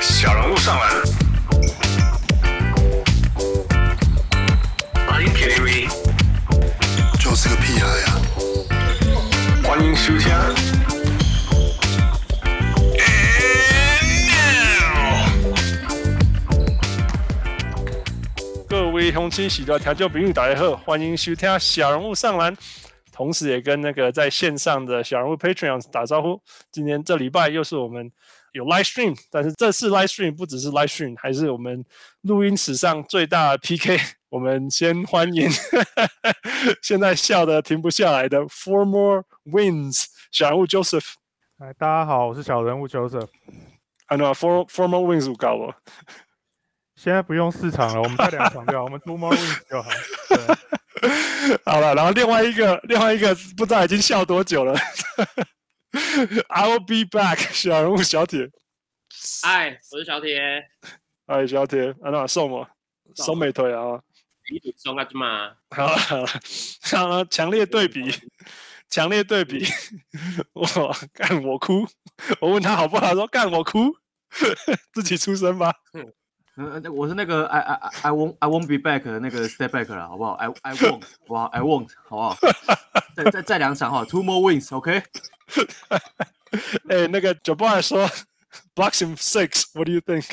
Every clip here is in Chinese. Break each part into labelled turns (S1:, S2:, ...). S1: 小人物上篮。Are you kidding me？
S2: 就是个屁孩呀、
S1: 欢迎收听。And now
S3: 各位红青喜的调酒朋友，大家好，欢迎收听小人物上篮，同时也跟那个在线上的小人物 Patreon 打招呼。今天这礼拜又是我们有 live stream，但是这次 live stream 不只是 live stream，还是我们录音史上最大的 PK。我 们先欢迎 现在笑的停不下来的 Four More Wins 小人物 Joseph。
S4: 哎，大家好，我是小人物 Joseph。
S3: 啊，no four four more wins 我搞了。
S4: 现在不用四场了，我们再两场掉，我们 two more wins 就好。对，
S3: 好了，然后另外一个，另外一个不知道已经笑多久了。I'll be back，小人物小铁，
S5: 嗨，我是小铁，
S3: 哎，小铁，啊，那送我，送美腿啊！
S5: 你你送阿芝麻，
S3: 好了好了，好了，强烈对比，强烈对比， 我干我哭，我问他好不好，他说干我哭， 自己出声吧。
S6: 嗯，呃我是那个 I I I- I won't I won't be back 的那个 step back 了，好不好？I I won't，好不好？I won't，好不好？再再再两场哈，two more wins，OK？
S3: 哎、那个 Jabbar 说 blocks in six，what do you think？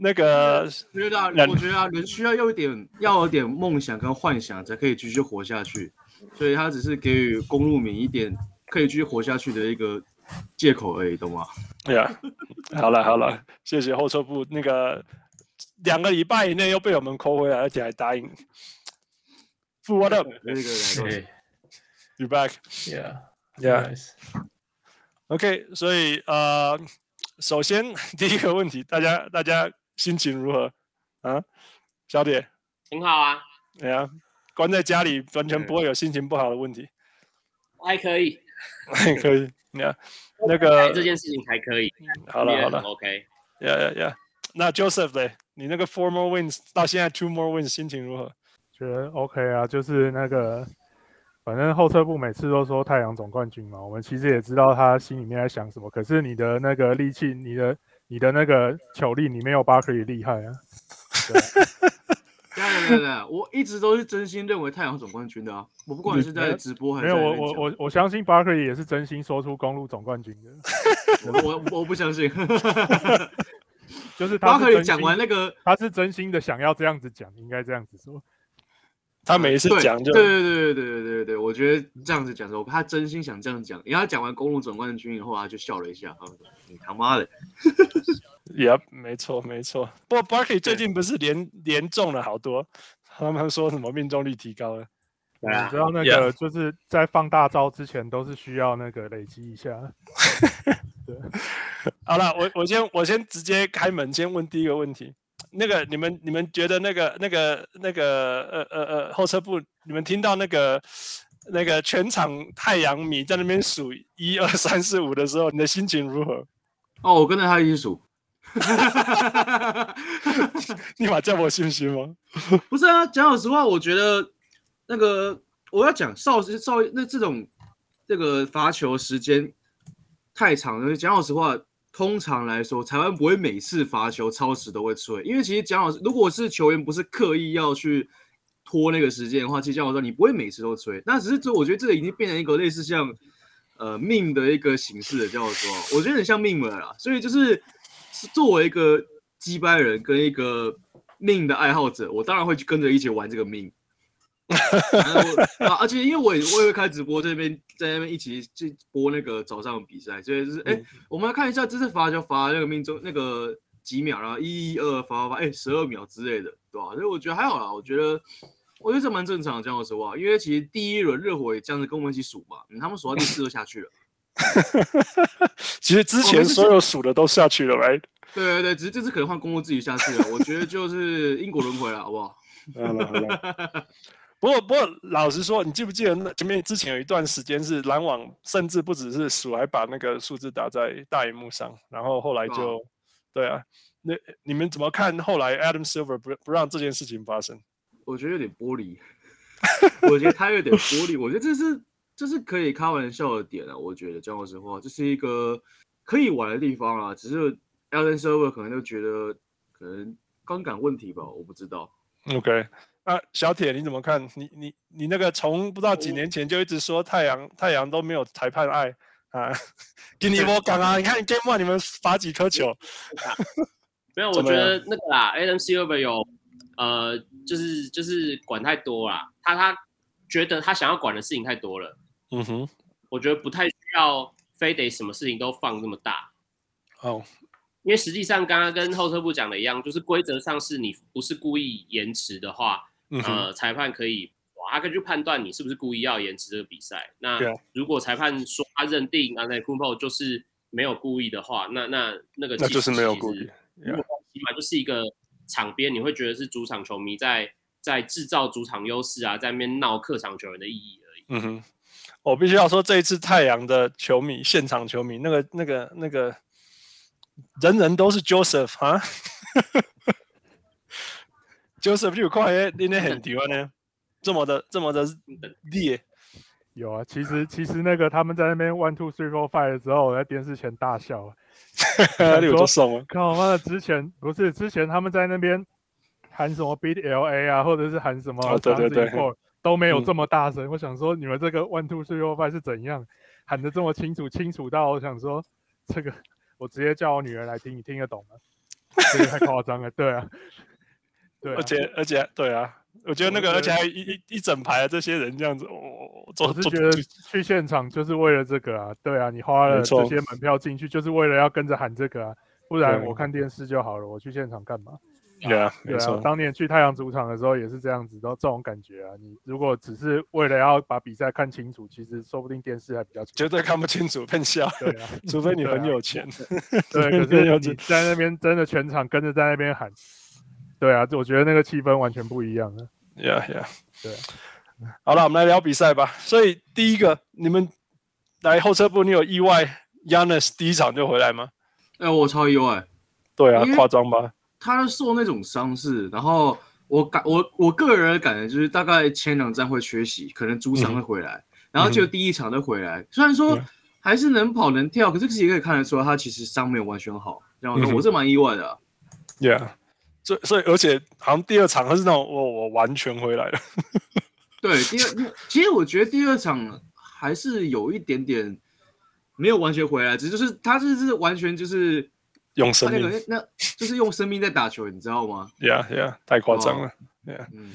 S3: 那个
S6: 我觉得啊
S3: 两
S6: 我觉得啊，人需要有一点，要有点梦想跟幻想，才可以继续活下去。所以他只是给予公路民一点可以继续活下去的一个借口而已，懂吗？
S3: 哎呀，好了好了，谢谢后撤步。那个两个礼拜以内又被我们扣回来，而且还答应。Fu, what up?
S6: 那个来
S7: 对
S3: You back?
S7: ，Yeah，
S3: 啊 Yeah. OK，所以呃，首先第一个问题，大家大家心情如何啊？小铁，
S5: 很好啊，
S3: 哎呀，关在家里完全不会有心情不好的问题，
S5: 还可以，
S3: 可以。你看那个
S5: 这件事情还可以，
S3: 好了好了
S5: ，OK，
S3: ，Yeah Yeah Yeah。那 Joseph 嘞，你那个 four more wins 到现在 two more wins 心情如何？
S4: 觉得 OK 啊，就是那个，反正后撤部每次都说太阳总冠军嘛，我们其实也知道他心里面在想什么，可是你的那个力气，你的你的那个球力，你没有巴克利厉害啊。
S6: 当然当然，我一直都是真心认为太阳总冠军的啊，我不管是在直播还
S4: 没
S6: 是
S4: 有，
S6: 在
S4: 我
S6: 那边
S4: 我
S6: 讲
S4: 我我相信巴克利也是真心说出公路总冠军的，
S6: 我我我不相 信。
S4: 就是他
S6: 巴
S4: 是
S6: 克利
S4: 真
S6: 讲
S4: 心
S6: 完那个
S4: 他是真心的想要这样子讲，应该这样子说。
S3: 他每一次
S6: 对
S3: 讲就
S6: 对对对对对对对，我觉得这样子讲的时候，他真心想这样讲。然后他讲完公路总冠军以后，他就笑了一下，他说：“你他妈的，
S3: Yep，没错没错。不过 Barkley 最近不是连连中了好多，他们说什么命中率提高了。
S5: 对
S4: 你
S5: 啊
S3: 嗯
S4: 知，道那
S7: Yeah
S4: 个就是在放大招之前都是需要那个累积一下。
S3: 好了，我我先我先直接开门，先问第一个问题。那个你们你们觉得那个那个那个呃呃呃后车部，你们听到那个那个全场太阳米在那边数一二三四五的时候，你的心情如何？
S6: 哦，我跟着他一起数。
S3: 立马叫我信心吗？”
S6: 不是啊，讲老实话，我觉得那个我要讲少少那这种这个罚球时间太长了。讲老实话，通常来说，台湾不会每次罚球超时都会吹，因为其实讲老实，如果是球员不是刻意要去拖那个时间的话，其实讲老实话，你不会每次都吹。那只是这，我觉得这个已经变成一个类似像呃命的一个形式的叫做，我觉得很像命了啦。所以就是是作为一个击败人跟一个命的爱好者，我当然会去跟着一起玩这个命。反正我啊，而且因为我也我也会开直播，这边在那边一起去播那个早上的比赛，所以就是哎、我们来看一下这次罚球罚那个命中那个几秒，然后一一二罚罚罚，哎、十二秒之类的，对吧、所以我觉得还好啦，我觉得我觉得这蛮正常的，讲老实话，因为其实第一轮热火也这样子跟我们一起数嘛，嗯他们数到第四就下去了。
S3: 其实之
S6: 我
S3: 前
S6: 们是
S3: 所有数的都下去了，right？
S6: 对对对，只是这次可能换公路自己下去了，我觉得就是因果轮回了，好不好？
S3: 好了好了。 不过不过，老实说，你记不记得那前面之前有一段时间是篮网，甚至不只是数，还把那个数字打在大荧幕上，然后后来
S6: 对啊
S3: 就，对啊，那你们怎么看后来 Adam Silver 不不让这件事情发生？
S6: 我觉得有点玻璃，我觉得他有点玻璃，我觉得这是这是可以开玩笑的点啊，我觉得讲老实话，这是一个可以玩的地方啊，只是 Alan Server 可能就觉得可能杠杆问题吧，我不知道。
S3: OK，那啊小铁你怎么看？你你你那个从不知道几年前就一直说太阳太阳都没有裁判爱啊，给你我讲啊！你看 Game One 你们罚几颗球？
S5: 没有，我
S3: 怎么
S5: 觉得那个啦，Adam Silver 有呃，就是就是管太多啦，他他觉得他想要管的事情太多了，
S3: 嗯哼，
S5: 我觉得不太需要非得什么事情都放那么大，
S3: 哦，
S5: 因为实际上刚刚跟后车部讲的一样，就是规则上是你不是故意延迟的话，
S3: 嗯哼，
S5: 呃，裁判可以，他可以去判断你是不是故意要延迟这个比赛。那
S3: 对啊
S5: 如果裁判说他认定 a n d e r c u m p o 就是没有故意的话，那那那个
S3: 那
S5: 其
S3: 就是
S5: 实
S3: 没有
S5: 其
S3: 故
S5: 实
S3: 意
S5: 如果起码就是一个场边，你会觉得是主场球迷在在制造主场优势啊，在那边闹客场球员的意义而已。
S3: 嗯哼，我必须要说，这一次太阳的球迷，现场球迷，那个、那个、那个，人人都是 Joseph 哈，Joseph 就有块诶，那天很丢呢，这么的、这么的烈，
S4: 有啊，其实其实那个他们在那边 one two three four five 的时候，我在电视前大笑啊。
S3: 他有多爽啊！
S4: 靠妈的，之前不是之前他们在那边喊什么 beat LA 啊，或者是喊什么
S3: 哦对对
S4: Suns
S3: 对
S4: before，都没有
S3: 嗯
S4: 这么大声。我想说你们这个 one two three four five 是怎样喊的这么清楚，清楚到我想说这个我直接叫我女儿来听，你听得懂吗？ 这个太夸张了，对啊，对啊
S3: 而且而且，对啊，我觉得那
S4: 我
S3: 个，
S4: 觉
S3: 而且
S4: 得
S3: 还一一一整排的这些人这样子，哦，做
S4: 我是
S3: 做
S4: 觉得去现场就是为了这个啊，对啊，你花
S3: 没
S4: 了
S3: 错
S4: 这些门票进去就是为了要跟着喊这个啊，不然
S3: 对
S4: 我看电视就好了，我去现场干嘛？
S3: 对啊，
S4: 对
S3: 没
S4: 啊，
S3: 错
S4: 我，当年去太阳主场的时候也是这样子，都这种感觉啊。你如果只是为了要把比赛看清楚，其实说不定电视 还比较清
S3: 绝对看不清楚，喷 笑，
S4: 楚。对啊，
S3: 除非你
S4: 对
S3: 很
S4: 啊
S3: 有钱，
S4: 对， 可
S3: 对要
S4: 是
S3: 这
S4: 你在那边真的全场跟着在那边喊，对啊，我觉得那个气氛完全不一样了。
S3: Yeah, yeah.
S4: 对。
S3: 好了，我们来聊比赛吧。所以第一个，你们来后车部，你有意外 y a n n i s 第一场就回来吗？
S6: 哎、我超意外，
S3: 对啊
S6: 因，为
S3: 夸张吧？
S6: 他受那种伤势，然后我感我我个人的感觉就是大概前两站会缺席，可能主场会回来，然后就第一场就回来。虽然说
S3: 嗯
S6: 还是能跑能跳，可是其实可以看得出来他其实伤没有完全好，然后
S3: 嗯哼
S6: 我是蛮意外的啊、
S3: Yeah，所以所以而且好像第二场他是那种我我完全回来了。
S6: 对，第二，其实我觉得第二场还是有一点点没有完全回来，只是就是他就是完全就是
S3: 用
S6: 他
S3: 生
S6: 哦那
S3: 命
S6: 个哎那就是用生命在打球，你知道吗？
S3: ，Yeah Yeah，太夸张了。Yeah，
S6: 嗯，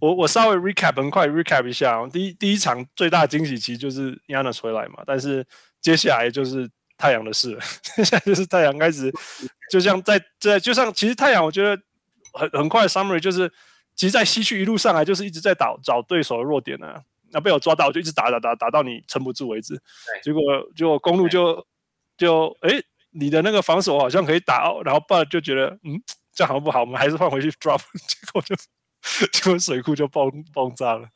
S3: 我我稍微 recap 很快 recap 一下、哦，第一第一场最大的惊喜其实就是 Yanis 回来嘛，但是接下来就是太阳的事了， 接下来就是太阳开始，就像在在就像其实太阳我觉得很很快的 summary 就是，其实在西区一路上来就是一直在找找对手的弱点啊，那被我抓到就一直打打打打到你撑不住为止，结果结果公路就就诶，你的那个防守好像可以打哦，然后 Bud 就觉得嗯这样好像不好，我们还是换回去 drop，结 果就结果水 库就爆爆炸了。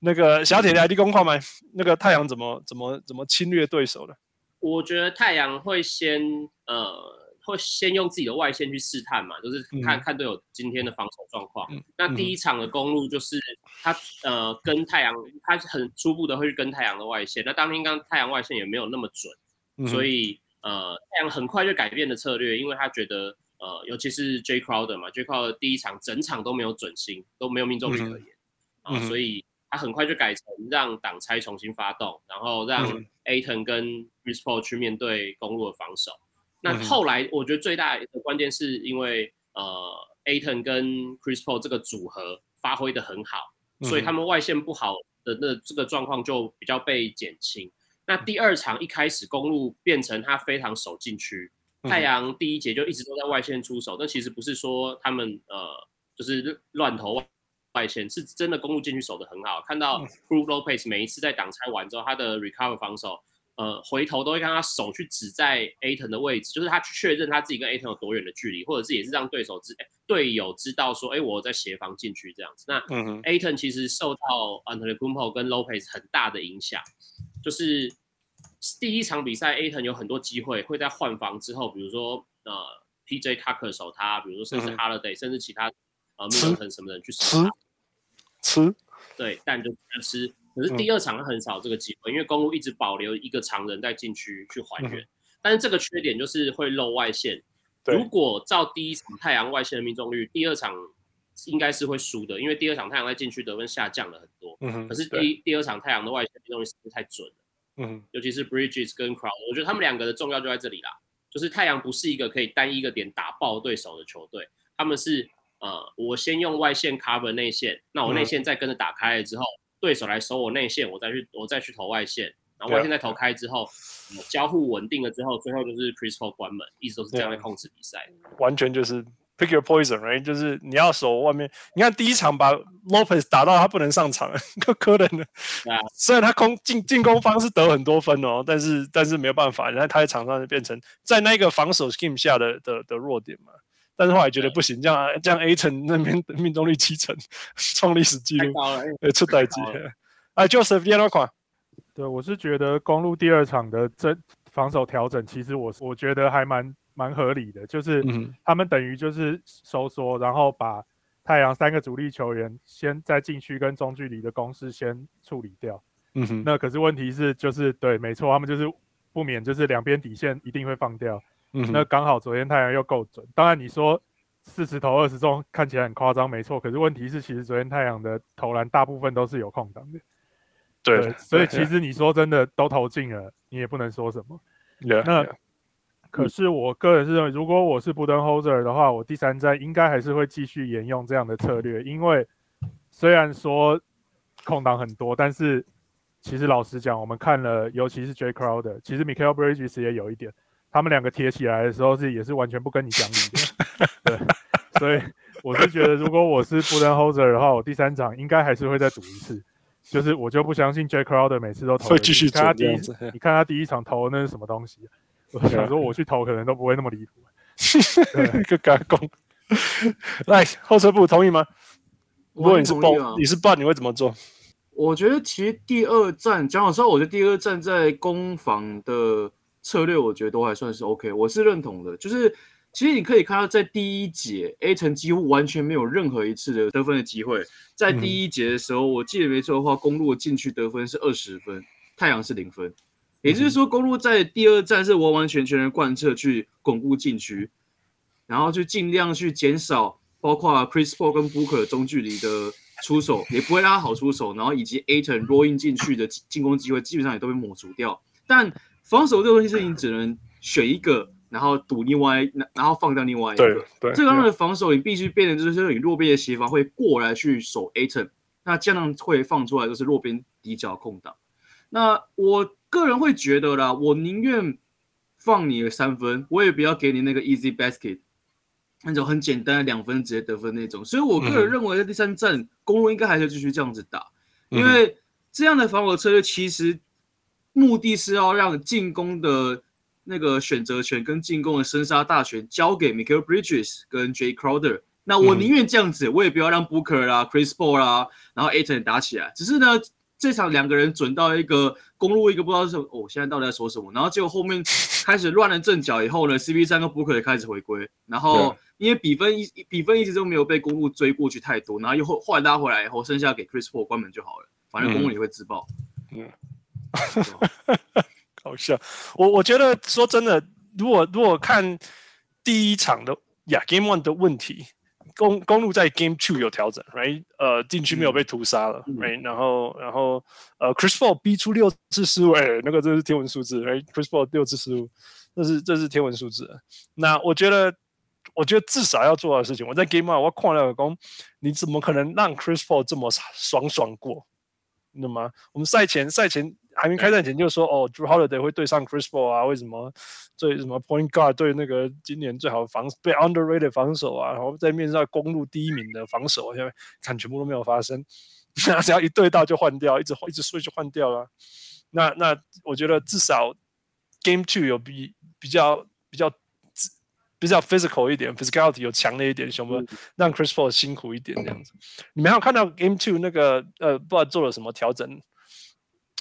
S3: 那个小铁来地公话吗？那个太阳怎么怎么怎么侵略对手的？
S5: 我觉得太阳会先呃，会先用自己的外线去试探嘛，就是看、
S3: 嗯
S5: 看队友今天的防守状况。
S3: 嗯
S5: 那第一场的公路就是他呃跟太阳，他很初步的会去跟太阳的外线。那当天刚太阳外线也没有那么准，所
S3: 以
S5: 以呃太阳很快就改变了策略，因为他觉得呃尤其是 J Crowder 嘛，J Crowder 第一场整场都没有准心，都没有命中
S3: 嗯
S5: 率
S3: 哼
S5: 可言。
S3: 嗯
S5: 啊，
S3: 哼
S5: 所以他很快就改成让挡拆重新发动，然后
S3: 嗯
S5: 让
S3: 哼
S5: Aton 跟 r i s p o 去面对公路的防守。那
S3: 嗯哼
S5: 后来我觉得最大的关键是因为呃 Aton 跟 Chris Paul 这个组合发挥的很好，所以他们外线不好的那这个状况就比较被减轻。那第二场一开始公路变成他非常守禁区，太阳第一节就一直都在外线出手，但其实不是说他们呃就是乱投外外线，是真的公路禁区守得很好。看到 g r o o v Lopez 每一次在挡拆完之后，他的 recover 防守，呃，回头都会让他手去指在 Aton 的位置，就是他去确认他自己跟 Aton 有多远的距离，或者是也是让对手知哎队友知道说，哎，我在协防禁区这样子。那
S3: 嗯哼
S5: Aton 其实受到 Anthony c u m p o 跟 Lopez 很大的影响，就是第一场比赛 Aton 有很多机会会在换防之后，比如说呃 PJ Tucker 守他，比如说甚至
S3: 嗯哼
S5: Holiday，、甚至其他呃
S3: 吃
S5: Middleton 什么人去守
S3: 吃
S5: 他。
S3: 吃。
S5: 对，但就只吃。可
S3: 嗯
S5: 是第二场很少这个机会，因为公路一直保留一个常人在禁区去还
S3: 嗯
S5: 原，但是这个缺点就是会漏外线。
S3: 对
S5: 如果照第一场太阳外线的命中率，第二场应该是会输的，因为第二场太阳在禁区得分下降了很多。
S3: 嗯哼，
S5: 可是
S3: 对
S5: 第第二场太阳的外线命中率实在太准了，
S3: 嗯哼
S5: 尤其是 Bridges 跟 Crowd，我觉得他们两个的重要就在这里啦，就是太阳不是一个可以单一个点打爆对手的球队，他们是呃，我先用外线 cover 内线，那我内
S3: 嗯
S5: 线再跟着打开了之后，对手来守我内线，我再去我再去投外线，然后
S4: 啊
S5: 外线再投开之后，呃交互稳定了之后，最后就是 Chris Paul 关门，一直都是这样在
S4: 啊
S3: Yeah
S5: 控制比赛。
S3: 完全就是 pick your poison，right？就是你要守外面。你看第一场把 Lopez 打到他不能上场， 科科人呢
S5: 啊？
S3: 虽然他攻进进攻方是得很多分哦，但是但是没有办法，然后他在场上就变成在那个防守 scheme 下的的的弱点嘛。但是后来觉得不行，这样这样 A 城那边 命中率七成， 创历史纪
S5: 太
S3: 录，
S5: 高了，哎
S3: 呃，出代机
S5: 太高。
S3: 啊，Joseph 第二款，
S4: 对，我是觉得公路第二场的这防守调整，其实我我觉得还蛮蛮合理的，就是
S3: 嗯
S4: 他们等于就是收缩，然后把太阳三个主力球员先在禁区跟中距离的攻势先处理掉。
S3: 嗯哼，
S4: 那可是问题是，就是对，没错，他们就是不免就是两边底线一定会放掉。
S3: 嗯哼
S4: 那刚好昨天太阳又够准，当然你说四十投二十中看起来很夸张，没错。可是问题是，其实昨天太阳的投篮大部分都是有空档的，
S3: 对
S4: 对
S3: 了，
S4: 所以其实你说真的都投进了，你也不能说什么。
S3: Yeah，
S4: 那
S3: yeah，
S4: 可
S3: 嗯
S4: 是我个人是认为，如果我是布登 holder 的话，我第三站应该还是会继续沿用这样的策略，因为虽然说空档很多，但是其实老实讲，我们看了，尤其是 J Crowder，其实 Michael Bridges 也有一点，他们两个贴起来的时候是也是完全不跟你讲理的，对，所以我是觉得，如果我是布登 holder 的话，我第三场应该还是会再赌一次。就是我就不相信 J Crowder 每次都投得进，
S3: 会继续
S4: 你看他
S3: 准
S4: 第
S3: 这
S4: 一
S3: 样子
S4: 你看他第一场投的那是什么东西啊、我想说我去投可能都不会那么离谱。
S3: 一个嘎工。来，后车部同意吗？如果你是
S6: 我很同意
S3: b
S6: 啊
S3: 你是 b 你会怎么做？
S6: 我觉得其实第二站讲老实话，我觉得第二站在攻防的策略，我觉得都还算是 OK，我是认同的。就是其实你可以看到，在第一节，A 城几乎完全没有任何一次的得分的机会。在第一节的时候，我记得没错的话，公路进去得分是二十分，太阳是零分。也
S3: 嗯
S6: 就是说，公路在第二站是完完全全的贯彻去巩固禁区，然后就尽量去减少包括 Chris Paul 跟 Booker 中距离的出手，也不会让他好出手，然后以及 Aton rolling 进去的进攻机会基本上也都被抹除掉。但防守这个东西是你只能选一个，然后赌另外，然然后放掉另外一个。
S3: 对
S6: 这个样的防守，你必须变成就是你弱边的协防会过来去守 A t o n 那这样会放出来就是弱边底角空档。那我个人会觉得啦，我宁愿放你的三分，我也不要给你那个 easy basket，那种很简单的两分直接得分那种。所以我个
S3: 嗯
S6: 人
S3: 哼
S6: 认为，在第三站、公路应该还是继续这样子打，因
S3: 嗯哼
S6: 为这样的防守策略其实目的是要让进攻的那个选择权跟进攻的生杀大权交给 Michael Bridges 跟 J Crowder。那我
S3: 嗯
S6: 宁愿这样子，我也不要让 Booker 啦、Chris Paul 啦、然后 Aton 打起来。只是呢，这场两个人准到一个公路，一个不知道是什么，哦，现在到底在说什么。然后结果后面开始乱了阵脚以后呢，CP 三跟 Booker 也开始回归，然后因为比分一比分一直都没有被公路追过去太多，然后又后后来拉回来以后，剩下给 Chris Paul 关门就好了，反正公路也会自爆。
S3: 好笑。我我觉得说真的，如果如果看第一场的呀 Game One 的问题，公公路在 Game Two 有调整，right？呃，禁区没有被屠杀了、
S6: 嗯
S3: r i g h t 然后然后呃，Chris Paul 逼出六次失误，哎、那个真是天文数字，right？Chris Paul 六次失误，这是这是天文数字。那我觉得。我觉得至少要做到的事情，我在 Game One 我看了工，你怎么可能让 Chris Paul 这么爽爽过？你懂吗？我们赛前赛前还没开战前就说哦，Drew Holiday 会对上 Chris Paul 啊，为什么最什么 Point Guard 对那个今年最好的防被 underrated 防守啊，然后在面上公路第一名的防守啊，现在看全部都没有发生， 那只要一对到就换掉，一直一直睡就换掉了啊。那那我觉得至少 Game Two 有比比较比较比较 physical 一点，physicality 有强烈一点，熊们让 Chris Paul 辛苦一点这样子。你们还有看到 Game Two 那个呃，不知道做了什么调整？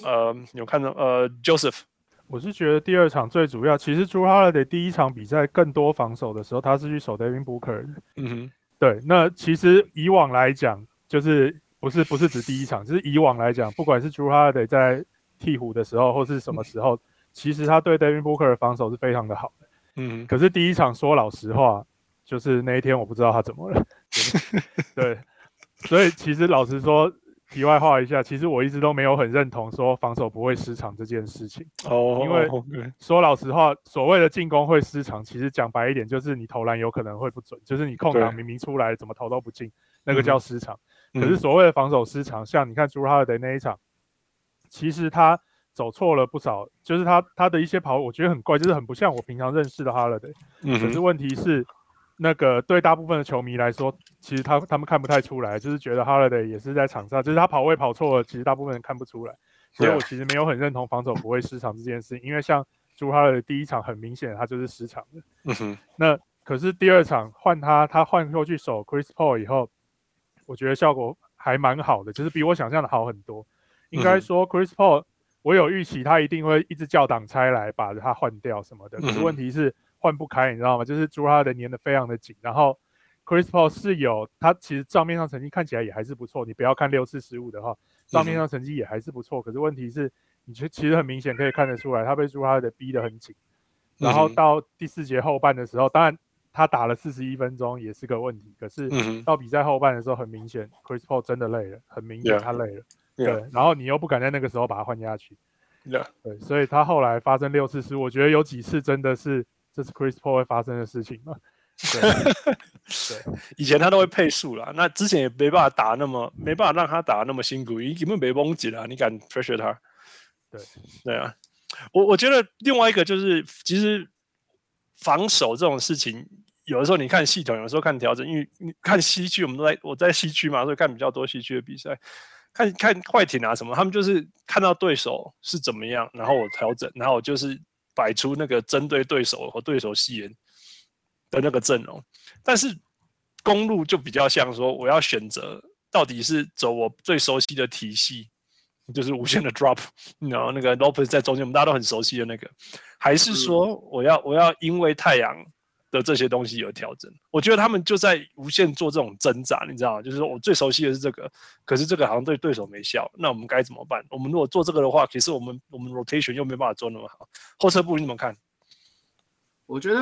S3: 呃，有看到呃，Joseph，
S4: 我是觉得第二场最主要，其实朱哈勒得第一场比赛更多防守的
S3: 嗯
S4: 时候，他是去守 Devin Booker 的。
S3: 嗯哼，
S4: 对，那其实以往来讲，就是不是不是指第一场，就是以往来讲，不管是 Drew Holiday 在鹈鹕的时候，或是什么时候，其实他对 Devin Booker 的防守是非常的好的。
S3: 嗯，
S4: 可是第一场说老实话，就是那一天我不知道他怎么了，就是 对，所以其实老实说，题外话一下，其实我一直都没有很认同说防守不会失常这件事情。
S3: 哦，
S4: 因为嗯
S3: 哦，OK
S4: 说老实话，所谓的进攻会失常，其实讲白一点，就是你投篮有可能会不准，就是你空档
S3: 对
S4: 明明出来怎么投都不进，
S3: 嗯
S4: 那个
S3: 哼
S4: 叫失常。
S3: 嗯
S4: 可是所谓的防守失常，像你看朱哈德那一场，其实他走错了不少，就是他他的一些跑，我觉得很怪，就是很不像我平常认识的哈勒德。
S3: 嗯
S4: 可是
S3: 哼，
S4: 问题是，那个对大部分的球迷来说，其实他他们看不太出来，就是觉得哈勒德也是在场上，就是他跑位跑错了，其实大部分人看不出来。所以
S3: Yeah
S4: 我其实没有很认同防守不会失常这件事，因为像朱哈勒德第一场很明显他就是失常的。
S3: 嗯哼，
S4: 那可是第二场换他，他换过去守 Chris Paul 以后，我觉得效果还蛮好的，就是比我想象的好很多。
S3: 嗯
S4: 应
S3: 哼
S4: 该说 Chris Paul，我有预期他一定会一直叫挡拆来把他换掉什么的，可
S3: 嗯
S4: 是
S3: 哼
S4: 问题是换不开，你知道吗？就是朱哈的粘的非常的紧，然后 Chris Paul 是有他其实账面上成绩看起来也还是不错，你不要看六次失误的话，账
S3: 嗯
S4: 面
S3: 哼
S4: 上成绩也还是不错，可是问题是，你其其实很明显可以看得出来，他被朱哈的逼得很紧。然后
S3: 嗯哼
S4: 到第四节后半的时候，当然他打了四十一分钟也是个问题，可是
S3: 嗯哼
S4: 到比赛后半的时候，很明显 Chris Paul 真的累了，很明显
S3: Yeah.
S4: 他累了。
S3: Yeah.
S4: 对，然后你又不敢在那个时候把他换下去，
S3: Yeah.
S4: 对，所以他后来发生六次失误，我觉得有几次真的是这是 Chris Paul 会发生的事情嘛。 对
S3: 以前他都会配速啦，那之前也没办法打那么，没办法让他打那么辛苦，因因为没绷紧啊，你敢 pressure 他？
S4: 对
S3: 对啊，我我觉得另外一个就是，其实防守这种事情，有的时候你看系统，有的时候看调整，因为你看西区，我们都在我在西区嘛，所以看比较多西区的比赛，看看快艇啊什么，他们就是看到对手是怎么样，然后我调整，然后我就是摆出那个针对对手和对手戏言的那个阵容。但是公路就比较像说，我要选择到底是走我最熟悉的体系，就是无限的 drop，然 后那个 Lopez 在中间，我们大家都很熟悉的那个，还是说我要我要因为太阳的这些东西而调整？我觉得他们就在无限做这种挣扎，你知道吗？就是说我最熟悉的是这个，可是这个好像对对手没效，那我们该怎么办？我们如果做这个的话，其实我们我们 rotation 又没办法做那么好。后撤步你怎么看？
S6: 我觉得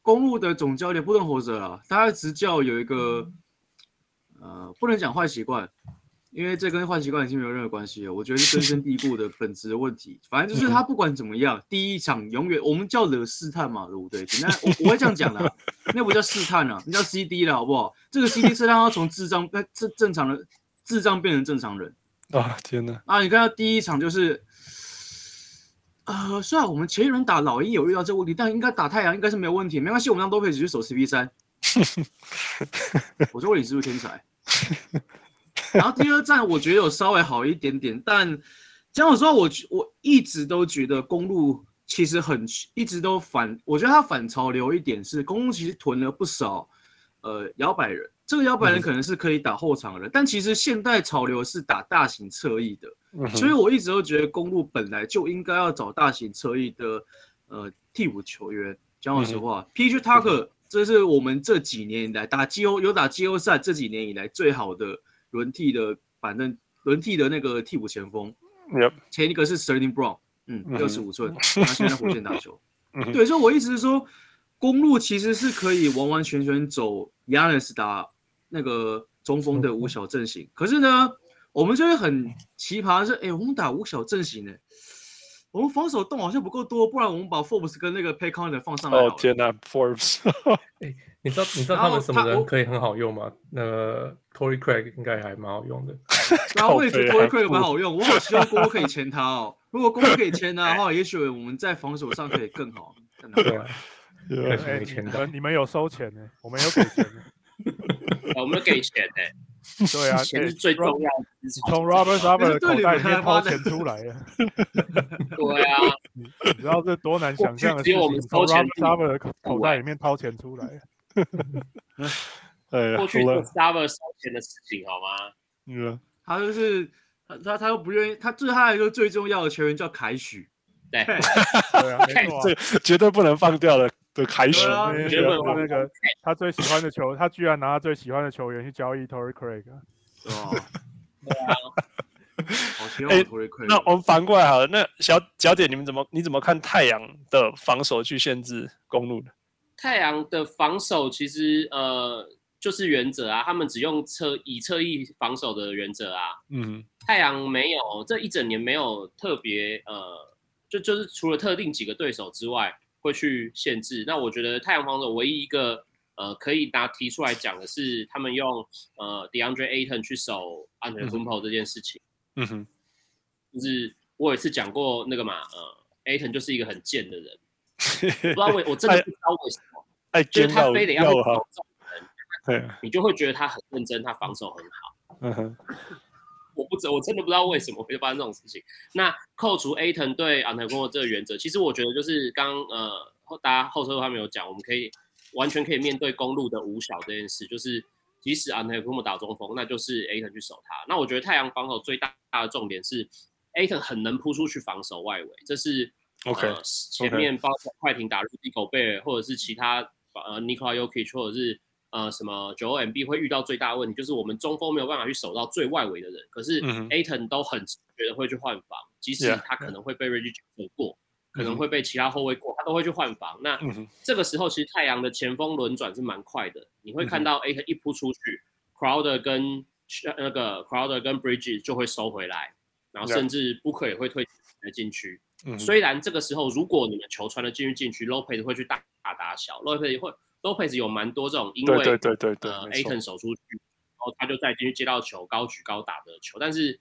S6: 公路的总教练布顿猴子啊，他的执教有一个呃，不能讲坏习惯，因为这跟坏习惯已经没有任何关系了。我觉得是根深蒂固的本质的问题。反正就是他不管怎么样，第一场永远我们叫惹试探嘛，对不对？简单，我我会这样讲的啊、那不叫试探啊，那叫 CD 了，好不好？这个 CD 是让他从智障，正正常人，智障变成正常人。
S3: 啊、天哪！
S6: 啊，你看到第一场就是，呃，虽然我们前一轮打老鹰有遇到这个问题，但应该打太阳应该是没有问题，没关系，我们让多佩只去守 CP 三。我就问你是不是天才？然后第二站我觉得有稍微好一点点，但讲老实话，我觉我一直都觉得公路其实很一直都反，我觉得它反潮流一点是公路其实囤了不少呃摇摆人，这个摇摆人可能是可以打后场的人，但其实现代潮流是打大型侧翼的，
S3: 嗯哼
S6: 所以我一直都觉得公路本来就应该要找大型侧翼的呃替补球员。讲老实
S3: 嗯
S6: 话、p g Tucker 这是我们这几年以来打季后有打季后赛这几年以来最好的轮替的板凳轮替的那个替补前锋。
S3: Yep
S6: 前一个是 Sterling Brown，嗯，
S3: 嗯哼
S6: 六十五 寸，他现在在火箭打球
S3: 嗯。哼
S6: 对，所以我一直说，公路其实是可以完完全全走 Yanis 打那个中锋的五小阵型，可是呢，我们就会很奇葩的是，哎、我们打五小阵型呢、我们防守洞好像不够多，不然我们把 Forbes 跟那个 Pay c o n 放上来好了。
S3: 哦天哪，Forbes，
S7: 你知道你知道
S6: 然
S7: 他
S6: 后
S7: 们什么
S6: 他我
S7: 人可以很好用吗？那个 Tory Craig 应该还蛮好用的。
S6: 然后我也觉得 Tory
S3: 靠背
S6: Craig 蛮好用，我好希望公路可以签他哦。如果公路可以 签他的话，也许我们在防守上可以更好。真的
S7: 对啊，可惜
S4: 哎，
S7: 没
S4: 你
S7: 签到。
S4: 们你们有收钱呢，我们有给钱呢。
S5: 我们给钱哎、
S4: 对啊，
S5: 钱
S4: 哎
S5: 是最重要
S4: Rob-
S5: 的资产。
S4: 从 Robert s a b e r 的
S6: 对
S4: 口
S6: 你
S4: 袋
S6: 们
S4: 里面
S6: 他妈
S4: 掏
S6: 的
S4: 钱出来了。
S5: 对啊，
S4: 你知道这多难想象的事
S5: 只有我
S4: 情
S5: 们？
S4: 从
S5: 掏钱
S4: Robert s a b e r 的口口袋里面掏钱出 来。
S3: 哎呀，
S5: 过去
S3: 好
S5: 做
S3: 了
S5: Star 烧钱的事情好吗？
S3: 嗯
S6: 他就是他他他又不愿意，他对他来说最重要的球员叫凯许，
S5: 对，
S4: 对啊，没错啊
S3: 这。绝对不能放掉的的开始
S6: 对。啊
S4: 那
S5: 原
S4: 个
S5: 本
S4: 他
S5: 我
S4: 那个他最喜欢的球，他居然拿他最喜欢的球员去交易 Tory Craig，啊
S6: 对吧？好希望
S3: 哎
S6: 我 Tory Craig
S3: 那我们反过来好了，那小小点，你们怎么你怎么看太阳的防守去限制公路的？
S5: 太阳的防守其实呃就是原则啊，他们只用侧以侧翼防守的原则啊。
S3: 嗯
S5: 太阳没有这一整年没有特别呃，就就是除了特定几个对手之外会去限制。那我觉得太阳防守唯一一个呃可以拿提出来讲的是，他们用呃 DeAndre Ayton 去守 a n t o
S3: 嗯
S5: n t o m p o 这件事情，
S3: 嗯哼，
S5: 就是我有一次讲过那个嘛，呃，Ayton 就是一个很贱的人，不知 道为我真的不知道为什么，
S3: 哎，
S5: 就
S3: 见
S5: 是他
S3: 到
S5: 非得要
S3: 要
S5: 去
S3: 哈
S5: 守，这种人，
S3: 对，
S5: 你就会觉得他很认真，他防守很好。
S3: 嗯哼，
S5: 我不知我真的不知道为什么会发生这种事情。那扣除 Aton 对 a n t o n o 这个原则，其实我觉得就是刚呃后大家后车他们有讲，我们可以完全可以面对公路的五小这件事，就是即使 a n t o n o 打中锋，那就是 Aton 去守他。那我觉得太阳防守最大的重点是 Aton 很能扑出去防守外围，这是
S3: OK，
S5: 呃、前面包括快艇打入地狗贝尔，或者是其他呃 Nikola Jokic 或者是呃什么九 MB 会遇到最大的问题，就是我们中锋没有办法去守到最外围的人，可是
S3: 嗯哼
S5: Aton 都很觉得会去换防，即使
S3: Yeah，
S5: 他可能会被 Reggie Jackson 过，可
S3: 嗯
S5: 能
S3: 哼
S5: 会被其他后卫过，他都会去换防。那
S3: 嗯哼，
S5: 这个时候其实太阳的前锋轮转是蛮快的，
S3: 嗯
S5: 你会看到 Aton 一扑出去，Crowder 跟呃那个 Crowder 跟 Bridges 就会收回来，然后
S3: Yeah
S5: 甚至 Booker 也会退来禁区。
S3: 嗯哼，以
S5: 虽然这个时候如果你们球传的进去禁区，Lopez 会去大打小，Lopez 会 Lopez 有蛮多这种因为
S3: 对对对对对啊
S5: 呃
S3: 没错
S5: Aton 守出去，然后他就再进去接到球高举高打的球，但是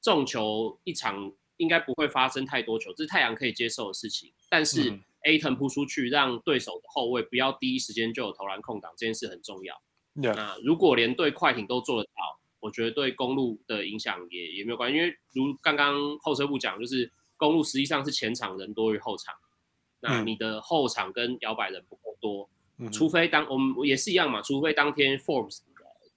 S5: 这种球一场应该不会发生太多球，这是太阳可以接受的事情。但是
S3: 嗯
S5: Aton 扑出去，让对手的后卫不要第一时间就有投篮空档，这件事很重要。
S3: Yeah，
S5: 那如果连对快艇都做得到，我觉得对公路的影响也也没有关系，因为如刚刚后车部讲，就是公路实际上是前场人多于后场，那
S3: 嗯
S5: 你的后场跟摇摆人不够多，
S3: 嗯
S5: 除非当我们也是一样嘛，除非当天 Forbes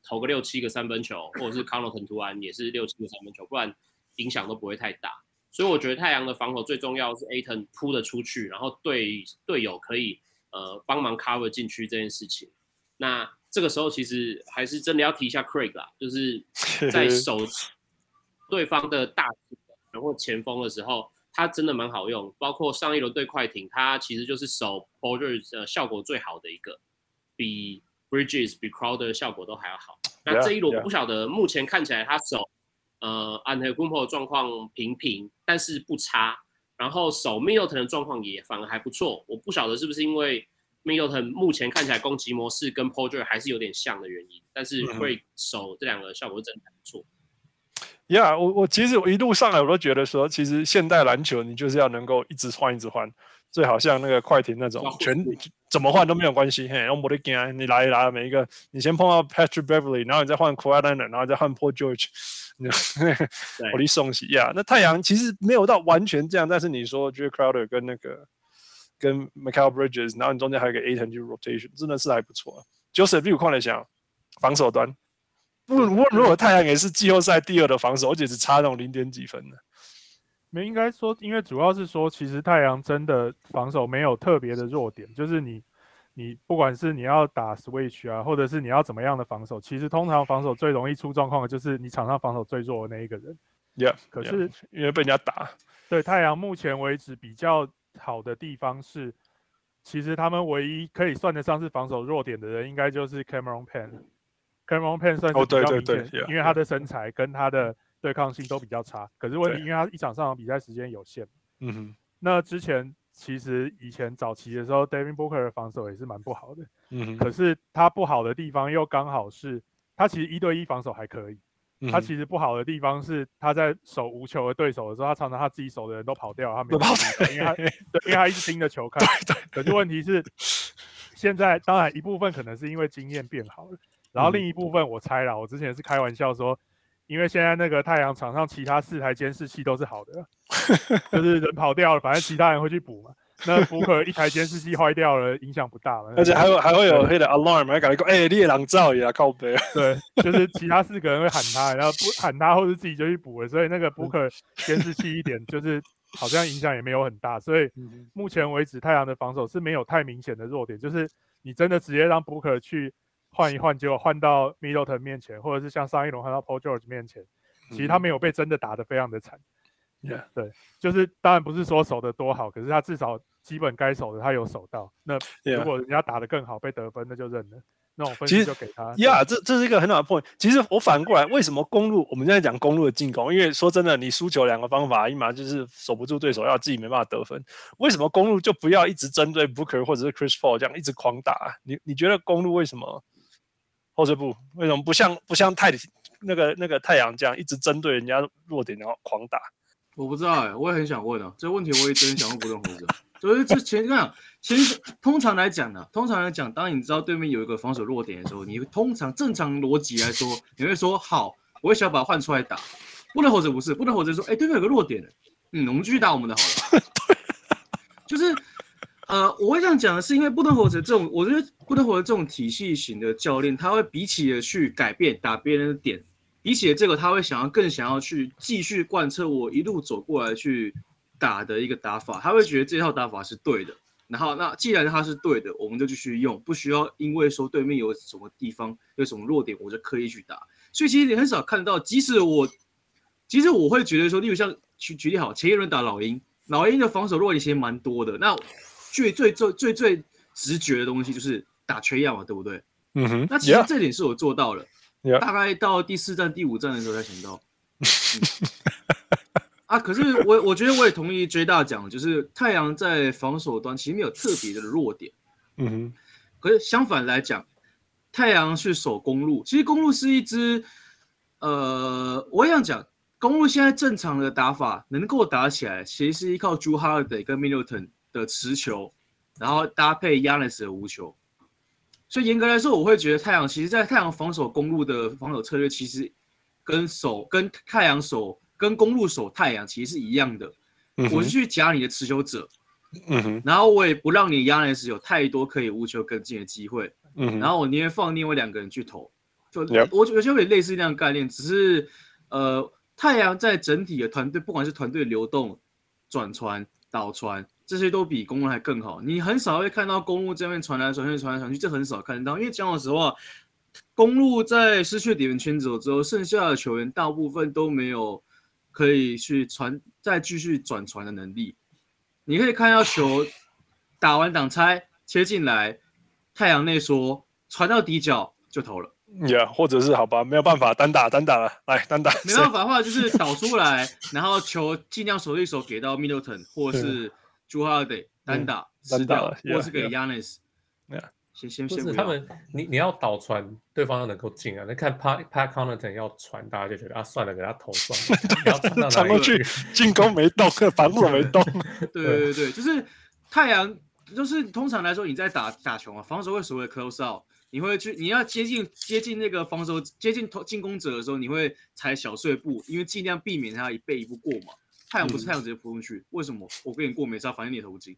S5: 投个六七个三分球，或者是康乐腾图安也是六七个三分球，不然影响都不会太大。所以我觉得太阳的防守最重要的是 Aton 扑得出去，然后对队友可以呃帮忙 cover 禁区这件事情。那这个时候其实还是真的要提一下 Craig 啦，就是在守对方的大前锋或前锋的时候，他真的蛮好用。包括上一轮对快艇，他其实就是守 Porter 呃效果最好的一个，比 Bridges 比 Crowder 效果都还要好。那
S3: Yeah,
S5: 这一轮
S3: yeah.
S5: 不晓得目前看起来他守呃 a n t e g u m p o 状况平平，但是不差。然后守 Middleton 的状况也反而还不错。我不晓得是不是因为 Middleton 目前看起来攻击模式跟 Porter 还是有点像的原因，但是
S3: 嗯
S5: 会守这两个效果是真的还不错。
S3: Yeah，我我其实我一路上来我都觉得说，其实现代篮球你就是要能够一直换一直换，最好像那个快艇那种
S5: 要互
S3: 全
S5: 补
S3: 怎么换都没有关系，嘿，我的天，你来来每一个，你先碰到 Patrick Beverly，然后你再换 Kawhi Leonard，然后再换 Paul George，你我的送喜呀。那太阳其实没有到完全这样，但是你说 j e Crowder 跟那个跟 Michael Bridges，然后你中间还有一个 Aton 去 rotation，真的是还不错、啊。Joseph 有空来想啊防守端，不无论如何，太阳也是季后赛第二的防守，而且只差那种零点几分的。
S4: 没应该说，因为主要是说，其实太阳真的防守没有特别的弱点，就是你你不管是你要打 switch 啊，或者是你要怎么样的防守，其实通常防守最容易出状况的就是你场上防守最弱的那一个人。
S3: Yeah，
S4: 可
S3: yeah，
S4: 是
S3: 因为被人家打，
S4: 对太阳目前为止比较好的地方是，其实他们唯一可以算得上是防守弱点的人，应该就是 Cameron Payne。Cameron Payne 算是
S3: 哦
S4: 比
S3: 对
S4: 较
S3: 对
S4: 明
S3: 对
S4: 显，
S3: yeah，
S4: 因为他的身材跟他的对抗性都比较差。可是问题，
S3: 对
S4: 因为他一场上场比赛时间有限，
S3: 嗯哼，
S4: 那之前其实以前早期的时候，David Booker 的防守也是蛮不好的。
S3: 嗯哼，
S4: 可是他不好的地方又刚好是，他其实一对一防守还可以，
S3: 嗯
S4: 他
S3: 哼
S4: 其实不好的地方是他在守无球的对手的时候，他常常他自己守的人都跑掉，他没有
S3: 都跑
S4: 注意到因为他对，因为他一直盯着球看。
S3: 对
S4: 可是问题是，现在当然一部分可能是因为经验变好了，然后
S3: 嗯
S4: 另一部分我猜啦，我之前是开玩笑说，因为现在那个太阳场上其他四台监视器都是好的，就是人跑掉了，反正其他人会去补嘛。那福克一台监视器坏掉了，影响不大嘛。
S3: 而且还有还会有黑的 alarm，还感觉哎，猎狼照也靠背，啊
S4: 对，就是其他四个人会喊他，然后不喊他，或者自己就去补了。所以那个
S3: 嗯
S4: Booker 监视器一点，就是好像影响也没有很大。所以
S3: 嗯
S4: 目前为止，太阳的防守是没有太明显的弱点，就是你真的直接让 Booker 去换一换，结果换到 Middleton 面前，或者是像上一轮换到 Paul George 面前，
S3: 嗯
S4: 其实他没有被真的打得非常的惨。
S3: Yeah
S4: 对，就是当然不是说守得多好，可是他至少基本该守的他有守到。那
S3: Yeah
S4: 如果人家打得更好被得分，那就认了，那种分
S3: 啊其
S4: 数
S3: 实
S4: 就给他。
S3: 呀这这是一个很好的 point。其实我反过来，为什么公路我们现在讲公路的进攻？因为说真的，你输球两个方法，一嘛就是守不住对手，要自己没办法得分。为什么公路就不要一直针对 Booker 或者是 Chris Paul 这样一直狂打？啊你你觉得公路为什么后退步？为什么不像不像太那个那个太阳这样一直针对人家弱点然后狂打？
S6: 我不知道哎、我也很想问啊，这个问题我也真想问不动胡子。啊就是之前跟你讲，其实通常来讲呢、通常来讲，当你知道对面有一个防守弱点的时候，你通常正常逻辑来说，你会说好，我也想把它换出来打。不能猴子不是，不能猴子说，哎、对面有个弱点、嗯，我们继续打我们的好了。就是呃，我会这样讲的是，因为布登火者这种，我觉得布登火者这种体系型的教练，他会比起的去改变打别人的点，比起这个，他会想要更想要去继续贯彻我一路走过来去打的一个打法，他会觉得这套打法是对的。然后，那既然它是对的，我们就继续用，不需要因为说对面有什么地方有什么弱点，我就刻意去打。所以其实你很少看到，即使我，其实我会觉得说，例如像举举例好，前一轮打老鹰，老鹰的防守弱点其实蛮多的。那最最最最最直觉的东西就是打缺氧嘛，对不对？
S3: 嗯哼
S6: 那其实这点是我做到了
S3: Yeah.
S6: 大概到第四站、第五站的时候才想到。 嗯啊，可是我我觉得我也同意 J 大讲，就是太阳在防守端其实没有特别的弱点。
S3: 嗯哼，
S6: 可是相反来讲，太阳去守公路，其实公路是一支，呃，我想讲，公路现在正常的打法能够打起来，其实是依靠 j u h a r d a y 跟 Middleton 的持球，然后搭配 Yanis 的无球。所以严格来说，我会觉得太阳其实，在太阳防守公路的防守策略，其实跟守跟太阳守跟公路守太阳其实是一样的。
S3: 嗯
S6: 我
S3: 哼，
S6: 是去夹你的持球者，
S3: 嗯哼，
S6: 然后我也不让你 Yanis 有太多可以无球跟进的机会。
S3: 嗯
S6: 然
S3: 哼，
S6: 后我宁愿放另外两个人去投，就
S3: Yep.
S6: 我觉得有点类似那样的概念，只是呃，太阳在整体的团队，不管是团队流动、转传、导传这些，都比公路还更好。你很少会看到公路这边传来传去、传来传去，这很少看到。因为讲老实话，公路在失去点员圈走之后，剩下的球员大部分都没有可以去传再继续转传的能力。你可以看到球打完挡拆切进来，太阳内缩传到底角就投了，
S3: 呀，或者是好吧，没有办法单打单打了，来单打，
S6: 没办法的话就是导出来，然后球尽量手一手给到 Middleton 或是朱哈德单打吃
S3: 嗯单打啊
S6: 掉，
S3: yeah，
S6: 或是给 Yanis
S3: Yeah。
S6: 先先
S7: 不
S6: 先不
S7: 是他
S6: 要，
S7: 们，你你要倒传，对方要能够进啊。那看 Pat Pat Connaughton 要传，大家就觉得啊，算了，给他投算了，不要传到
S3: 传
S7: 哪
S3: 过
S7: 里
S3: 去，进攻没动，防守没动。
S6: 对对对对，就是太阳，就是通常来说你在打打球啊，防守会所谓的 close out，你会去你要接近接近那个防守接近投进攻者的时候，你会踩小碎步，因为尽量避免他一被一步过嘛。太阳不是太阳直接扑进去，为什么？我跟你过没差，反正你也投不进。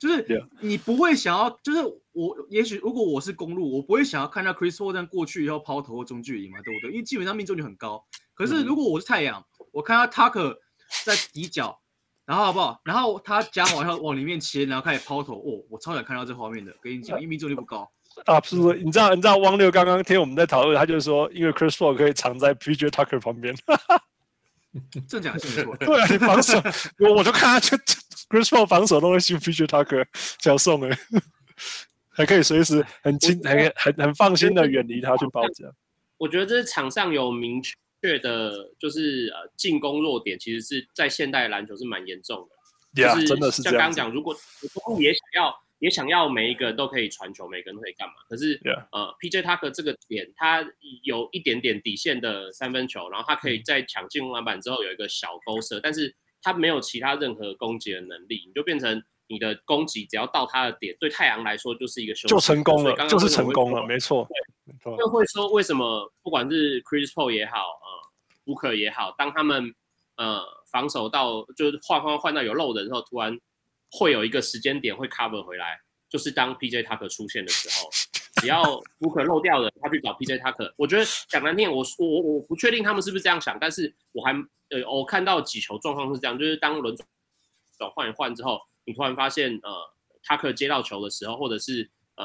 S6: 就是
S3: Yeah.
S6: 你不会想要，就是我也许如果我是公路，我不会想要看到 Chris Paul 这样过去以后抛投或中距离嘛，对不对？因为基本上命中率很高。可是如果我是太阳，我看到 Tucker 在底角，然后好不好？然后他夹好要往里面切，然后开始抛投，哦，我超想看到这画面的。跟你讲，因为命中率不 高，
S3: 啊，不是，你知道，你知道汪六刚刚听我们在讨论，他就说，因为 Chris Paul 可以藏在 PJ Tucker 旁边。
S6: 正讲是没错。
S3: 对啊，你防守，我我就看他就 Chris Paul 防守都会信 PJ Tucker 小送哎，还可以随时很轻，还可以很很放心的远离他去包夹。
S5: 我觉得这是场上有明确的，就是呃进攻弱点，其实是在现代篮球是蛮严重的。
S3: 呀、
S5: 就是
S3: 啊真的是
S5: 像
S3: 这样
S5: 刚刚
S3: 子。
S5: 讲，如果公路也想要也想要每一个人都可以传球，每个人都可以干嘛？可是
S3: Yeah.
S5: 呃，PJ Tucker 这个点，他有一点点底线的三分球，然后他可以
S3: 嗯
S5: 在抢进攻篮板之后有一个小勾射，但是他没有其他任何攻击的能力，你就变成你的攻击只要到他的点，对太阳来说就是一个休息
S3: 就成功
S5: 所以
S3: 了
S5: 刚，刚
S3: 就是
S5: 为什么
S3: 成
S5: 会
S3: 功
S5: 说
S3: 了，没错，没错
S5: 就会说为什么不管是 Chris Paul 也好，呃，Booker 也好，当他们呃防守到就是换换换到有漏的时候，突然会有一个时间点会 cover 回来，就是当 PJ Tucker 出现的时候，只要 Booker 漏掉了，他去找 PJ Tucker。我觉得讲难听，我我我我不确定他们是不是这样想，但是我还呃我看到几球状况是这样，就是当轮转换一换之后，你突然发现呃 Tucker 接到球的时候，或者是呃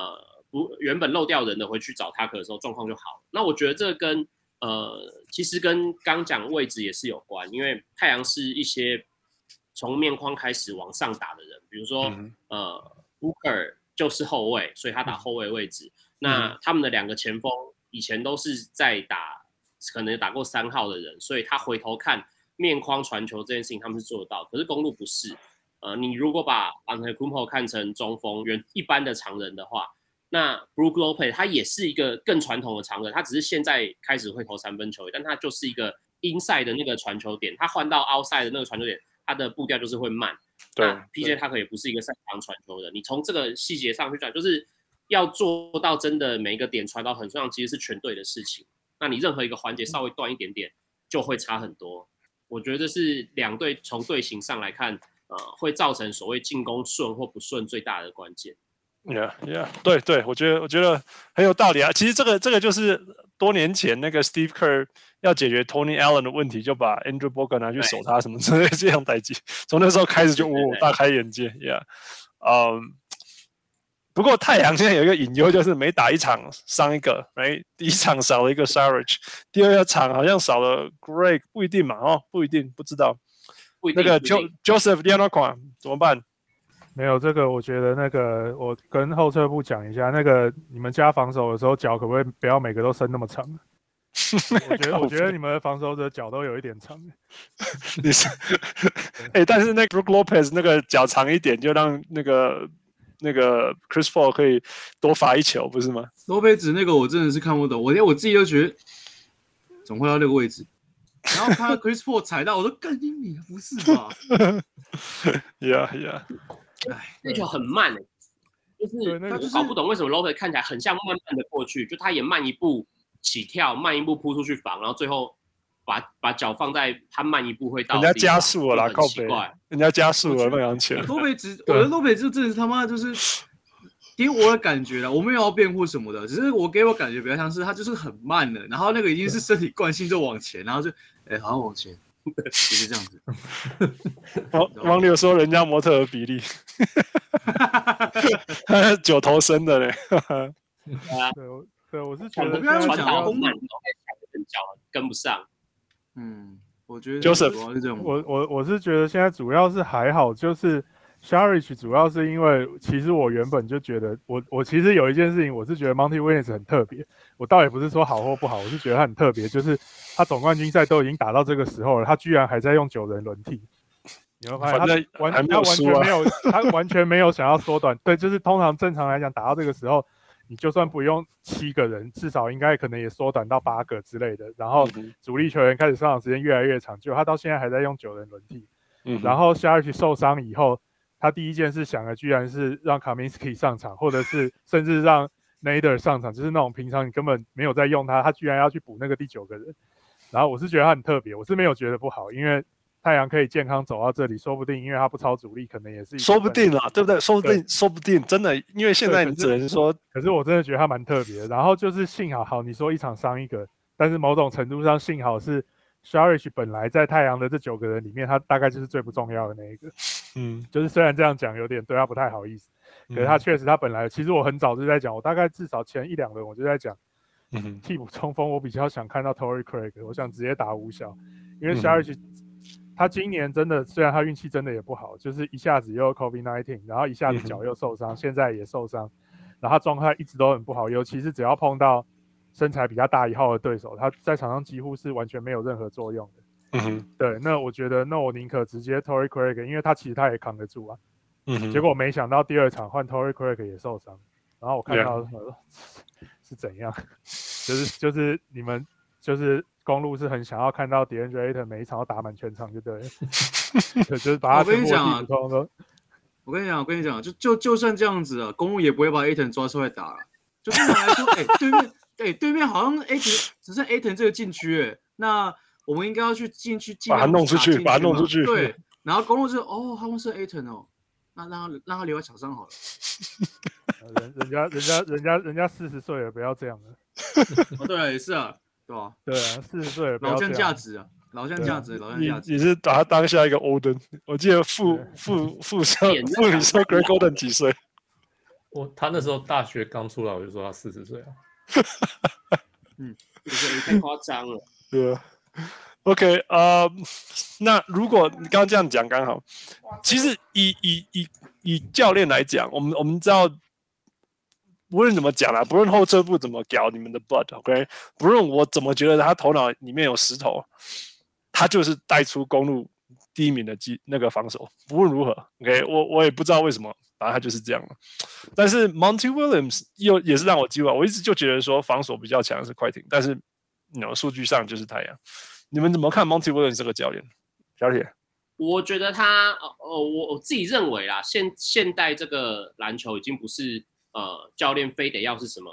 S5: Booker 如原本漏掉人的回去找 Tucker 的时候，状况就好了。那我觉得这跟呃，其实跟刚讲位置也是有关，因为太阳是一些从面框开始往上打的人，比如说、呃，Booker 就是后卫，所以他打后卫位置。那他们的两个前锋以前都是在打，可能打过三号的人，所以他回头看面框传球这件事情，他们是做得到。可是公路不是，呃，你如果把 a n t e c u m p o 看成中锋，原一般的常人的话，那 Brook Lopez 他也是一个更传统的常人，他只是现在开始会投三分球，但他就是一个 inside 的那个传球点，他换到 outside 的那个传球点，他的步调就是会慢。
S3: 对
S5: 那 PJ 他可也不是一个擅长传球的，你从这个细节上去讲，就是要做到真的每一个点传到很上，其实是全队的事情。那你任何一个环节稍微断一点点，就会差很多。我觉得这是两队从队形上来看，呃，会造成所谓进攻顺或不顺最大的关键。
S3: Yeah, yeah，对对，我觉得我觉得很有道理啊。其实这个这个就是多年前那个 Steve Kerr 要解决 Tony Allen 的问题，就把 Andrew Bogut 拿去
S5: 对
S3: 守他什么之类的这样代际。从那时候开始就
S5: 对
S3: 我
S5: 对对
S3: 大开眼界，Yeah，嗯、不过太阳现在有一个隐忧，就是每打一场伤一个，哎，第一场少了一个 Sarich，第二场好像少了 Greg，不一定嘛，哦，不一定，不知道。
S5: 不一定
S3: 那个
S5: 不一定
S3: Jo Joseph d i a n o q u a 怎么办？
S4: 没有这个，我觉得那个我跟后撤步讲一下，那个你们加防守的时候，脚可不可以不要每个都伸那么长？我觉得我觉得你们的防守者脚都有一点长。
S3: 你是， 哎、但是那个 Brook Lopez 那个脚长一点，就让那个那个 Chris Paul 可以多罚一球，不是吗？
S6: 罗菲子那个我真的是看不懂，我连我自己都觉得总会到那个位置，然后看到 Chris Paul 踩到，我说干你你不是吧？
S3: Yeah, yeah，
S6: 哎，
S5: 那球很慢、欸，就是
S4: 对那个
S5: 我
S6: 就是
S5: 搞不懂为什么 Lopez 看起来很像慢慢的过去，就他也慢一步起跳，慢一步扑出去防，然后最后把把脚放在他慢一步会到
S3: 人
S5: 的地
S3: 家加
S5: 方，
S3: 速了啦，
S5: 就
S3: 靠
S5: 很奇
S3: 北
S5: 怪。，
S3: 人家加速
S6: 我觉
S3: 了
S6: 得
S3: 那两球。
S6: 罗 菲子，我
S3: 啊
S7: 对
S6: 觉得罗菲子真的是他妈就是给我的感觉了，我没有要辩护什么的，只是我给我感觉比较像是他就是很慢的，然后那个已经是身体惯性就往前，然后就哎好像往 前，就是这样子。
S3: 王王柳说人家模特儿比例，他是九头身的嘞。
S4: 对，我对我是觉
S5: 传
S4: 得
S5: 导
S4: 现在
S6: 我刚刚
S4: 主
S5: 传
S6: 讲
S4: 要啊
S5: 导
S6: 到
S5: 很慢，然后再抢得更脚跟不上。
S6: 嗯，我觉得
S3: Joseph，
S6: 主要是这种，
S4: 我我我是觉得现在主要是还好，就是 Sharich 主要是因为其实我原本就觉得我我其实有一件事情，我是觉得 Monty Williams 很特别。我倒也不是说好或不好，我是觉得他很特别，就是他总冠军赛都已经打到这个时候了，他居然还在用九人轮替。你会发现
S3: 反
S4: 他
S3: 正
S4: 完
S3: 还没有
S4: 他完
S3: 输
S4: 全
S3: 啊
S4: 没 有，他完全没有想要缩短。对，就是通常正常来讲，打到这个时候，你就算不用七个人，至少应该可能也缩短到八个之类的。然后
S3: 嗯哼
S4: 主力球员开始上场时间越来越长，就他到现在还在用九人轮替。
S3: 嗯
S4: 然后 s h a r i 受伤以后，他第一件事想的居然是让 Kaminsky 上场，或 者是甚至让 Nader 上场，就是那种平常你根本没有在用他，他居然要去补那个第九个人。然后我是觉得他很特别，我是没有觉得不好，因为太阳可以健康走到这里，说不定因为他不超主力，可能也是一个
S3: 说不定
S4: 分
S3: 啦，对不对？说不
S4: 对
S3: 定，说不定真的，因为现
S4: 对
S3: 在
S4: 可
S3: 你
S4: 是
S3: 只能说
S4: 可是我真的觉得他蛮特别的。然后就是幸好，好你说一场伤一个，但是某种程度上幸好是 Sharish 本来在太阳的这九个人里面，他大概就是最不重要的那一个。
S3: 嗯，
S4: 就是虽然这样讲有点对他不太好意思，可是他确实他本来其实我很早就在讲，我大概至少前一两轮我就在讲
S3: 嗯哼
S4: 替补冲锋，我比较想看到 Tory Craig，我想直接打五小，因为
S3: 嗯
S4: Sharich、他今年真的虽然他运气真的也不好，就是一下子又 COVID 1 9然后一下子
S3: 嗯哼
S4: 脚又受伤，现在也受伤，然后他状态一直都很不好，尤其是只要碰到身材比较大一号的对手，他在场上几乎是完全没有任何作用的。
S3: 嗯哼
S4: 对，那我觉得那我宁可直接 Tory Craig，因为他其实他也扛得住啊。
S3: 嗯哼，
S4: 结果没想到第二场换 Tory Craig 也受伤，然后我看
S3: Yeah.
S4: 到我说是怎样， 就是就是你们就是公路是很想要看到 d a n d r e a t o n 每一场都打满全场就对了， 对，就是把他
S6: 我
S4: 全
S6: 跟你
S4: 部的
S6: 讲啊
S4: 地普通都
S6: 我跟你讲，我跟你讲，就就就算这样子啊，公路也不会把 Aton 抓出来打了。就正常来说，哎、对面，哎、对面好像 Aton 只剩 Aton 这个禁区、哎，那我们应该要去禁区，尽
S3: 把它
S6: 量
S3: 弄出
S6: 打
S3: 去
S6: 进
S3: 把它弄
S6: 嘛
S3: 出去
S6: 对，然后公路就哦，他们是 Aton 哦，那让他让他留在场上好了。
S4: 呃人人家人家人家人家四十岁了，不要这样了。
S6: 哦，对啊，也是啊，对吧、
S4: 对啊，四十岁了，不要
S6: 老
S4: 这
S6: 将
S4: 样。
S6: 价值啊，老将
S4: 对
S6: 价
S4: 啊
S6: 值，老将
S3: 你
S6: 价值。
S3: 你是把他当下一个 Oden，我记得傅傅傅少
S5: 演那
S3: 傅
S5: 个
S3: 你说 Greg Oden 几岁？
S7: 我他那时候大学刚出来，我就说他四十岁啊。
S5: 就是也太夸张了。
S3: 对啊，OK，呃，那如果你刚刚这样讲刚好，其实以以以以教练来讲，我们我们知道，无论怎么讲啦，不论后撤步怎么搞你们的 butt，OK，、不论我怎么觉得他头脑里面有石头，他就是带出公路第一名的机那个防守，无论如何，OK，我我也不知道为什么，反正他就是这样了。但是 Monty Williams 又也是让我机会，我一直就觉得说防守比较强的是快艇，但是你 y 数据上就是太阳。你们怎么看 Monty Williams 这个教练？小铁，
S5: 我觉得他呃呃，我我自己认为啦，现现代这个篮球已经不是呃教练非得要是什么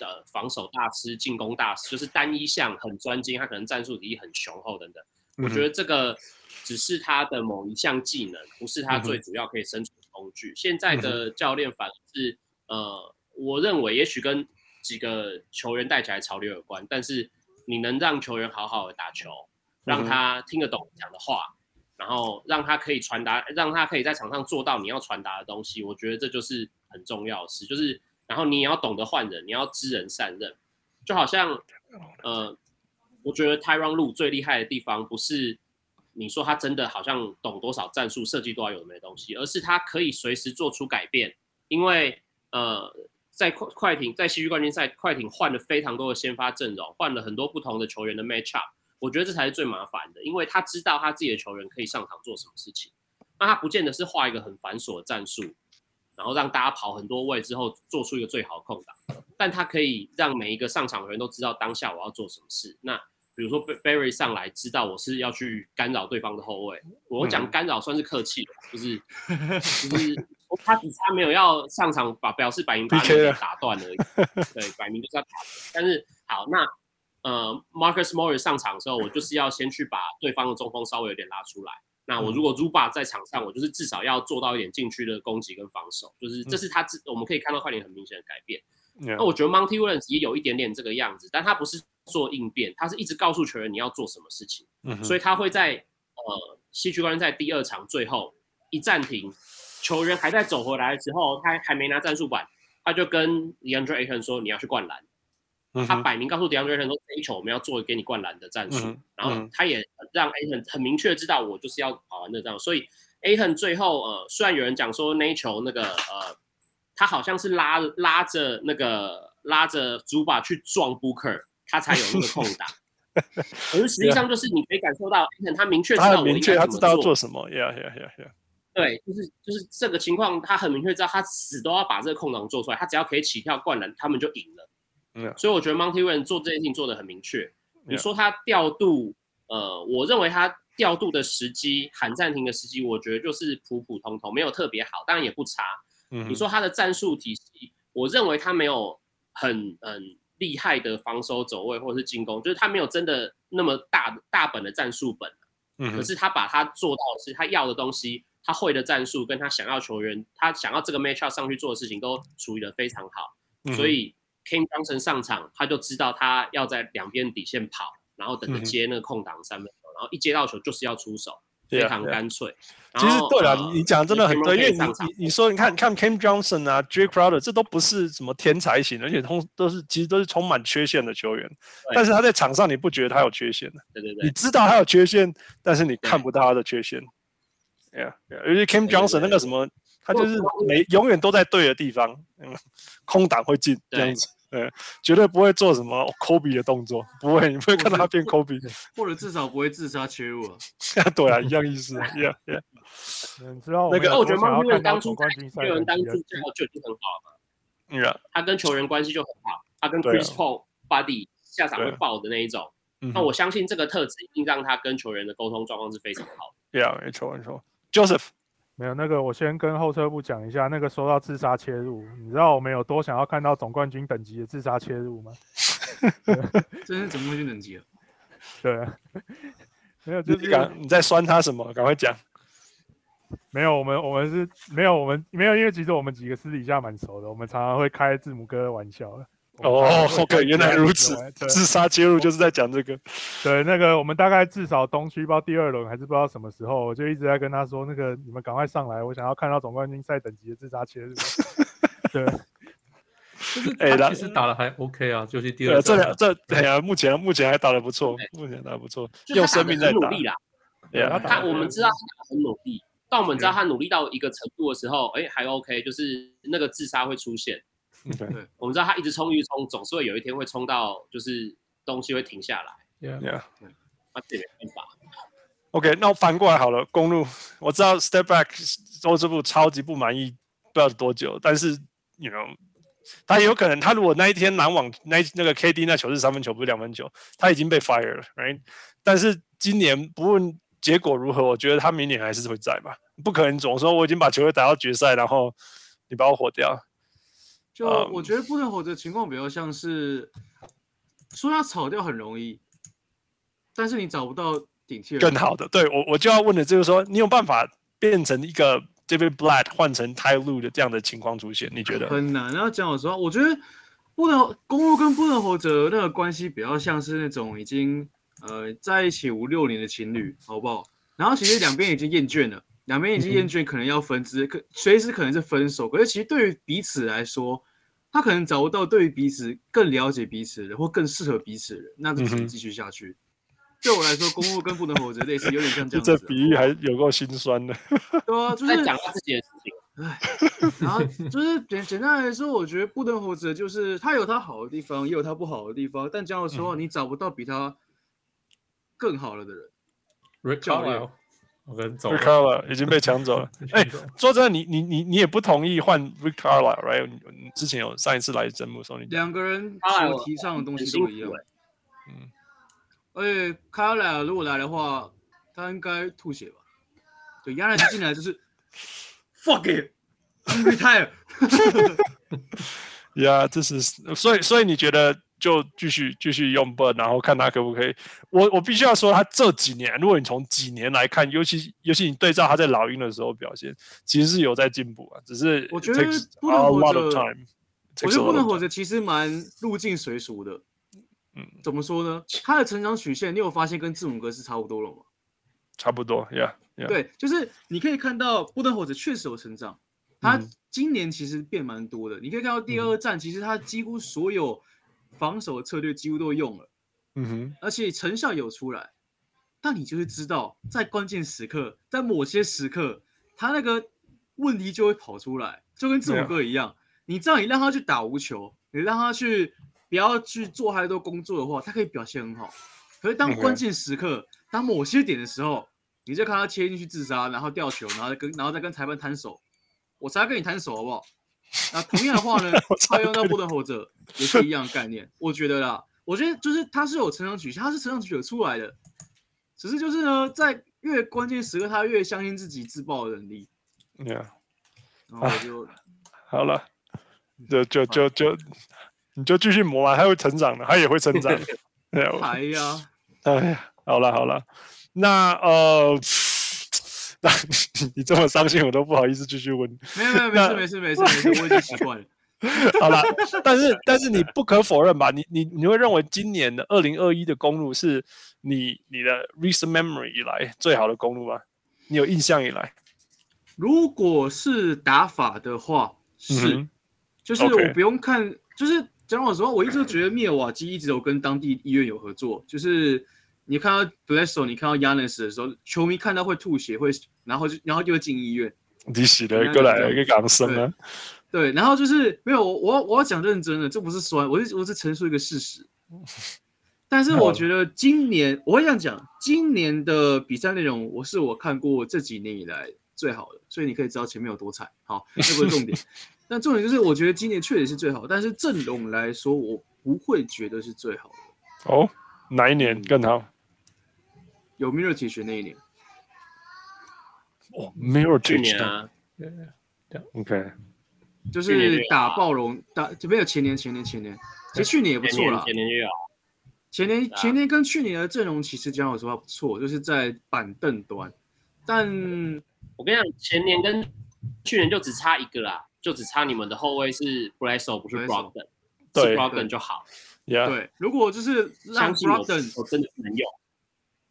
S5: 呃防守大师、进攻大师，就是单一项很专精，他可能战术底很雄厚等等。我觉得这个只是他的某一项技能，不是他最主要可以生存的工具。现在的教练反而是呃，我认为也许跟几个球员带起来潮流有关，但是你能让球员好好的打球，让他听得懂你讲的话，然后让他可以传达，让他可以在场上做到你要传达的东西，我觉得这就是很重要的事。就是然后你也要懂得换人，你要知人善任，就好像呃，我觉得 Tyron Lu 最厉害的地方不是。你说他真的好像懂多少战术设计多少有的没的东西，而是他可以随时做出改变，因为呃，在快快艇在西区冠军赛，快艇换了非常多的先发阵容，换了很多不同的球员的 match up，我觉得这才是最麻烦的，因为他知道他自己的球员可以上场做什么事情，那他不见得是画一个很繁琐的战术，然后让大家跑很多位之后做出一个最好的空档，但他可以让每一个上场的人都知道当下我要做什么事。那比如说 Ber- Berry 上来知道我是要去干扰对方的后卫，我讲干扰算是客气的，就是就是他只差没有要上场把表示摆明把你
S3: PK
S5: 给
S3: 了
S5: 打断而已，对，摆明就是要打断。但是好，那呃 Marcus Morris 上场的时候，我就是要先去把对方的中锋稍微有点拉出来。那我如果 Ruba 在场上，我就是至少要做到一点禁区的攻击跟防守，就是这是他自我们可以看到快点很明显的改变。那我觉得 Monty Williams 也有一点点这个样子，但他不是做应变，他是一直告诉球员你要做什么事情，
S3: 嗯
S5: 所以他会在呃西区冠军赛第二场最后一暂停，球员还在走回来的时候，他还没拿战术板，他就跟 DeAndre Ayton 说你要去灌篮，
S3: 以
S5: 他摆明告诉 DeAndre Ayton 说这一球我们要做给你灌篮的
S3: 嗯
S5: 战术，然后他也让 A 很很明确知道我就是要跑完的这样，所以 A 很最后呃，虽然有人讲说那一球那个呃，他好像是拉拉着那个拉着主把去撞 Booker，他才有那个空 档。可是实际上就是你可以感受到 A 很他明确知
S3: 他
S5: 道
S3: 很
S5: 我应
S3: 明确，
S5: 该
S3: 他
S5: 怎
S3: 知
S5: 么
S3: 道要
S5: 做
S3: 做什么，Yeah Yeah Yeah Yeah，
S5: 对，就是就是这个情况，他很明确知道他死都要把这个空档做出来，他只要可以起跳灌篮，他们就赢了。
S3: 嗯
S5: 所以我觉得 Monty w i l l i a m 做这件事情做的很明确。你
S3: Yeah
S5: 说他调度，呃，我认为他调度的时机、喊暂停的时机，我觉得就是普普通通，没有特别好，当然也不差。
S3: 嗯
S5: 你说他的战术体系，我认为他没有很很厉害的防守走位或是进攻，就是他没有真的那么大大本的战术本。
S3: 嗯
S5: 可是他把他做到的是他要的东西，他会的战术跟他想要球员，他想要这个 match up 上去做的事情都处理得非常好，
S3: 嗯哼
S5: 所以 King Johnson 上场他就知道他要在两边底线跑，然后等着
S3: 嗯哼
S5: 接那个空档三分球，然后一接到球就是要出手，
S3: Yeah，
S5: 非常
S3: yeah
S5: 干脆。
S3: 啊其实
S5: 然后
S3: 对了，
S5: 呃
S3: 你你讲得真的很
S5: Cameron
S3: 对，因为
S5: Payne
S3: 你
S5: 上场
S3: 你你说你看你看 Cam Johnson 啊，J Crowder 这都不是什么天才型，而且通都是其实都是充满缺陷的球员，但是他在场上你不觉得他有缺陷的，
S5: 对对对
S3: 你，知道他有缺陷，但是你看不到他的缺陷。Yeah，, yeah 尤其 Cam
S5: 对
S3: Johnson
S5: 对
S3: 那个什么，他
S5: 我
S3: 就是每永远都在对的地方，嗯，空档会进这
S5: 对
S3: 样子，嗯，绝对不会做什么 Kobe 的动作，不会，你不会看到他变 Kobe。
S6: 或者至少不会自杀切入啊。
S3: 对啊，一样意思啊，Yeah Yeah，
S4: 你知道
S3: 那个
S5: 那我觉
S4: 嗯
S5: 得
S4: 我想
S5: Monty
S4: 要看到
S5: w i l l i a m 当
S4: 总
S5: 初
S4: 冠军赛
S5: 在球员当
S4: 等
S5: 助
S4: 级的
S5: 教就已经很好了。
S3: 嗯啊
S5: 他跟球员关系就很好，他跟
S3: 对啊
S5: Chris Paul、Buddy 下场会
S3: 对啊
S5: 爆的那一种。
S3: 嗯哼
S5: 那我相信这个特质一定让他跟球员的沟通状况是非常好的。
S3: ，Yeah，没错没错，Joseph，
S4: 没有那个，我先跟后车部讲一下，那个说到自杀切入，你知道我们有多想要看到总冠军等级的自杀切入吗？
S6: 这是总冠军等级啊，
S4: 对， 没有，就
S3: 你
S4: 是
S3: 敢你在酸他什么？赶快讲。
S4: 没有，我们我们是没有，我们没有，因为其实我们几个私底下蛮熟的，我们常常会开字母哥的玩笑。我们常
S3: 哦
S4: 常会开
S3: ，OK，原来如此
S4: 字母哥的玩笑对
S3: 自杀切入就是在讲这个。
S4: 对，那个我们大概至少东区包第二轮还是不知道什么时候，我就一直在跟他说，那个你们赶快上来，我想要看到总冠军赛等级的自杀切入。 对，
S7: 就是
S3: 哎
S7: 他
S3: 那
S7: 其实打的还 OK 啊，尤其第
S3: 呃，
S7: 二
S3: 这
S7: 战
S3: 两这哎呀，目前目前还打得不错
S5: 对，
S3: 目前打得不错，
S5: 就
S3: 用
S5: 是他
S3: 生
S5: 打
S3: 命
S5: 得
S3: 在
S5: 很努
S3: 打。
S5: 力啦。
S3: 对啊，他打嗯
S5: 他
S3: 得
S5: 我们知道他很努力，但我们知道他努力到一个程度的时候，哎，还 OK，就是那个自杀会出现。
S3: 嗯对
S5: 我们知道他一直冲一直冲，总是会有一天会冲到就是东西会停下来，
S7: ，yeah，
S3: ，yeah。
S5: 那这也没办法。
S3: OK，那我反过来好了，公路，我知道 Step Back 欧洲部超级不满意，不知道多久，但是 you know，他也有可能，他如果那一天篮网那一那个 KD 那球是三分球，不是两分球，他已经被 fire 了，right？但是今年不论结果如何，我觉得他明年还是会在嘛，不可能总说我已经把球队打到决赛，然后你把我火掉，
S6: 就
S3: 嗯
S6: 我觉得不能火的情况比较像是，说要炒掉很容易，但是你找不到顶替人
S3: 更好的。对我我就要问的就是说，你有办法变成一个 David Blatt 换成 Ty Lue 的这样的情况出现？你觉得？
S6: 很难。然后讲老实话，我觉得不能公路跟不能活者那个关系比较像是那种已经呃在一起五六年的情侣，好不好？然后其实两边已经厌倦了，两边已经厌倦，可能要分支，可随时可能是分手。可是其实对于彼此来说，他可能找不到对于彼此更了解彼此的人，或更适合彼此的人，那就
S3: 嗯
S6: 只
S3: 哼
S6: 能继续下去。对我来说，公路跟不能活着类似，有点像这样子、
S3: 这
S6: 啊。
S3: 比喻还有够心酸的。
S6: 对啊，就
S5: 在
S6: 是
S5: 讲他自己的事情，
S6: 唉，然 后就是简简单来说，我觉得不登猴子就是他有他好的地方，也有他不好的地方。但讲老实话，
S3: 嗯
S6: 你找不到比他更好了的人。
S7: Rick
S6: 教练
S7: Carlisle，我跟走
S3: Rick
S7: 了，
S3: Carlisle 已经被抢走了。 哎、说真的，你你你你也不同意换 Rick Carlisle，right？你你之前有上一次来节目的时候，你
S6: 两个人
S5: 哎
S6: 所
S5: 我
S6: 提倡的东
S5: 很欸
S6: 西
S5: 辛
S6: 都一样
S5: 苦。
S3: 嗯
S6: 而且卡莱尔如果来的话，他应该吐血吧？对，亚莱斯进 来就是 fuck it，I'm retired。
S3: ，Yeah，这是所以所以你觉得就继续继续用 b u r 然后看他可不可以？我我必须要说，他这几年，如果你从几年来看，尤其尤其你对照他在老鹰的时候表现，其实是有在进步啊，只是
S6: 我
S3: it
S6: 觉得
S3: takes
S6: 不能
S3: a
S6: 活
S3: lot
S6: 着
S3: of time，
S6: 我
S3: Takes
S6: 觉
S3: a
S6: 得不
S3: lot
S6: 能
S3: of
S6: 活
S3: time
S6: 着其实蛮入境随俗的。
S3: 嗯，
S6: 怎么说呢？他的成长曲线，你有发现跟字母哥是差不多了吗？
S3: 差不多，Yeah Yeah，
S6: 对，就是你可以看到布登猴子确实有成长，他
S3: 嗯
S6: 今年其实变蛮多的。你可以看到第二战，其实他几乎所有防守策略几乎都用了，
S3: 嗯哼，
S6: 而且成效有出来。但你就是知道，在关键时刻，在某些时刻，他那个问题就会跑出来，就跟字
S3: 对
S6: 母
S3: 啊
S6: 哥一样。你知道，你让他去打无球，你让他去不要去做太多工作的话，他可以表现很好。可是当
S3: OK
S6: 关键时刻，当某些点的时候，你就看他切进去自杀，然后吊球，然后再跟然后再跟裁判摊手，我才要跟你摊手好不好？那同样的话呢
S3: 我，才
S6: 套用到波特猴者也是一样的概念，我觉得啦，我觉得就是他是有成长曲线，他是成长曲线出来的，只是就是呢，在越关键时刻，他越相信自己自爆的能力，
S3: ，Yeah。
S6: 然后我 就
S3: 哎好了，就就就就，你就继续磨啊，他会成长的，他也会成 长。对啊，我
S6: 哎呀，
S3: 哎呀，好了好了，那呃， 那你你这么伤心，我都不好意思继续问。
S6: 没有没有没事没事没事没事，我已经习惯了。
S3: 好了，但是但是你不可否认吧？你你你会认为今年的二零二一的公路是你你的 recent memory 以来最好的公路吗？你有印象以来
S6: 如果是打法的话，是，
S3: 嗯哼
S6: 就是我
S3: OK
S6: 不用看，就是讲老实话，我一直都觉得灭瓦基一直有跟当地医院有合作，就是你看到 Blesso，你看到 Yanis 的时候，球迷看到会吐血，会然后就然后就会进医院。
S3: 你洗的过来一个港生啊？
S6: 对，然后就是没有我我要我要讲认真的，这不是酸，我是我是陈述一个 事实。但是我觉得今年我会这样讲，今年的比赛内容我是我看过这几年以来最好的，所以你可以知道前面有多惨。好，这不是重 点，但重点就是我觉得今年确实是最好，但是阵容来说，我不会觉得是最好的。
S3: 哦，哪一年更好？
S6: 有 m i r r o r 铁学那一年，
S3: 哦，没有
S5: 去
S3: change
S5: 年
S3: 到
S5: 啊，
S3: OK，
S6: 就
S5: 去年
S6: 是
S5: 也有
S6: 打
S5: 啊
S6: 暴龙，打就没有前年，前年，前年，其实去年也不
S5: 前
S6: 错
S5: 年
S6: 啦，
S5: 前年也有啊，
S6: 前年
S5: 啊
S6: 前年跟去年的阵容其实讲老实话不错，就是在板凳端，但
S5: 我跟你讲，前年跟去年就只差一个啦，就只差你们的后卫是 Brasso，不是
S6: Brasso
S5: Brogdon，是
S3: 对
S5: Brogdon 就好，
S3: ，Yeah。
S6: 对，如果就是
S5: 啊
S6: 让
S5: 相信我，
S6: Brogdon
S5: 我真的是能用。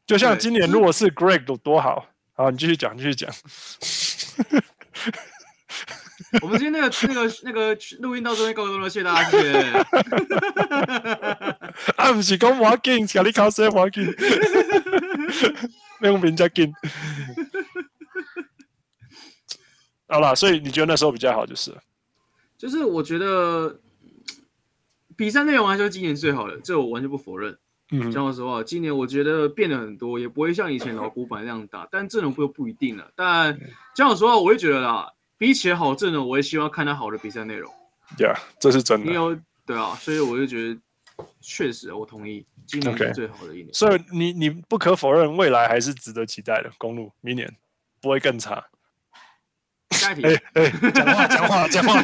S3: 就像
S6: 对
S3: 今年
S6: 就是
S3: 如果是 Greg 有多好，好，你继续讲，继续讲。
S6: 我们今天那个那个那个录音到这边告一段落，谢谢大家，谢谢。
S3: 啊，毋是讲我紧，甲你考试我紧， 要用名较紧。 好啦，所以你觉得那时候比较好，就是了
S6: 就是我觉得比赛内容还是今年最好的，这我完全不否认。
S3: 嗯
S6: 讲老实话，今年我觉得变了很多，也不会像以前老古板那样打，但阵容不不一定了。但讲老实话，我会觉得啦，比起好阵容，我也希望看到好的比赛内容。
S3: ，Yeah，这是真
S6: 因
S3: 的。
S6: 为对啊，所以我就觉得确实啊我同意，今年
S3: OK
S6: 是最好的一年。
S3: 所以你你不可否认，未来还是值得期待的。公路明年不会更差。
S6: 下一题，
S3: 哎哎，讲话讲 话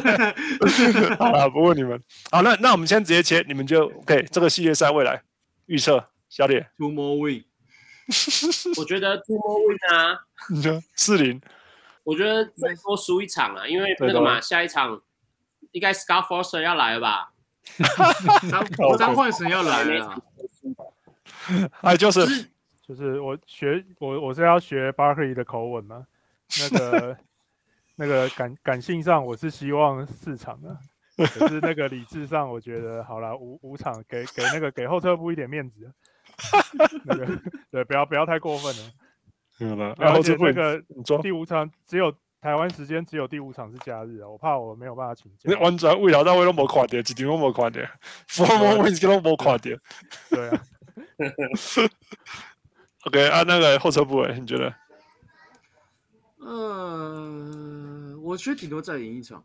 S3: 讲话。好了，不问你们。好，那那我们先直接切，你们就 OK。这个系列赛未来预测，小李，
S6: Two more win，
S5: 我觉得 two more win 啊，
S3: 你说四零
S5: 我觉得最多输一场啊，因为
S3: 对
S5: 那个
S3: 当
S5: 嘛，
S3: 然
S5: 下一场应该 Scott Foster 要来了
S3: OK
S5: 吧？
S6: 张张焕神要来了啊，
S3: 哎，就是
S4: 就是我学我我是要学巴克利的口吻嘛，那 个那个感感性上我是希望四场 的，可是那个理智上我觉得好啦，五五场给给那个给后撤步一点面子，那个对不要不要太过分 了，
S3: 没有了。嗯然
S4: 而
S3: 后
S4: 且
S3: 这
S4: 那个
S3: 你说
S4: 第五场只有台湾时间只有第五场是假日啊，我怕我没有办法请假
S3: 你，完全为了到位都无看到，一场都无看到，four
S6: 啊
S3: wins 都无看到。
S4: 对啊，
S3: OK 啊，那个后车部位你觉得？
S6: 呃，我觉得顶多再赢一场。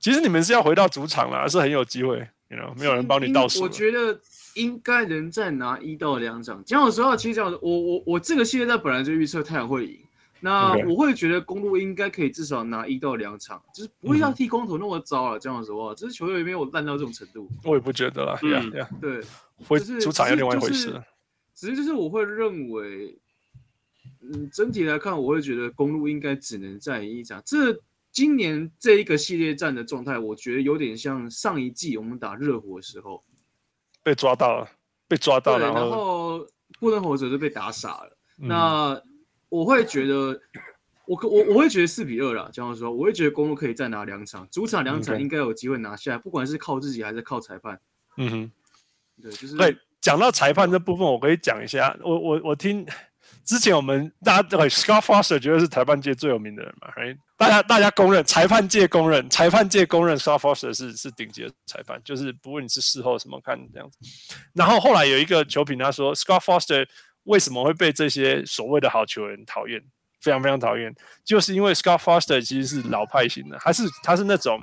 S3: 其实你们是要回到主场啦，是很有机会，you know，没有人帮你倒数
S6: 我
S3: 了。
S6: 觉得应该能再拿一到两场。讲老实话，其实讲我我我这个系列赛本来就预测太阳会赢，那
S3: OK
S6: 我会觉得公路应该可以至少拿一到两场，就是
S3: 嗯
S6: 不会像剃光头那么糟了。讲老实话，这支球队没有烂到这种程度。
S3: 我也不觉得啦，
S5: 嗯
S3: 呀呀，
S6: 对，
S3: 回
S6: 就是
S3: 主场有另外一回
S6: 就
S3: 事
S6: 是。只是就是我会认为，嗯，整体来看，我会觉得公路应该只能再赢一场。这今年这一个系列战的状态，我觉得有点像上一季我们打热火的时候。
S3: 被抓到了，被抓到，
S6: 对，
S3: 然
S6: 然
S3: 后
S6: 后布登火者就被打傻了。
S3: 嗯
S6: 那我会觉得，我可我我会觉得四比二啦，这样说，我会觉得公路可以再拿两场，主场两场
S3: OK
S6: 应该有机会拿下，不管是靠自己还是靠裁判。
S3: 嗯哼，
S6: 对，就是
S3: 对，讲到裁判这部分，我可以讲一下。我我我听之前我们大家对 Scott Foster 绝对是裁判界最有名的人嘛，right？大家大家公认，裁判界公认，裁判界公认 Scott Foster 是是顶级的裁判，就是不论你是事后什么看这样子。然后后来有一个球评他说，Scott Foster 为什么会被这些所谓的好球员讨厌，非常非常讨厌，就是因为 Scott Foster 其实是老派型的，他是他是那种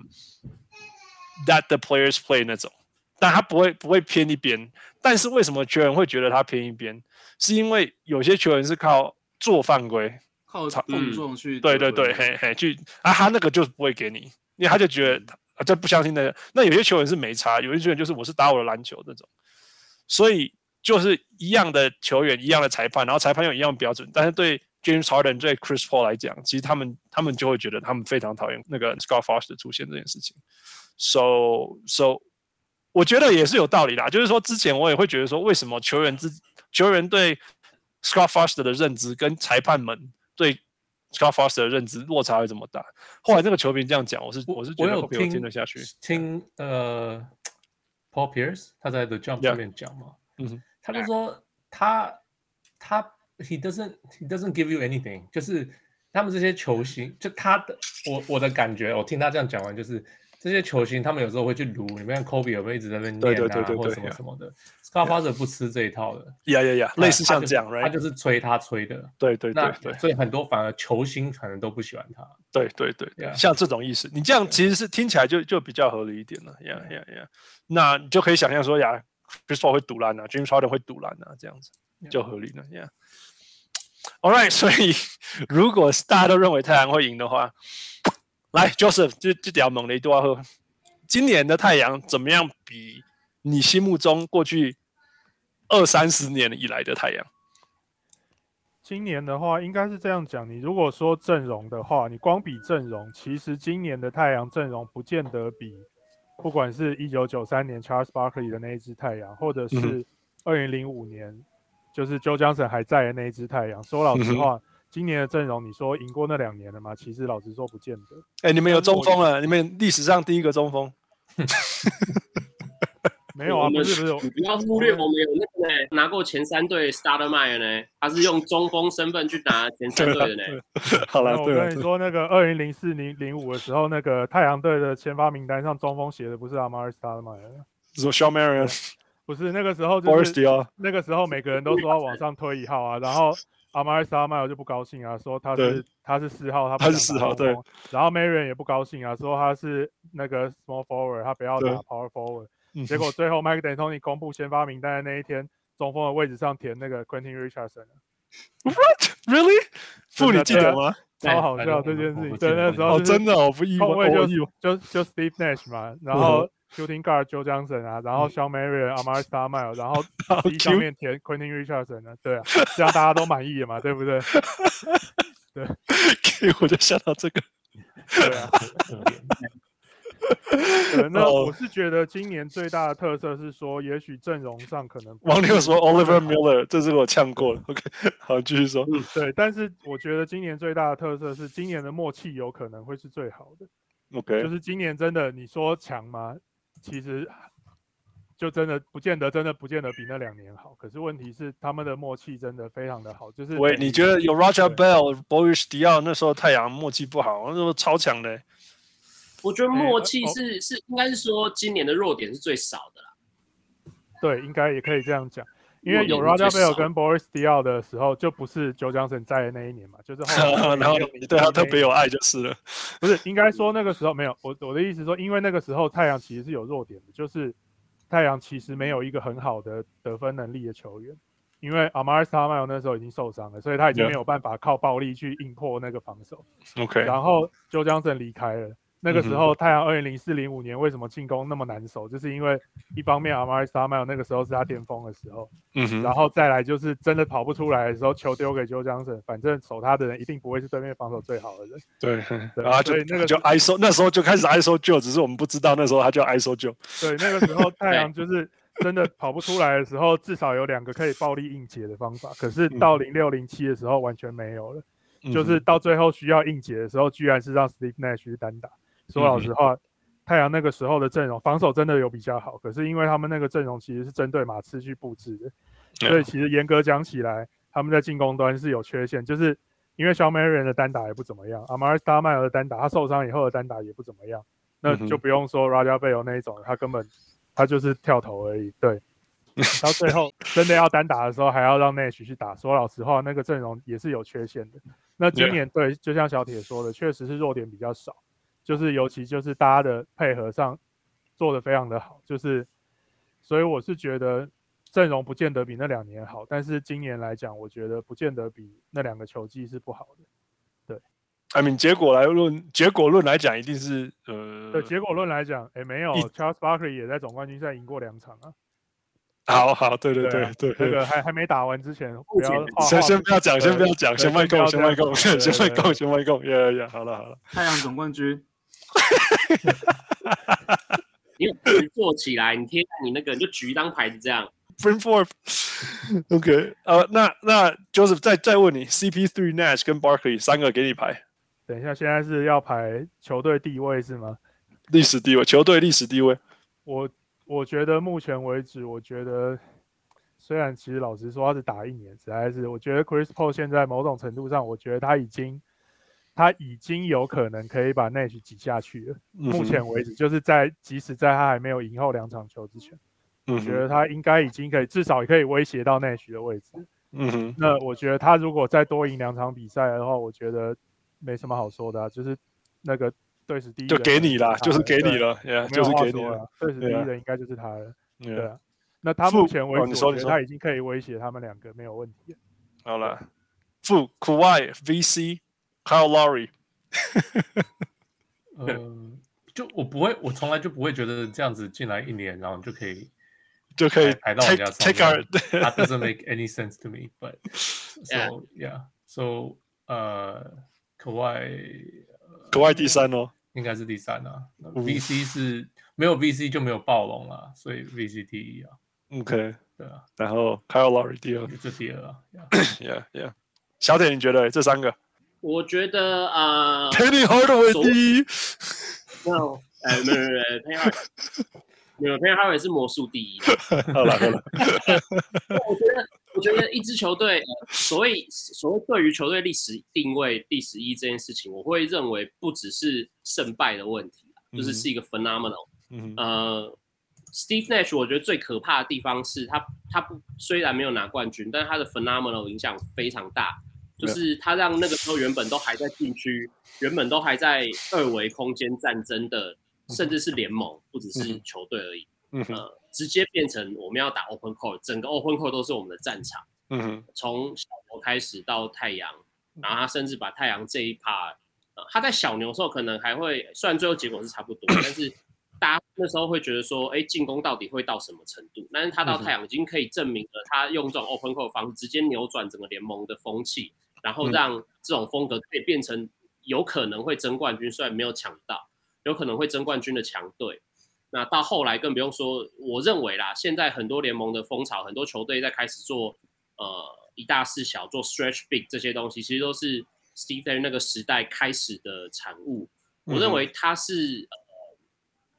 S3: that the players play 那种。但他不会不会偏一边，但是为什么球员会觉得他偏一边？是因为有些球员是靠做犯规，
S6: 靠
S3: 操
S6: 碰撞去得
S3: 嗯对
S6: 分。
S3: 对对，嘿嘿，去啊，他那个就是不会给你，因为他就觉得他啊这不相信那个。那有些球员是没差，有些球员就是我是打我的篮球这种，所以就是一样的球员，一样的裁判，然后裁判用一样的标准，但是对 James Harden 对 Chris Paul 来讲，其实他们他们就会觉得他们非常讨厌那个 Scott Foster 出现这件事情。So so，我觉得也是有道理啦。就是说，之前我也会觉得说，为什么球员之球员对 Scott Foster 的认知跟裁判们对 Scott Foster 的认知落差会这么大？后来那个球评这样讲，我是我是觉
S7: 我
S3: 得
S7: 有
S3: 后面我
S7: 听
S3: 听得下去。
S7: 听呃，Paul Pierce 他在 The Jump
S3: Yeah.
S7: 上面讲嘛，
S3: 嗯哼
S7: 他就说他他 he doesn't he doesn't give you anything，就是他们这些
S3: 嗯
S7: 球星，就他的我我的感觉，我听他这样讲完，就是这些球星他们有时候会去撸，你们看 Kobe 有没有一直在那边
S3: 对
S7: 念
S3: 对对
S7: 啊，
S3: 对
S7: 或者
S3: 对
S7: 什么
S3: yeah
S7: 什么的，Scott Foster 不吃这一套的，
S3: 呀呀呀，
S7: 他
S3: 类似
S7: 他
S3: 像
S7: 就
S3: 这样
S7: 他
S3: ，right？
S7: 就是吹他吹的。
S3: 对对
S7: 那
S3: 对对
S7: 所以很多反而球星可能都不喜欢他。
S3: 对对对对
S7: Yeah
S3: 像这种意思，你这样其实是听起来就就比较合理一点了。呀呀呀，那你就可以想象说呀，Chris Paul 会堵拦啊，James Harden 会堵拦啊，这样子。就合理了。Yeah。All right，所 以如果是大家都认为太阳会赢的话，来 Joseph 这这条猛雷多要喝。今年的太阳怎么样比你心目中过去二三十年以来的太阳？
S4: 今年的话，应该是这样讲。你如果说阵容的话，你光比阵容，其实今年的太阳阵容不见得比，不管是一九九三年 Charles Barkley 的那一支太阳，或者
S3: 嗯嗯
S4: 是二零零五年就是 Joe Johnson 还在的那一支太阳。说老实话，今年的阵容，你说赢过那两年了吗？其实老实说，不见得。
S3: 哎，你们有中锋了，你们历史上第一个中锋。
S4: 没有啊，
S5: 我
S4: 不
S5: 们
S4: 是不是，
S5: 你不要忽略我们有那个呢，拿过前三队 Starter m i 呢，他是用中锋身份去拿前三队的呢。
S3: 好了
S4: 呃那，我
S3: 对啊了
S4: 跟你，说，那个二零零四零零五的时候，那个太阳队的先发名单上中锋写的不是阿马尔斯塔吗？
S3: 什么 Shawn Marion、
S4: 不哦是那个时候
S3: b o r
S4: 就
S3: i s
S4: 是
S3: Diaw，
S4: 那个时候每个人都说要往上推一号啊，然后阿马尔斯塔迈尔就不高兴啊，说他是
S3: 对
S4: 他是四号，他不
S3: 他是
S4: 想
S3: 四
S4: 打
S3: 号
S4: 中
S3: 对
S4: 锋，然后 Marion 也不高兴啊，说他是那个 small forward，他不要打
S3: 对
S4: power forward，
S3: 嗯
S4: 结果最后 Mike D'Antoni 公布先发名单的那一天，中锋的位置上填那个 Quentin Richardson。
S3: Really？傅，
S4: 真的
S3: 你记得
S4: 对啊
S3: 吗？
S4: 超好
S7: 哎
S4: 笑
S7: 反正
S4: 这件
S7: 我
S4: 事情，
S7: 我
S4: 对
S7: 记得
S4: 那时候
S3: 哦，
S4: 就是
S3: 真的哦，我不意外，
S4: 后卫就
S3: 我意外。
S4: 就就 Steve Nash 嘛，然
S3: 嗯
S4: 后 Shooting Guard Joe Johnson 啊，然后 Sean Marion、Amari Stoudemire，然后
S3: 好
S4: C 上
S3: cute
S4: 面填 Quentin Richardson 啊，对啊，这样大家都满意了嘛，对不对？
S3: 我就想到这个。
S4: 对啊，对那
S3: 嗯哦
S4: 我是觉得今年最大的特色是说，也许阵容上可能不
S3: 王六
S4: 是
S3: 说 Oliver Miller，这是我呛过了。OK，好， 继续说。
S4: 对，但是我觉得今年最大的特色是今年的默契有可能会是最好的。就
S3: OK，
S4: 是今年真的，你说强吗？其实就真的不见得，真的不见得比那两年好。可是问题是，他们的默契真的非常的好。就是
S3: 喂，
S4: 等于
S3: 你觉得有 Roger
S4: 对
S3: Bell、Boris Diaw 那时候太阳默契不好，那时候超强
S4: 哦
S3: 的。
S5: 我觉得默契
S4: 哎哦
S5: 是是应该是说今年的弱点是最少的啦。
S4: 对，应该也可以这样讲，因为有
S5: 我觉
S4: Raja
S5: 得
S4: Bell
S5: 少
S4: 跟 Boris Diaw 的时候，就不是 Joe Johnson 在的那一年嘛，就是后来
S3: 然后
S4: 2006
S3: 你对他特别有
S4: 年
S3: 爱就是了。
S4: 不是应该说那个时候没有我我的意思说，因为那个时候太阳其实是有弱点的，就是太阳其实没有一个很好的得分能力的球员，因为 Amari s t a m a 那时候已经受伤了，所以他已经
S3: Yeah
S4: 没有办法靠暴力去硬破那个防守。
S3: OK，
S4: 然后 Joe Johnson 离开了。那个
S3: 嗯
S4: 时
S3: 哼
S4: 候，太阳二零零四零五年为什么进攻那么难守，就是因为一方面 Amari s t a m a 那个时候是他巅峰的时候，
S3: 嗯哼，
S4: 然后再来就是真的跑不出来的时候，球丢给 Joe Johnson，反正守他的人一定不会是对面防守最好的人。
S3: 对，
S4: 对
S3: 然后啊就
S4: 所以那个
S3: 就是 ISO，那时候就开始 ISO 旧，只是我们不知道那时候他叫 ISO 旧。
S4: 对，那个时候
S3: 哎
S4: 太阳就是真的跑不出来的时候，至少有两个可以暴力硬解的方法。可
S3: 嗯
S4: 是到零六零七的时候完全没有了，就是到最后需要硬解的时候，居然是让 Steve Nash 去单打。说
S3: 嗯
S4: 老实话，太阳那个时候的阵容防守真的有比较好，可是因为他们那个阵容其实是针对马刺去布置的，所
S3: 嗯
S4: 以其实严格讲起来，他们在进攻端是有缺陷，就是因为小美人的单打也不怎么样，阿马尔达迈尔的单打，他受伤以后的单打也不怎么样，那
S3: 嗯哼
S4: 就不用说 Raja b e l 那一种，他根本他就是跳投而已。 对，到最后真的要单打的时候，还要让 Nash 去打。说老实话，那个阵容也是有缺陷的。那今
S3: Yeah
S4: 年对，就像小铁说的，确实是弱点比较少，就是尤其就是大家的配合上做的非常的好，就是所以我是觉得阵容不见得比那两年好，但是今年来讲，我觉得不见得比那两个球季是不好的。
S3: I mean，结果来论，结果论来讲，一定是呃
S4: 对，结果论来讲，哎，没有
S3: 一
S4: ，Charles Barkley 也在总冠军赛赢过两场啊。
S3: 好好，对对
S4: 对
S3: 对
S4: 啊
S3: 对
S4: 那
S3: 对。
S4: 个还还没打完之前，不要
S5: 解
S4: 画
S3: 先
S4: 画
S3: 先不要讲，先不要讲，
S4: 对
S3: 先卖
S4: 先不要
S3: 供，先卖供，
S4: 这样
S3: 先卖
S4: 对对对
S3: 供，先卖供，呀呀，好了好了，
S6: 太阳总冠军，
S5: 你有牌子做起来，你贴在你那个你就举一张牌子这样。
S3: Bring forth，OK，呃，那那 Joseph 再再问你，CP3 Nash 跟 Barkley 三个给你排
S4: 等一下，现在是要排球队地位是吗？
S3: 历史地位，球队历史地位，
S4: 我我觉得目前为止，我觉得虽然其实老实说他是打一年，实在是我觉得 Chris Paul 现在某种程度上，我觉得他已经他已经有可能可以把 Nash 挤下去了。
S3: 嗯哼
S4: 目前为止，就是在即使在他还没有赢后两场球之前，
S3: 嗯
S4: 我觉得
S3: 哼，
S4: 他应该已经可以至少可以威胁到 Nash 的位置。
S3: 嗯哼，
S4: 那我觉得他如果再多赢两场比赛的话，我觉得没什么好说的、啊，就是那个队史第一
S3: 就
S4: 人
S3: 给
S4: 能
S3: 你
S4: 是
S3: 啦，
S4: 他
S3: 就是
S4: 了
S3: 给
S4: 对
S3: 你了，呀，
S4: 没
S3: 就
S4: 有
S3: 是
S4: 话
S3: 给你
S4: 说
S3: 了
S4: 了，队史第一
S3: 对啊
S4: 人应该就是他了，对
S3: ，yeah，
S4: 啊。那他目
S3: 负
S4: 前
S3: 哦
S4: 为止，
S3: 你
S4: 我
S3: 说你
S4: 觉得
S3: 说
S4: 他已经可以威胁他们两个没有问题了。
S3: 好了，副 Kawhi VC Kyle Lowry，
S7: 嗯，就我不会，我从来就不会觉得这样子进来一年，然后你就可以
S3: 就可以
S7: 排排到人
S3: take
S7: 家
S3: take
S7: 上
S3: our
S7: 面 That doesn't make any sense to me. But so yeah, so 呃，可外
S3: Kawhi 第三哦，
S7: 应该是第三啊。那 VC 是没有 VC 就没有暴龙啊，所以 VC 第一啊，
S3: OK，
S7: 对啊，
S3: 然后 Kyle Lowry 第二
S7: 也是第二啊。yeah
S3: ，Yeah Yeah，小铁，你觉得这三个
S5: 啊我觉得啊，呃
S3: Penny Hardaway
S5: 所
S3: 第一，
S5: 没有，哎，没有没有没有，潘没有潘哈维是魔术第一的。
S3: 好了好 了，
S5: 我觉得，我觉得一支球队，呃所谓所谓对于球队历史定位第十一这件事情，我会认为不只是胜败的问题啊，就是
S3: 嗯
S5: 是一个 phenomenal。
S3: 嗯哼
S5: 呃，Steve Nash 我觉得最可怕的地方是他他不虽然没有拿冠军，但是他的 phenomenal 影响非常大，就
S3: 对啊
S5: 是他让那个时候原本都还在禁区，原本都还在二维空间战争的，甚至是联盟，不只是球队而已，
S3: 嗯哼
S5: 呃，直接变成我们要打 open court，整个 open court 都是我们的战场。
S3: 嗯哼
S5: 从小牛开始到太阳，然后他甚至把太阳这一趴，呃，他在小牛的时候可能还会，虽然最后结果是差不多，但是大家那时候会觉得说，哎，进攻到底会到什么程度？但是他到太阳已经可以证明了，他用这种 open court 的方式直接扭转整个联盟的风气，然后让这种风格可以变成有可能会争冠军，虽然没有抢到，有可能会争冠军的强队。那到后来更不用说，我认为啦，现在很多联盟的风潮，很多球队在开始做呃一大四小做 stretch big 这些东西，其实都是 Steve Nash 那个时代开始的产物。我认为它是、呃、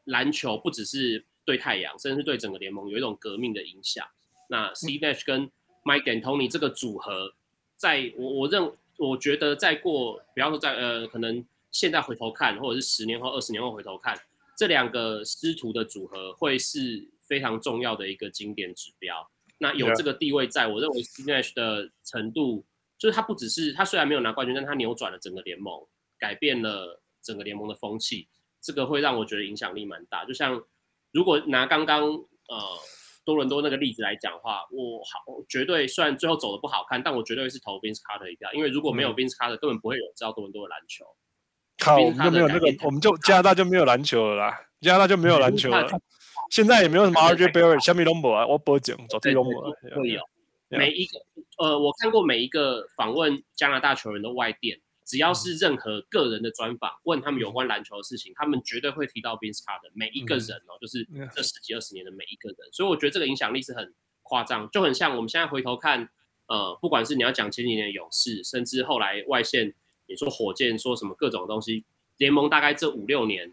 S5: 篮球不只是对太阳，甚至是对整个联盟有一种革命的影响。那 Steve Nash 跟 Mike and Tony 这个组合，在我我认我觉得再过，比方说在呃可能现在回头看，或者是十年后、二十年后回头看，这两个师徒的组合会是非常重要的一个经典指标。那有
S3: Yeah.
S5: 这个地位在，我认为 Steve Nash 的程度，就是他不只是他虽然没有拿冠军，但他扭转了整个联盟，改变了整个联盟的风气，这个会让我觉得影响力蛮大。就像如果拿刚刚呃多伦多那个例子来讲的话，我好我绝对虽然最后走的不好看，但我绝对是投 Vince Carter 一票，因为如果没有 Vince Carter，根本不会有人知道多伦多的篮球。
S3: 靠，
S5: 毕
S3: 我
S5: 竟
S3: 们就
S5: 他的
S3: 没有
S5: 改
S3: 那个
S5: 变，太
S3: 我们就加拿大就没有篮球了啦，加拿大就没有篮球了
S5: 他，
S3: 现在也没有什么
S5: 他的
S3: RJ
S5: 改变
S3: Barrett、小米龙博啊，我博奖走地
S5: 对
S3: 龙
S5: 对
S3: 博啊，
S5: 都会有
S3: Yeah.
S5: 每一个呃，我看过每一个访问加拿大球员的外电，只要是任何个人的专访，问他们有关篮球的事情，他们绝对会提到 Vince Carter 每一个人哦，就是这十几二十年的每一个人，所以我觉得这个影响力是很夸张，就很像我们现在回头看，呃，不管是你要讲前几年的勇士，甚至后来外线，你说火箭说什么各种东西，联盟大概这五六年。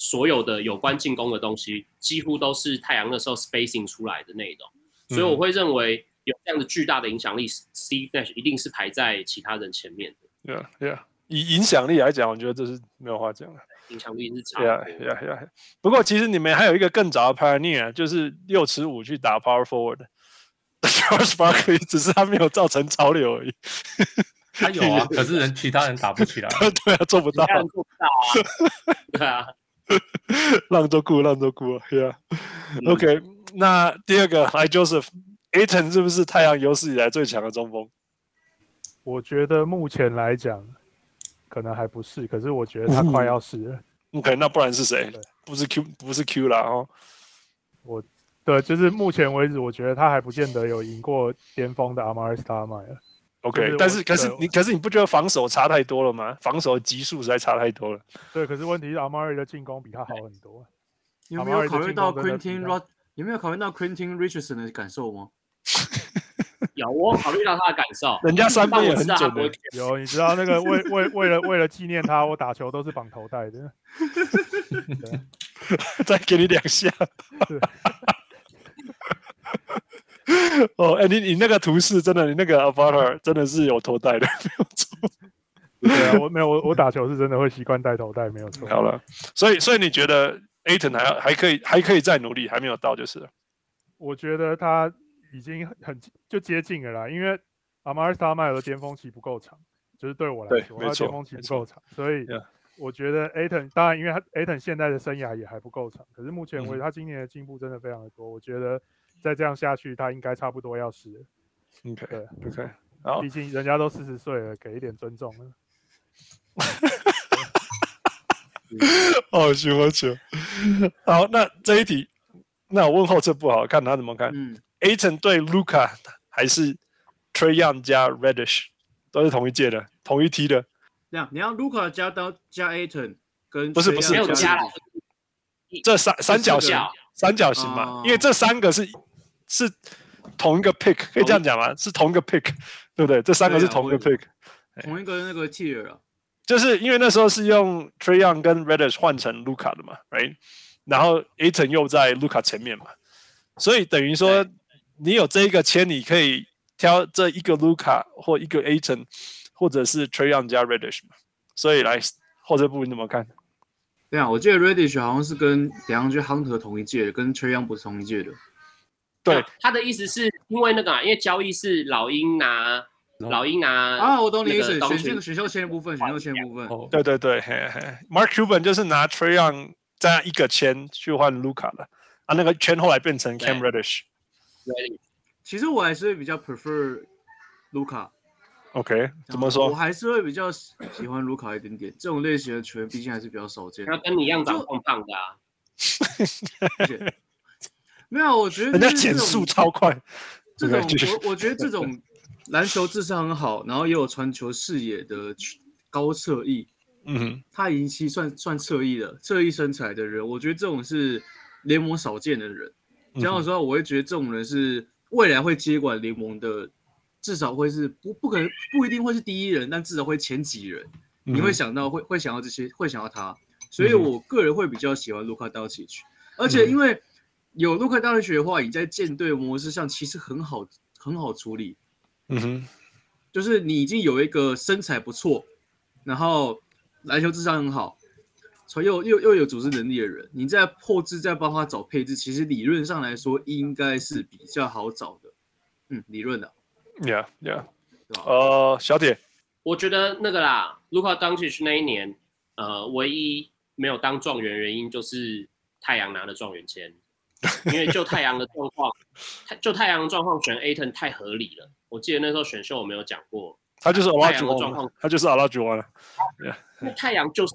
S5: 所有的有关进攻的东西，几乎都是太阳那时候 spacing 出来的内容。所以
S3: 嗯
S5: 我会认为有这样的巨大的影响力，Steve Nash 一定是排在其他人前面的，
S3: 对啊对啊，以影响力来讲，我觉得这是没有话讲的。
S5: 影响力是差不多
S3: Yeah, yeah, yeah. 不过其实你们还有一个更早的 pioneer，就是六尺五去打 power forward 的 Charles Barkley，只是他没有造成潮流而已。
S7: 他有啊，可是人其他人打不起来。
S3: 对啊，做不到
S5: 当，然做不到啊，对啊，
S3: 浪都顾，浪都顾啊。Yeah.
S5: 嗯
S3: OK，那第二个来 Joseph，Aton 是不是太阳有史以来最强的中锋？
S4: 我觉得目前来讲，可能还不是，可是我觉得他快要是了。
S3: OK，那不然是谁
S4: 对？
S3: 不是 Q，不是 Q 啦哦。
S4: 对，就是目前为止，我觉得他还不见得有赢过巅峰的 Amari Stoudemire。
S3: OK，
S4: 是
S3: 但
S4: 我
S3: 是可是
S4: 对
S3: 你可是你不觉得防守差太多了吗？防守级数实在差太多了。
S4: 对，可是问题是 Amari 的进攻比他好很多。
S6: 你有没有考虑到
S4: Amari 的进
S6: Quentin
S4: 攻真的
S6: Rod？有没有考虑到 Quentin Richardson 的感受吗？
S5: 有我考虑到他的感受，
S3: 人家三
S5: 但
S3: 分也
S5: 我
S3: 很
S5: 知
S4: 啊
S5: 道他
S3: 准
S5: 不会
S3: 的。
S5: 决
S4: 有，你知道那个为为为了为了纪念他，我打球都是绑头带的。
S3: 再给你两下。 哦，哎、你你那个图示真的，你那个 a v a t a r 真的是有头戴的，没有错。
S4: 对啊，我没有我我打球是真的会习惯戴头带，没有错。
S3: 好了，所以所以你觉得 Aton 还要还可以还可以再努力，还没有到就是了。
S4: 我觉得他已经很很就接近了啦，因为阿马尔萨迈尔的巅峰期不够长，就是对我
S3: 对
S4: 来说，
S3: 没
S4: 他的
S3: 错
S4: 巅峰期
S3: 没
S4: 不
S3: 错
S4: 够长，所以
S3: Yeah
S4: 我觉得 Aton 当然，因为他 Aton 现在的生涯也还不够长，可是目前
S3: 嗯
S4: 为止他今年的进步真的非常的多，我觉得再这样下去，他应该差不多要是了，
S3: OK
S4: 对
S3: OK，好
S4: 毕竟人家都四十岁了，给一点尊重了。
S3: 哦，行我行。 好，那这一题，那我问后这不好看他怎么看。
S6: 嗯，
S3: Aton 对 Luca 还是 Trey Young 加 Redish 都是同一届的，同一梯的。
S6: 这样你要 Luca 加到加 Aton 跟
S3: 不是不
S5: 定
S3: 是
S5: 没有加
S6: 了
S5: 了，
S3: 这三三角
S5: 四
S3: 形
S5: 角，
S3: 三角形嘛，因为
S6: 哦
S3: 这三个是是同一个 pick，可以这样讲吗？是同一个 pick，对不对？这三个是
S6: 对啊
S3: 同一个
S6: 我也
S3: pick，、
S6: 同一个那个 tier 啊，
S3: 就是因为那时候是用 Trey Young 跟 Reddish 换成 Luca 的嘛，right？然后 Aton 又在 Luca 前面嘛，所以等于说你有这一个签，你可以挑这一个 Luca 或一个 Aton，或者是 Trey Young 加 Reddish 嘛。所以来后这部你怎么看？
S6: 对啊，我记得 Reddish 好像是跟 d e a n d r Hunter 同一届的，跟 Trey Young 不是同一届的。
S3: 对，
S5: 他的意思是因为那个、啊，因为交易是老鹰拿老鹰拿
S3: 呃
S6: 啊，我懂你意思，
S5: 那个东
S6: 选
S5: 区
S6: 这个选秀签的部分，选秀签的部分。
S7: 哦，
S3: 对对对嘿嘿，Mark Cuban 就是拿 Trey Young 加一个签去换 Luca 的啊，那个签后来变成 Cam Reddish。
S6: 其实我还是会比较 prefer 卢卡。
S3: OK，怎么
S6: 哦我
S3: 说？
S6: 还是会比较喜欢卢卡一点点。这种类型的球员毕竟还是比较少见的
S5: 他。跟你一样长胖胖的啊，
S6: 而且 没有，我觉得
S3: 人家
S6: 就是这
S3: 减
S6: 种
S3: 速超快。
S6: 这
S3: OK，
S6: 种
S3: 继续
S6: 我我觉得这 种篮球智商很好，然后也有传球视野的高侧翼，
S3: 嗯哼，
S6: 他已经算算侧翼了，侧翼身材的人，我觉得这种是联盟少见的人。
S3: 嗯哼
S6: 讲老实话，我会觉得这种人是未来会接管联盟的，至少会是不不可能不一定会是第一人，但至少会前几人。你会
S3: 嗯
S6: 想到会会想到这些，会想到他，所
S3: 嗯
S6: 以
S3: 哼嗯
S6: 我个人会比较喜欢卢卡道奇去，而且因为有卢卡道奇的话，你在舰队模式上其实很好很好处理，
S3: 嗯哼。
S6: 就是你已经有一个身材不错，然后篮球智商很好，从又又又有组织能力的人，你在后置再帮他找配置，其实理论上来说应该是比较好找的，嗯，理论的、
S3: Yeah, yeah.
S6: 对吧？
S3: 呃，小铁，
S5: 我觉得那个啦，Luka Doncic 那一年，呃，唯一没有当状元的原因就是太阳拿了状元签，因为就太阳的状况，太就太阳的状况选 Aton 太合理了。我记得那时候选秀我没有讲过，
S3: 他就是阿拉
S5: 太阳
S3: 吉
S5: 的状
S3: 王
S5: 况，
S3: 他就是阿拉吉王了。
S5: 因为太阳就是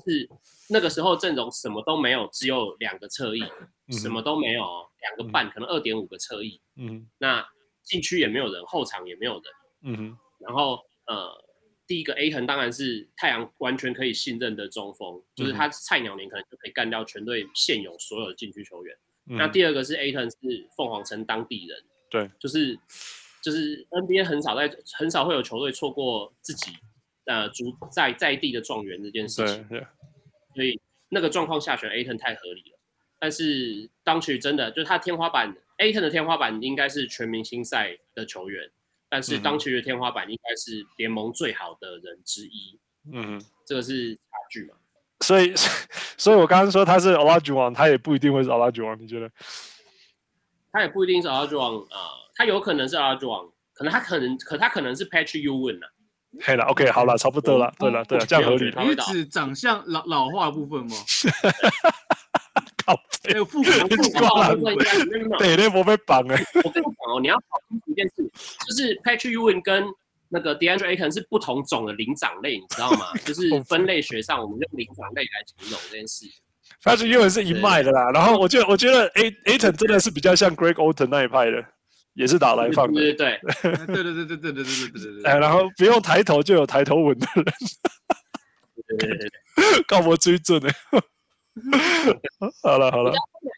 S5: 那个时候阵容什么都没有，只有两个侧翼，
S3: 哼
S5: 什么都没有哦，两个半，可能二点五个侧翼，
S3: 嗯
S5: 那禁区也没有人，后场也没有人。
S3: 嗯哼，
S5: 然后呃，第一个 A 横当然是太阳完全可以信任的中锋，
S3: 嗯
S5: 就是他菜鸟年可能就可以干掉全队现有所有的禁区球员。那
S3: 嗯
S5: 第二个是 A 横是凤凰城当地人，
S3: 对，
S5: 就是就是 NBA 很少在很少会有球队错过自己呃足在在地的状元这件事情
S3: 对，对，
S5: 所以那个状况下选 A 腾太合理了。但是当曲真的就是他天花板，A 腾的天花板应该是全明星赛的球员，但是
S3: 嗯哼
S5: 当曲的天花板应该是联盟最好的人之一，
S3: 嗯哼。
S5: 这个是差距嘛？
S3: 所以， 所以我刚刚说他是阿拉吉王，他也不一定会是阿拉吉王，你觉得？
S5: 他也不一定是 a r j o n 啊，他有可能是 a r j o n 可能他可能可他可能是 Patch Uwin 啊，
S3: 嘿了，OK，好了，差不多了，对了，对了，这样合理。
S5: 他
S6: 你
S5: 会
S6: 是
S5: 打
S6: 指长相老老化的部分吗？
S3: 靠
S6: 还有复古复古
S3: 挂
S6: 化
S3: 了
S6: 的部分。
S3: 对，那我被绑欸了。
S5: 我跟你讲哦，你要搞清楚一件事，就是 Patrick Ewing 跟那个 DeAndre Ayton 是不同种的灵长类，你知道吗？就是分类学上，我们用灵长类来形容这件事。
S3: 他是英文是一脉的啦。然后我觉得，我觉得 A A t o n 真的是比较像 Greg Oden 那一派的，也是打来放的。
S5: 对对对，对
S6: 哎对对对对对对对对对对对。
S3: 哎，然后不用抬头就有抬头纹的 人。
S5: 对对对对，
S3: 靠我追准的。 好了好了，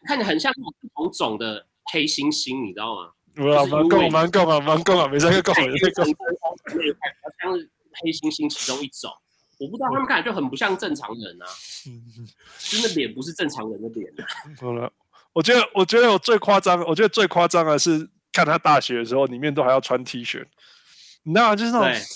S5: 看着很像那种不同种的黑猩猩，你知道吗？
S3: 我啊，蛮够蛮够啊，蛮够啊，没事个够，没事
S5: 黑
S3: 够
S5: 猩。猩跟那一块比较像是黑猩猩其中一种。我不知道他们看起来就很不像正常人啊，
S3: 嗯
S5: 真的脸不是正常人的脸、啊。
S3: 好了， 我觉得我觉得我最夸张，我觉得最夸张的是看他大学的时候，里面都还要穿 T 恤，你知道吗？就是那
S5: 对
S3: 种，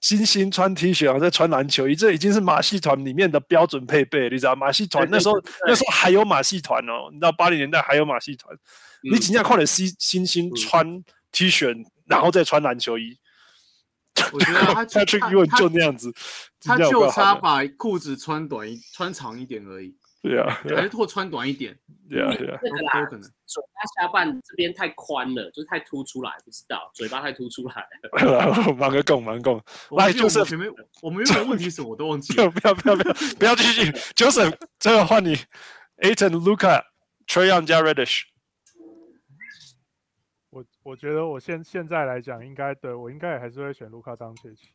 S3: 金星穿 T 恤，然后再穿篮球衣，这已经是马戏团里面的标准配备，你知道吗？马戏团
S5: 对对
S3: 那时候
S5: 对
S3: 那时候还有马戏团哦，你知道八零年代还有马戏团，你
S5: 嗯
S3: 只要看了星星星穿 T 恤，然后再穿篮球衣。
S6: 我觉得 他
S3: 他去英文
S6: 他
S3: 就那样子，
S6: 他
S3: 你知道有
S6: 就
S3: 够好
S6: 差
S3: 的
S6: 把裤子穿短一穿长一点而已，
S3: 对啊，对
S6: 还
S3: 啊，
S6: 是或穿短一点
S3: 对啊，对啊，
S5: 那
S6: 都
S5: 个啦
S6: 都有可能。
S5: 嘴巴下半这边太宽了，就是太凸出来，不知道嘴巴太凸出来 了。
S3: 忙个供，忙供，
S6: 我忘记
S3: 来哎就是
S6: 我们前面我们原本问题是什么我都忘记
S3: 不要
S6: 了。
S3: 不要不要不要不要继续，Joseph，这个换你，Aton、Luca、Trey Young 加 Reddish，
S4: 我我觉得我现现在来讲，应该对我应该也还是会选卢卡张切奇。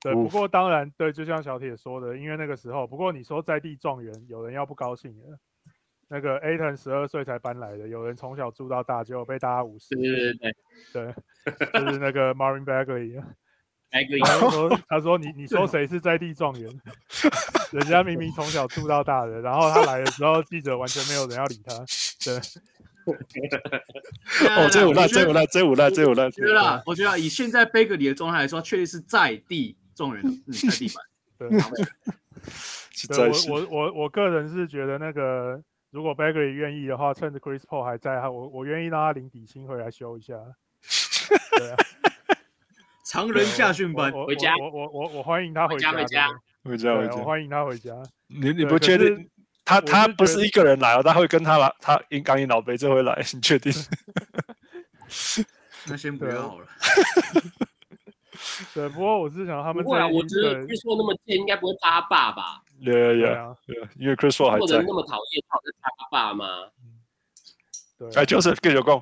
S4: 对，不
S3: Oof
S4: 过当然对，就像小铁说的，因为那个时候，不过你说在地状元，有人要不高兴了，那个 Aton 十二岁才搬来的，有人从小住到大，结果被大家无视
S5: 对，对对对，
S4: 对，就是那个 Marvin Bagley，
S5: 来个
S4: 他说他说你你说谁是在地状元？人家明明从小住到大的，然后他来的时候，记者完全没有人要理他，对，哎
S3: 哦，这
S6: 我
S3: 有烂，
S6: 觉
S3: 这有
S6: 得
S3: 烂，嗯这有烂，这有烂。
S6: 我觉得啦，我觉得以现在 Baker 里的状态来说，确实是在地众人，嗯，在 地板。
S4: 对
S3: 实
S4: 对
S3: 在是
S4: 我我我我个人是觉得那个，如果 Bagley 愿意的话，趁着 Chris Paul 还在，他我我愿意让他领底薪回来休一下。对啊，
S6: 常人驾训班
S3: 哦
S4: 我，我
S5: 回家
S4: 我我我我欢迎他
S5: 回
S4: 家，
S5: 家回家
S4: 对
S3: 回家回
S4: 对我
S3: 家，
S4: 欢迎他回家。
S3: 你你
S4: 对
S3: 不
S4: 可
S3: 确
S4: 是
S3: 定？他
S4: 我是
S3: 他不
S4: 觉得
S3: 是一个人来哦，他会跟他老他英港英老贝这回来，你确定？
S6: 那先不
S3: 啊
S6: 要好了。
S4: 对，不过我是想他们
S5: 不会啊，
S4: 这一
S5: 我觉得
S4: 对
S5: Chris Paul 那么贱，应该不会怕他爸吧？
S3: Yeah
S4: 对
S3: yeah
S4: 啊，
S3: yeah，因 为 Chris Paul 还
S5: 或者
S3: 在
S5: 那。么讨厌，他会怕他爸吗？
S4: 对啊
S3: 哎，就是跟有共，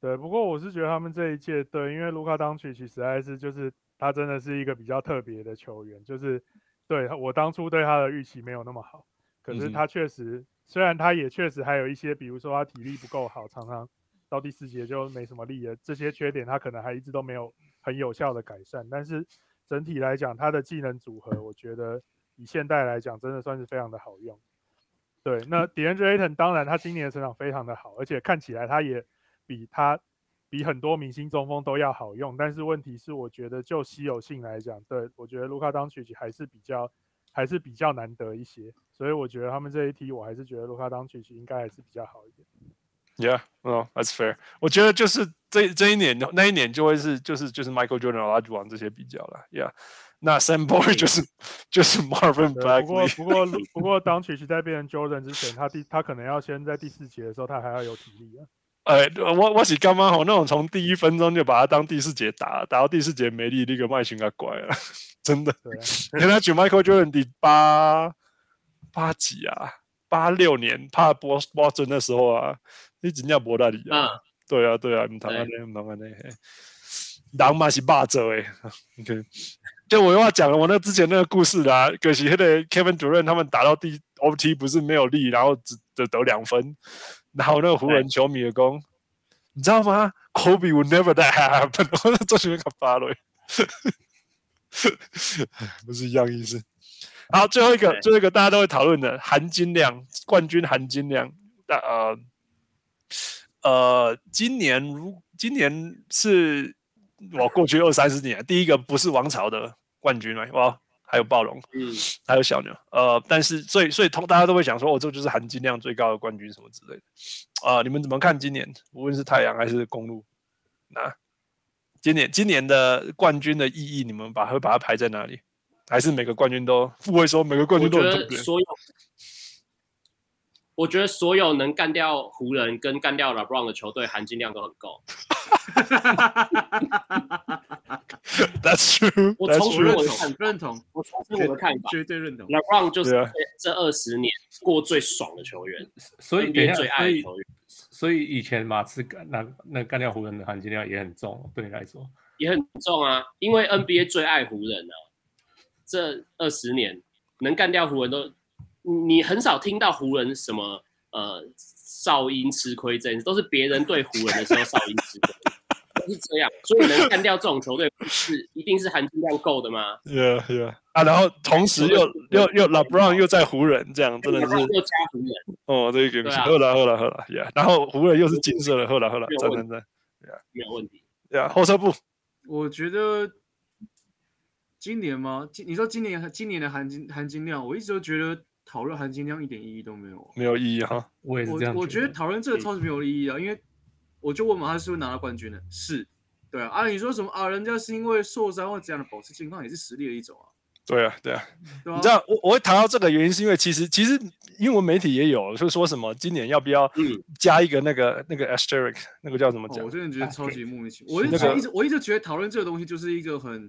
S4: 对，不过我是觉得他们这一届对，因为卢卡当曲奇实在是就是他真的是一个比较特别的球员，就是对我当初对他的预期没有那么好，可
S3: 嗯
S4: 是
S3: 哼
S4: 他确实、虽然他也确实还有一些，比如说他体力不够好，常常到第四节就没什么力了，这些缺点他可能还一直都没有很有效的改善，但是整体来讲他的技能组合，我觉得以现代来讲真的算是非常的好用。对，那 DeAndre Ayton 当然他今年的成长非常的好，而且看起来他也比他比很多明星中锋都要好用。但是问题是，我觉得就稀有性来讲，对我觉得卢卡当曲奇还是比较还是比较难得一些。所以我觉得他们这一批，我还是觉得卢卡当曲奇应该还是比较好一点。
S3: Yeah, no, that's fair. 我觉得就是这这一年那一年就会是就是就是 Michael Jordan、拉举王这些比较了。Yeah，那 Sam b o y 就是就是 Marvin
S4: 对不过
S3: Bagley。
S4: 不过卢不过当曲奇在变成 Jordan 之前，他第他可能要先在第四节的时候，他还要有体力啊。
S3: 呃，我我是刚刚好那种从第一分钟就把他当第四节打，打到第四节没力，那个麦群给拐了， 真的。
S4: 对啊，
S3: 原来举 Michael Jordan 第八八几啊，八六年怕波波顿那时候啊，你真正无力啊。
S5: 嗯，
S3: 对啊，对啊，唔同安尼，唔同安尼。嘿人嘛是霸者诶，OK。就我又要讲了，我那之前那个故事啦、可惜那个 Kevin 主任他们打到第 OT 不是没有力，然后只只得两分，然后那个湖人球迷也攻，你知道吗？Kobe would never that happen，我 那中学卡巴了，不是一样意思。好，最后一个，
S5: 对
S3: 最后一个大家都会讨论的含金量，冠军含金量，那呃呃，今年如今年是我过去二三十年第一个不是王朝的冠军嘛，哇，还有暴龙，
S5: 嗯，
S3: 还有小牛，呃，但是所以所以通大家都会想说，哦，这就是含金量最高的冠军什么之类的，啊、你们怎么看今年？无论是太阳还是公路，那、今年今年的冠军的意义，你们把会把它排在哪里？还是每个冠军都不会说每个冠
S5: 我
S3: 军都
S5: 觉
S3: 很特
S5: 得
S3: 别？
S5: 所有，我觉得所有能干掉湖人跟干掉 LeBron 的球队，含金量都很够。
S3: That's true.
S5: 我
S3: that's
S5: 重
S6: 我
S5: 复
S3: true.
S6: 认
S5: 我的
S6: 同
S5: 看，法，
S6: 认同，
S5: 我重复我的看法
S6: 绝对认同。
S5: ，LeBron 就是
S3: 对啊
S5: 这二十年过最爽的球员，
S7: 所以
S5: NBA
S7: 等
S5: 最
S7: 一下，所
S5: 爱的
S7: 以
S5: 球员
S7: 所以以前马刺干那那干掉湖人的含金量也很重，对你来说，
S5: 也很重啊，因为 NBA 最爱湖人啊，这二十年能干掉湖人都，你你很少听到湖人什么呃哨音吃亏这件事，都是别人对湖人的时候哨音吃亏。都是这样，所以能干掉这种球队是一定是含金量够的吗？
S3: Yeah, yeah. 啊，然后同时又又又 LeBron 又在湖人，这样真的 是
S5: 又加湖人，
S3: 哦，这个 game
S5: 对
S3: 是
S5: 啊
S3: 喝了喝了喝了，Yeah。然后湖人又是金色的，喝了 喝了，
S5: 没
S3: 赞
S5: 有问
S3: 赞赞
S5: 没有问题。
S3: ，Yeah。后撤步，
S6: 我觉得今年吗？今你说今年今年的含金含金量，我一直都觉得讨论含金量一点意义都没有啊。
S3: 没有意义哈。
S7: 我也是这样
S6: 我我觉得
S7: 得
S6: 讨论这个超级没有意义啊，因为我就问嘛，他是不是拿到冠军了？是，对啊。啊，你说什么啊？人家是因为受伤或怎样的保持健康，也是实力的一种啊，
S3: 对啊，对啊。
S6: 对吧、
S3: 你知道我我会谈到这个原因，是因为其实其实英文媒体也有，就是说什么今年要不要
S5: 嗯
S3: 加一个那个那个 asterisk，那个叫怎么
S6: 哦
S3: 讲
S6: 我？真的觉得超级莫名其妙。我
S3: 那
S6: 一
S3: 个
S6: 直一直我一直觉得讨论这个东西就是一个很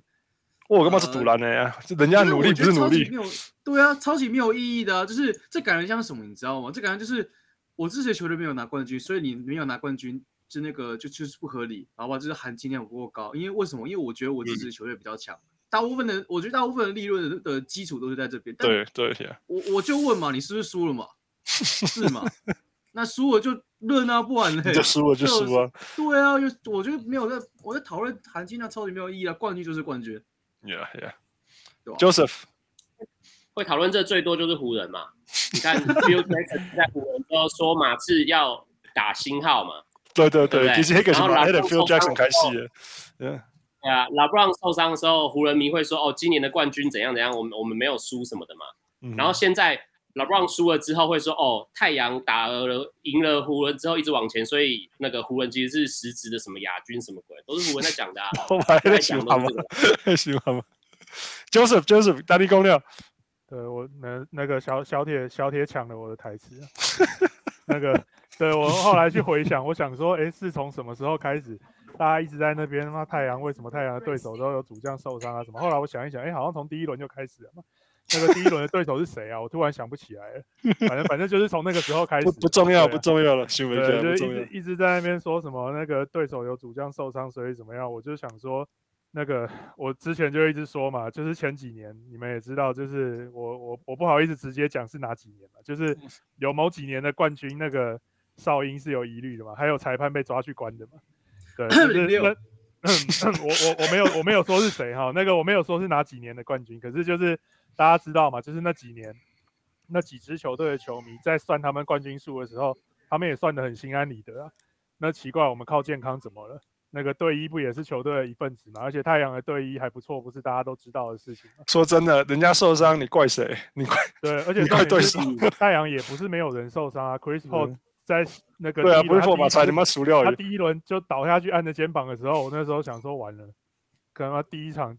S3: 我干嘛是赌蓝
S6: 呃
S3: 的呀？就人家
S6: 就是
S3: 努
S6: 我
S3: 力
S6: 觉
S3: 不是努
S6: 得超级
S3: 力
S6: 没有对啊，超级没有意义的、啊，就是这感觉像什么，你知道吗？这感觉就是我支持的球队没有拿冠军，所以你没有拿冠军，就那个就就是不合理，好吧？就是含金量不够高，因为为什么？因为我觉得我支
S3: 嗯
S6: 持的球队比较强，大部分的我觉得大部分的利润的的基础都是在这边。但
S3: 对对，Yeah。
S6: 我我就问嘛，你是不是输了嘛？是嘛？ 那输了就热闹不完了、
S3: 就输了就输了。
S6: 对啊，就我觉得没有在我在讨论含金量超级没有意义啊，冠军就是冠军。
S3: Yeah, yeah.
S6: 对吧
S3: Joseph，
S5: 会讨论这最多就是湖人嘛。你看 Bill Jackson 在湖人之后说马刺要打星号嘛，
S3: 对对
S5: 对不
S3: 对，
S5: 对
S3: 其实 Higgins
S5: 然后
S3: 把 h
S5: 老
S3: e d
S5: 公
S3: Phil
S5: 受伤
S3: Jackson 开
S5: 之后
S3: 戏了。Yeah.
S5: 对啊，拉布朗受伤的时候，湖人迷会说哦，今年的冠军怎样怎样，我们我们没有输什么的嘛。
S3: 嗯
S5: 然后现在拉布朗输了之后会说哦，太阳打了赢了湖人之后一直往前，所以那个湖人其实是实质的什么亚军什么鬼，都是湖人在讲的、啊。
S3: 我买
S5: 在
S3: 了喜
S5: 讲
S3: 欢
S5: 都
S3: 吗
S5: 是这？个，
S3: 喜欢吗？Joseph Joseph，大力公料，
S4: 对我那那个小小铁小铁抢了我的台词啊， 那个对我后来去回想，我想说，诶，是从什么时候开始，大家一直在那边他妈太阳为什么太阳的对手都有主将受伤啊什么？后来我想一想，诶，好像从第一轮就开始了嘛。那个第一轮的对手是谁啊？我突然想不起来了。反正反正就是从那个时候开始
S3: 不，不重要，
S4: 对啊
S3: 不重要了，新闻
S4: 对，就
S3: 不
S4: 是
S3: 重
S4: 一
S3: 要
S4: 直。一直在那边说什么那个对手有主将受伤，所以怎么样？我就想说，那个我之前就一直说嘛，就是前几年你们也知道，就是我我我不好意思直接讲是哪几年嘛，就是有某几年的冠军那个哨音是有疑虑的嘛，还有裁判被抓去关的嘛，对，就是
S6: 06
S4: 那。嗯我我我没有我没有说是谁哈，那个我没有说是哪几年的冠军，可是就是大家知道嘛，就是那几年那几支球队的球迷在算他们冠军数的时候，他们也算得很心安理得啊。那奇怪，我们靠健康怎么了？那个队医不也是球队的一份子嘛？而且太阳的队医还不错，不是大家都知道的事情吗？
S3: 说真的，人家受伤，你怪谁？你怪
S4: 对，而且
S3: 你怪
S4: 重
S3: 对
S4: 点
S3: 手
S4: 是？ 太阳也不是没有人受伤啊。Chris Paul
S3: 嗯
S4: 在那个
S3: 对啊，
S4: 第一
S3: 不是
S4: 轮他
S3: 说
S4: 第一
S3: 把才
S4: 次
S3: 他妈输掉
S4: 他
S3: 而已。
S4: 第一轮就倒下去按着肩膀的时候，我那时候想说完了，跟他第一场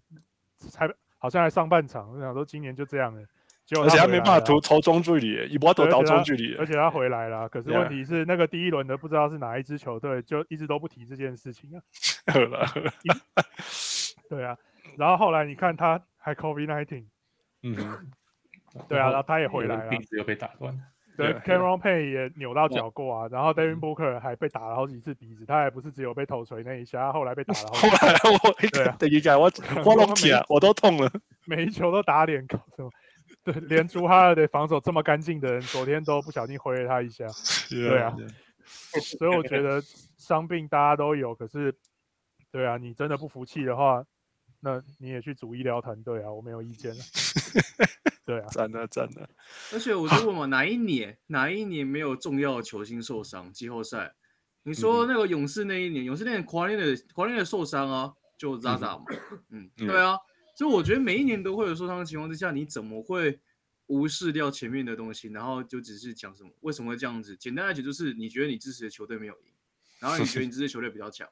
S4: 才好像还上半场，我想说今年就这样了。结果
S3: 而且
S4: 他
S3: 他
S4: 回
S3: 没
S4: 来
S3: 办法
S4: 了
S3: 投投中距离，一波
S4: 对
S3: 投到
S4: 而且
S3: 中
S4: 他
S3: 距离。
S4: 而且他回来了。啊可是问
S3: Yeah
S4: 题是，那个第一轮的不知道是哪一支球队，就一直都不提这件事情啊。
S3: 好了，好了
S4: 对啊，然后后来你看他还 COVID nineteen，
S7: 嗯哼，
S4: 对啊然后他也回来了
S7: 鼻子又被打断了。
S4: 对
S3: Yeah，
S4: ，Cameron Payne 也扭到脚过啊，然后 Devin Booker 还被打了好几次鼻子，他还不是只有被头锤那一下，他后来被打了好
S3: 后
S4: 几次，
S3: 来 我
S4: 对啊
S3: 等一下，我我
S4: 我
S3: 都
S4: 没
S3: 起来，我都痛了。
S4: 每一球都打脸，搞什么？ 对，连朱哈尔的防守这么干净的人，昨天都不小心挥了他一下。
S3: 对
S4: 啊所以我觉得伤病大家都有，可是，对啊，你真的不服气的话，那你也去组医疗团队啊，我没有意见 啊。对啊，
S3: 真的真的，
S6: 而且我就问嘛，哪一年哪一年没有重要的球星受伤？季后赛，你
S3: 嗯
S6: 说那个勇士那一年，勇士那年 q u a n i n 的 q u a n i n 受伤啊，就 Zaza 嘛，嗯，
S3: 嗯
S6: 对啊，所以我觉得每一年都会有受伤的情况之下，你怎么会无视掉前面的东西，然后就只是讲什么为什么会这样子？简单来讲就是你觉得你支持的球队没有赢，然后你觉得你支持的球队比较强，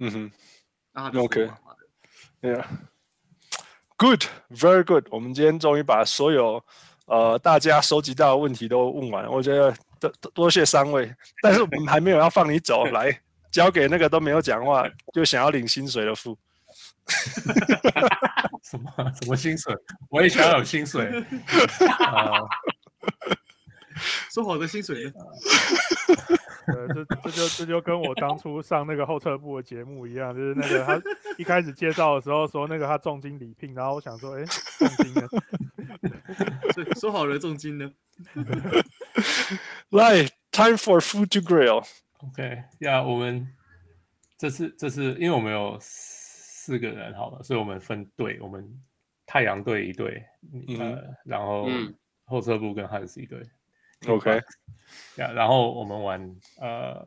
S3: 嗯哼
S6: 那他就输
S3: OK
S6: 了嘛。
S3: ，Yeah。Good, very good。我们今天终于把所有呃大家收集到的问题都问完，我觉得多多多谢三位。但是我们还没有要放你走，来交给那个都没有讲话就想要领薪水的富。
S7: 什么什么薪水？我也想要有薪水。啊
S6: 说好的薪水呢？
S4: 呃，这这就这就跟我当初上那个后撤部的节目一样，就是那个他一开始介绍的时候说那个他重金礼聘，然后我想说，哎，重金呢？
S6: 对，说好了重金呢？
S3: 来，time for food to grill。
S7: OK，呀、我们这次这次因为我们有四个人好了，所以我们分队，我们太阳队一队，
S3: 嗯哼
S7: 呃，然后
S5: 嗯
S7: 后撤部跟汉斯一队
S3: OK，
S7: 呀然后我们玩呃，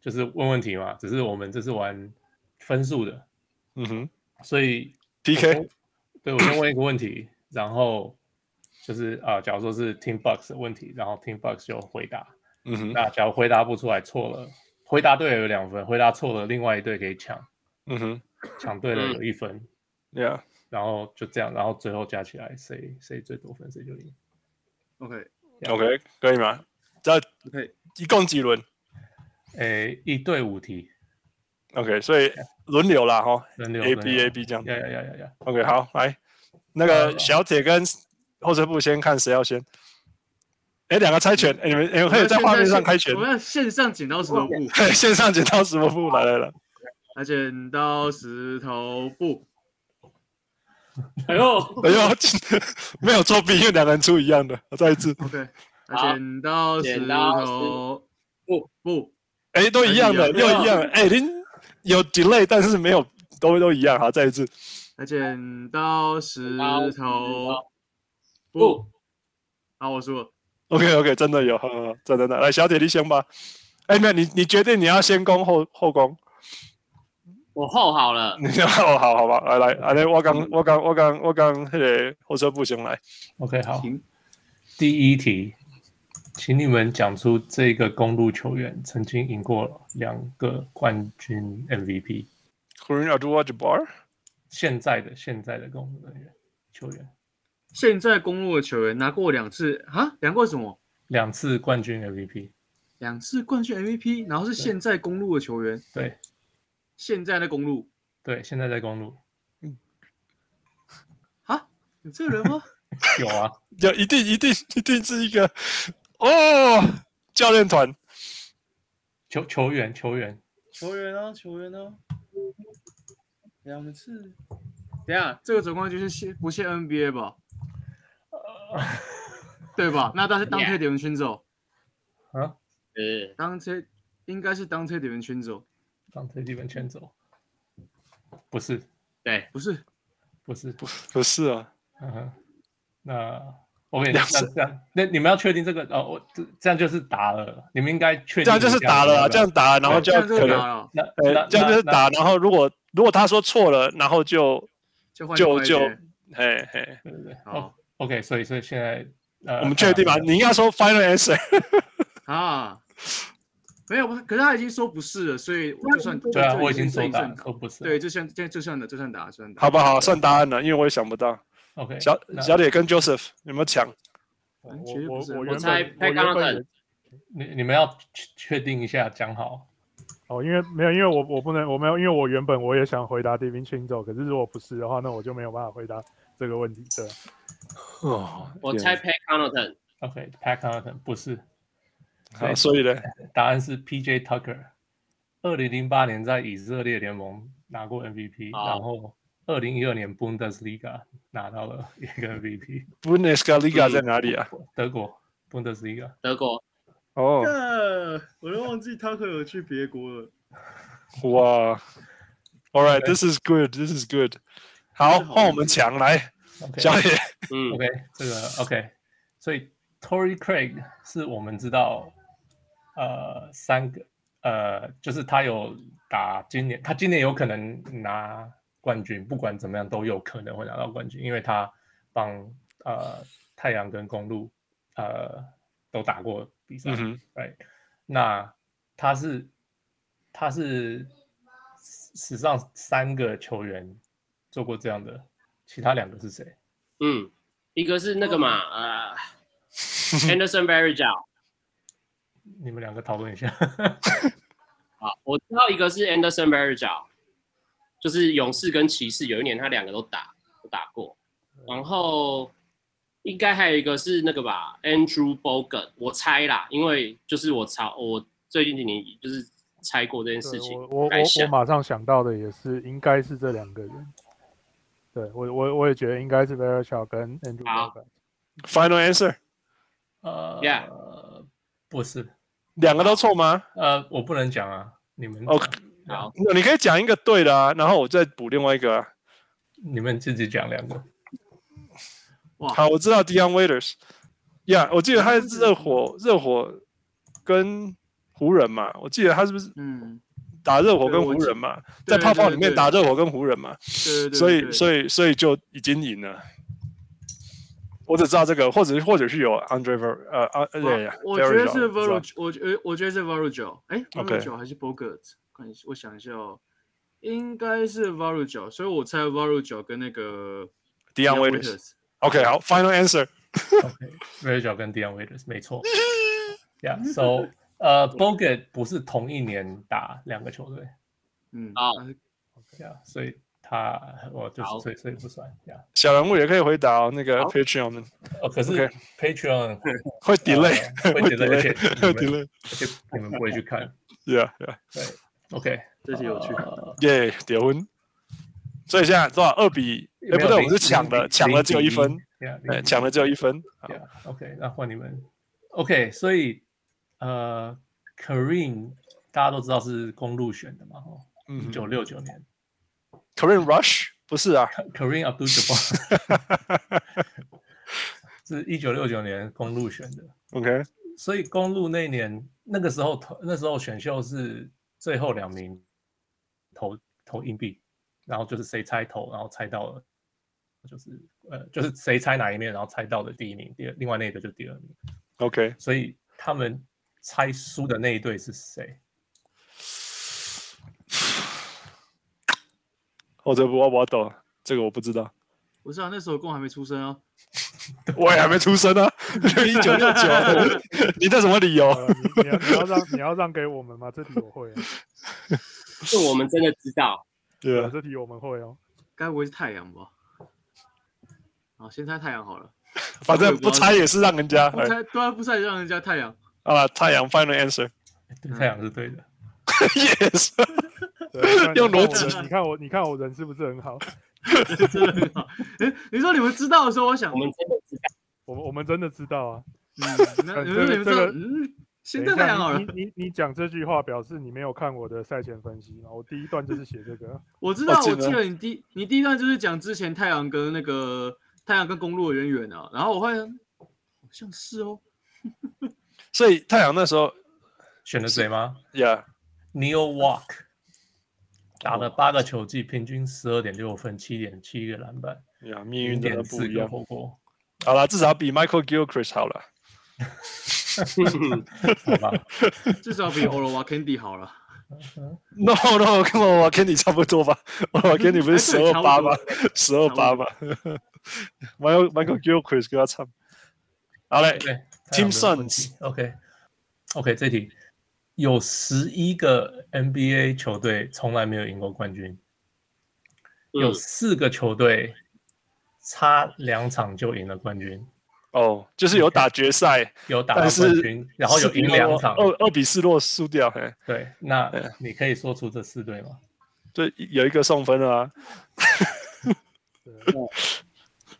S7: 就是问问题嘛，只是我们这是玩分数的，
S3: 嗯哼
S7: 所以我
S3: ，PK
S7: 先对，我先问一个问题，然后就是啊、呃假如说是 Team Bucks 的问题，然后 Team Bucks 就回答，
S3: 嗯哼，
S7: 那假如回答不出来错了，回答对了有两分，回答错了另外一队可以抢，
S3: 嗯哼
S7: 抢对了
S5: 嗯
S7: 有一分，
S3: ，Yeah，
S7: 然后就这样，然后最后加起来谁谁最多分谁就赢。
S6: OK
S3: OK，可以吗？这
S6: OK，
S3: 一共几轮
S7: 诶，一队五题，
S3: ？OK，所以轮流啦哈
S7: 轮流
S3: ，A
S7: 轮
S3: B
S7: 流
S3: A B 这样。
S7: 呀呀呀呀呀！
S3: OK，好，来，那个
S6: 呃
S3: 小铁跟后车部先看谁要先。哎，两个猜拳，
S6: 嗯
S3: 哎，你们你们可以在画面上开拳
S6: 我，们要线上剪刀石头布，
S3: 线上剪刀石头布来来 来，
S6: 来剪刀石头布。
S5: 哎呦，
S3: 哎哎呦，没有作弊，因为两个人出一样的，再一次。
S6: OK，
S5: 好
S6: 剪刀
S5: 剪
S6: 石
S5: 刀石
S6: 头
S5: 布
S6: 布，
S3: 哎，都一样的，
S6: 哎一
S3: 又
S6: 样
S3: 一样的。哎，您有 delay，但是没有都都一样。好，再一次。
S6: 来剪刀石
S5: 刀石
S6: 头
S5: 头
S6: 布
S5: 布。
S6: 好，我输了。
S3: OK OK，真的有，好好好真的真的。来，小铁你先吧。哎，没有，你你决定你要先攻后后攻。
S5: 我后好了，
S3: 你要哦，好好吧，来来，安尼我
S6: 嗯
S3: 刚我刚我刚我刚迄个火车部先来。
S7: OK，好
S6: 行。
S7: 第一题，请你们讲出这个公路球员曾经赢过两个冠军 MVP，
S3: Green a d u a Jabbar，
S7: 现在的现在的公路人员球员
S6: 现在公路的球员拿过两次啊，拿过什么？
S7: 两次冠军 MVP，
S6: 两次冠军 MVP，然后是现在公路的球员，
S7: 对
S6: 现在的公路
S7: 对，现在在公路
S6: 啊，有这个人吗？
S7: 有啊，
S3: 就一定一定一定是一个哦，教练团
S7: 球球员球员
S6: 球员啊，球员啊，两次。等一下，这个总冠军是限不限 NBA 吧？对吧？那当是当
S5: Yeah
S6: 推点员圈走，
S7: 啊，
S5: 呃，
S6: 当推应该是当推点员圈走，
S7: 让这基本圈走，不是
S5: 对，
S6: 不是？
S7: 不是不是，
S3: 不是啊，
S7: 嗯哼，那。我给你
S3: 两
S7: 那
S3: 次
S7: 这样，那你们要确定这个哦，我这这样就是打了，你们应该确定
S3: 这样就是打了啊，这样打，然后就
S6: 这
S3: 要
S6: 样
S3: 可
S6: 就
S3: 能
S6: 打了，
S7: 那
S3: 呃
S7: 那，
S3: 这样
S7: 那
S3: 就是
S7: 那
S3: 打，然后如果如果他说错了，然后就哎
S6: 就换另
S3: 就
S6: 外一
S3: 就
S6: 边
S3: 嘿嘿，
S7: 对对对，哦
S6: 好
S7: ，OK，所以所以现在呃，
S3: 我们确定吧？
S7: 看来
S3: 你应该说 Final Answer，
S6: 啊，没有，不是，可是他已经说不是了，所以我就算
S7: 对啊，
S6: 就
S7: 我已经
S6: 是
S7: 说
S6: 正
S7: 答
S6: 正
S7: 案都不是，
S6: 对，就算这就算的，就算打，就算打。
S3: 好不好？算答案了，因为我也想不到。
S7: ，OK，
S3: 小
S7: 那
S3: 小铁跟 Joseph 有没有抢？
S4: 我
S6: 嗯绝对
S4: 我
S6: 不是
S4: 我
S6: 我
S4: 原
S5: 猜
S4: 本
S5: 猜
S4: 我原
S5: Garland
S4: 本也
S7: 你你们要确确定一下，讲好，
S4: 哦，因为没有，因为我我不能，我没有，因为我原本我也想回答 David c h i n z o 可是如果不是的话，那我就没有办法回答这个问题。对，啊
S3: 哦，
S5: 我猜 Pat Connaughton，
S7: OK，Pat Connaughton 不是，哎
S3: 好，所以呢，
S7: 答案是 PJ Tucker，二零零八年在以色列联盟拿过 MVP，
S5: 好
S7: 然后二零一二年 Bundesliga 拿到了一个 MVP，
S3: b u n d e s l i g a
S5: 嗯
S3: 在哪里啊？
S7: 德国 Bundesliga，
S5: 德国，
S3: 哦，
S6: 呃， 我都忘记他可有去别国了。
S3: 哇，All right, this is good, this is good。好，
S6: 好
S3: 换我们抢来，
S7: OK
S3: 小野
S5: 嗯，
S7: OK，这个 OK，所以 Tory Craig 是我们知道，呃，三个，呃，就是他有打今年，他今年有可能拿冠军，不管怎么样都有可能会拿到冠军，因为他帮呃太阳跟公路呃都打过比赛，
S3: 嗯哼
S7: 对，那他是他是史史上三个球员做过这样的，其他两个是谁？
S5: 嗯，一个是那个嘛，呃，Anderson Varejao
S7: 你们两个讨论一下。
S5: 啊，我知道一个是 Anderson Varejao，就是勇士跟骑士有一年他两个都打都打过，然后应该还有一个是那个吧，Andrew Bogut，我猜啦，因为就是我查我最近几年就是猜过这件事
S4: 对
S5: 情
S4: 我，我我
S5: 改
S4: 我
S5: 想
S4: 马上想到的也是，应该是这两个人。对我我我也觉得应该是 v e r c h a 跟 Andrew
S5: 好
S4: Bogut。
S3: ，Final Answer，
S7: 呃
S5: Yeah
S7: 不是，
S3: 两个都错吗？
S7: 呃，我不能讲啊，你们
S3: OK
S7: 讲
S5: 好
S3: 那你可以讲一个对的啊，然后我再补另外一个啊。
S7: 你们自己讲两个。
S6: 哇，
S3: 好，我知道 Dion Waiters，呀我记得他是热火热火跟湖人嘛，我记得他是不是
S6: 嗯，
S3: 打热火
S6: 对
S3: 跟
S6: 我
S3: 湖
S6: 记
S3: 人嘛，在
S6: 对
S3: 泡泡
S6: 对
S3: 里面
S6: 对
S3: 打热火跟湖人嘛，
S6: 对对对，
S3: 所以
S6: 以
S3: 所以所以就已经赢了。我只知道这个，或者或者是有 Andre Ver 呃啊对呀，
S6: 我觉得
S3: Varejao，
S6: 是
S3: 不知道
S6: Virgil，我觉得我觉得是 Virgil，哎
S3: OK
S6: ，Virgil 还是 Bogut？看一下，我想一下哦，应该是 Virgil，所以我猜 Virgil 跟那个
S3: Dion
S6: Dion
S3: Waiters。OK，好，Final Answer。
S7: Virgil 跟 Dion Waiters 没错。Yeah，so 呃，Bogut 不是同一年打两个球队
S6: 嗯，
S5: 好
S6: 他是
S7: ，Yeah，所以他我就
S5: 好
S7: 是所以所以不算，Yeah。
S3: 小人物也可以回答哦，那个 Patreon 们
S7: 哦，可是
S3: OK
S7: Patreon
S3: 会 delay，
S7: 呃会 delay，而且
S3: delay，会
S7: 你们
S3: delay。
S7: 而且你们不会去看
S3: Yeah, yeah，
S7: ，OK，
S6: 这是有趣。
S3: 哦
S7: 呃
S3: 耶，结婚。所以现在多少？二比？哎，
S7: 没
S3: 不
S7: 有
S3: 对，我
S7: 零
S3: 们是抢
S7: 零
S3: 了，
S7: 比
S3: 抢了只有一
S7: 零比
S3: 分，
S7: ，Yeah，
S3: 哎，抢了只有一分。好
S7: Yeah，OK，那换你们 OK，所以呃，Kareem 大家都知道是公路选的嘛，哦，一
S3: 嗯
S7: 九六九年
S3: Korean Rush 不是啊，
S7: ，Kareem Abdul-Jabbar 是一九六九年公路选的，
S3: OK，
S7: 所以公路那一年那个时候投那时候选秀是最后两名投投硬币，然后就是谁猜投，然后猜到了。就是呃，就是谁猜哪一面，然后猜到的第一名，第二另外那个就是第二名。
S3: OK，
S7: 所以他们猜输的那一队是谁？
S3: 后哦者不挖挖斗，这个我不知道，
S6: 不是啊，那时候公还没出生啊。
S3: 我也还没出生 啊，一九六九，你这什么理由？
S4: 呃你你要你要让你要让给我们吗？这题我会、啊，
S5: 是我们真的知道，
S3: 对
S4: 呃
S3: 啊，
S4: 这题我们会哦。
S6: 该不会是太阳吧？好，先猜太阳好了。
S7: 啊
S3: 反正不猜也是让人家
S6: 不猜，对啊，不猜就让人家太阳。
S3: 哎啊，太阳 final answer
S7: 哎对，太阳是对
S3: 嗯
S7: 的。
S3: yes，
S4: 对你看
S3: 用
S4: 你
S3: 逻
S4: 看我
S3: 辑
S4: 人你看我，你看我人是不是很好？
S6: 真的很好。哎，你说你们知道的时候，我想
S5: 我，们真的知道。
S4: 我们我们真的知道啊。
S6: 嗯，那
S4: 这
S6: 你说
S4: 个
S6: 你们知道
S4: 这，个
S6: 嗯，先
S4: 等
S6: 猜
S4: 一
S6: 太
S4: 下，
S6: 阳好了
S4: 你。你你你讲这句话，表示你没有看我的赛前分析嘛？我第一段就是写这个啊，
S6: 我知
S3: 哦
S6: 道，
S3: 这
S6: 我
S3: 个
S6: 记得你第你第一段就是讲之前太阳跟那个太阳跟公路的渊源啊，然后我发现好像是哦，
S3: 所以太阳那时候
S7: 选的谁吗
S3: ，yeah，
S7: ？Neil Walk 打了八个球季，平均十二点六分，七点七个篮板，
S3: 呀，命
S7: 零
S3: 运真的
S7: 点
S3: 不
S7: 四
S3: 一
S7: 个
S3: 样。
S7: 火锅。
S3: 好了，至少比 Michael Gilchrist 好了。
S5: 嗯
S7: 好吧，
S6: 至少比 o l o w a Candy 好了。
S3: No No，跟我我跟你差不多吧，我跟你不是十
S6: 哎对
S3: 二
S6: 差不
S3: 八
S6: 多
S3: 吗？十二八
S6: 差不多
S3: 吗？Michael Michael Gilchrist 跟他差不多。好 嘞，
S7: 哎对
S3: Team
S7: 太阳没有问题
S3: Suns
S7: OK OK，这题有十一个 NBA 球队从来没有赢过冠军，有
S5: 嗯
S7: 四个球队差两场就赢了冠军，
S3: 哦，就是有打决赛，
S7: 有打到
S3: 但
S7: 冠
S3: 是
S7: 军，然后有
S3: 4比
S7: 赢
S3: 2
S7: 两场。
S3: 二二比四落输掉，嘿，
S7: 对，那
S3: 对
S7: 你可以说出这四队吗？
S3: 就有一个送分了啊。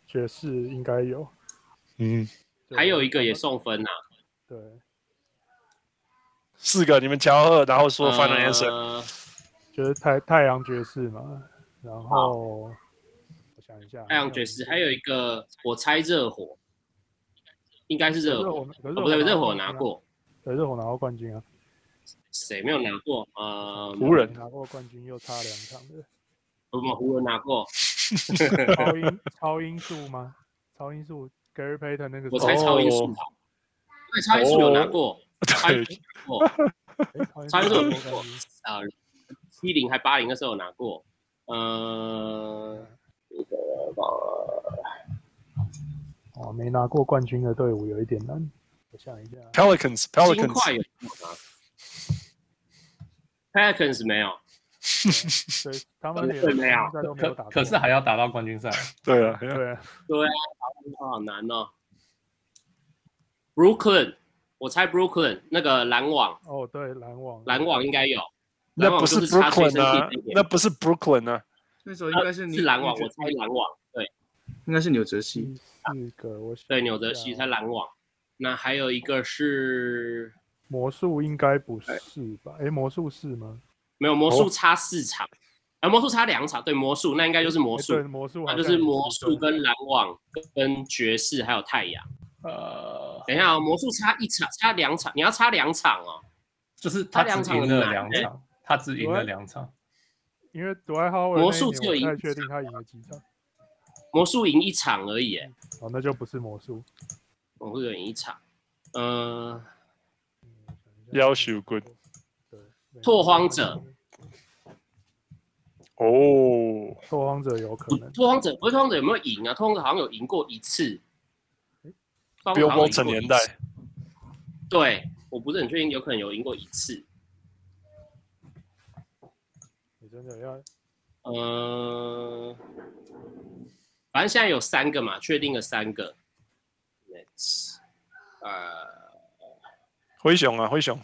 S4: 爵士应该有。
S3: 嗯，
S5: 还有一个也送分啊，
S4: 对，
S3: 四个你们调二，然后说 final answer。
S5: 呃
S4: 就是太太阳爵士嘛，然后我想一下，
S5: 太阳爵士，还有一个我猜热火，应该是热
S4: 热
S5: 火，
S4: 火
S5: 哦，
S4: 可是
S5: 不对，热火
S4: 冠军
S5: 拿
S4: 啊，
S5: 过，
S4: 对，热火拿过冠军啊，
S5: 谁没有拿过？呃，
S3: 湖人
S4: 拿过冠军又差两场的，
S5: 我们湖人拿过，
S4: 超音超音速吗？超音速 Gary Payton 那个
S5: 我
S4: 时候
S5: 猜超音速
S3: 哦
S5: 吧，对，超音速有拿
S3: 哦
S5: 过，超音
S3: 对
S5: 速，拿过。
S4: 诶哎超音
S5: 差一
S4: 速
S5: 点
S4: 拿
S5: 没
S4: 过
S5: 过
S4: 冠军，
S5: 啊，七零还八零那时候有拿过，呃，
S4: 哦，没拿过冠军的队伍有一点难。我想一下，
S3: Pelicans
S5: 金块
S3: Pelicans
S5: 有拿，Pelicans 没有，
S4: 对，他们连
S5: 对没有
S4: 他们赛都没有
S7: 可
S4: 打过。
S7: 可是还要打到冠 军赛，
S3: 对啊，
S4: 对，
S5: 对啊，好难哦。Brooklyn，我猜 Brooklyn 那个篮网，
S4: 哦对，篮网，
S5: 篮网应该有，
S3: 那
S5: 篮网
S3: 不
S5: 就是差最身
S3: Brooklyn 啊
S5: 体这一，点
S3: 那不是 Brooklyn 啊，
S6: 那时候应该是
S5: 呃
S6: 你
S5: 是篮网，我猜篮网，对
S6: 应该是纽泽西
S4: 第四个，我想
S5: 对，
S4: 一
S5: 纽泽
S4: 下
S5: 西
S3: 啊
S4: 哦
S5: 猜篮网，那还有一个是
S4: 魔术应该不是吧？诶，魔术是吗？
S5: 没有魔
S4: 哦
S5: 术差四场，啊，魔术差两场，对，魔术那应该就是魔
S4: 诶
S5: 术
S4: 哎对，，魔术
S5: 那
S4: 好
S5: 就
S4: 像
S5: 是
S4: 也
S5: 魔
S4: 对
S5: 术跟篮网、跟爵士还有太阳。
S7: 呃，
S5: 等一下、哦，魔术差一场，差两场，你要差两场哦。
S7: 就是
S5: 他
S7: 他
S5: 两
S7: 只
S5: 场
S7: 赢
S5: 很
S7: 了
S5: 难
S7: 两
S5: 欸
S7: 场，他只赢了
S4: 对啊
S7: 两场，
S4: 因为独爱哈维
S5: 魔术只有
S4: 不
S5: 赢
S4: 太
S5: 一啊
S4: 确定他赢了几场，
S5: 魔术赢一场而已耶，
S4: 哦，那就不是魔术。
S5: 魔术赢一场。呃，
S3: 要求 good
S4: 对，没
S5: 拓
S4: 有
S5: 荒者，
S3: 哦，
S4: 拓荒者有可能。
S5: 拓荒者不是拓荒者有没有赢啊？拓荒者好像有赢过一次。拓荒者好像有
S3: Bill
S5: 赢过
S3: Walton
S5: 一
S3: 年代
S5: 次对，我不是很确定，有可能有赢过一次。
S4: 你真的要
S5: 呃，反正现在有三个嘛，确定了三个。Nets，呃。
S3: 灰熊啊，灰熊。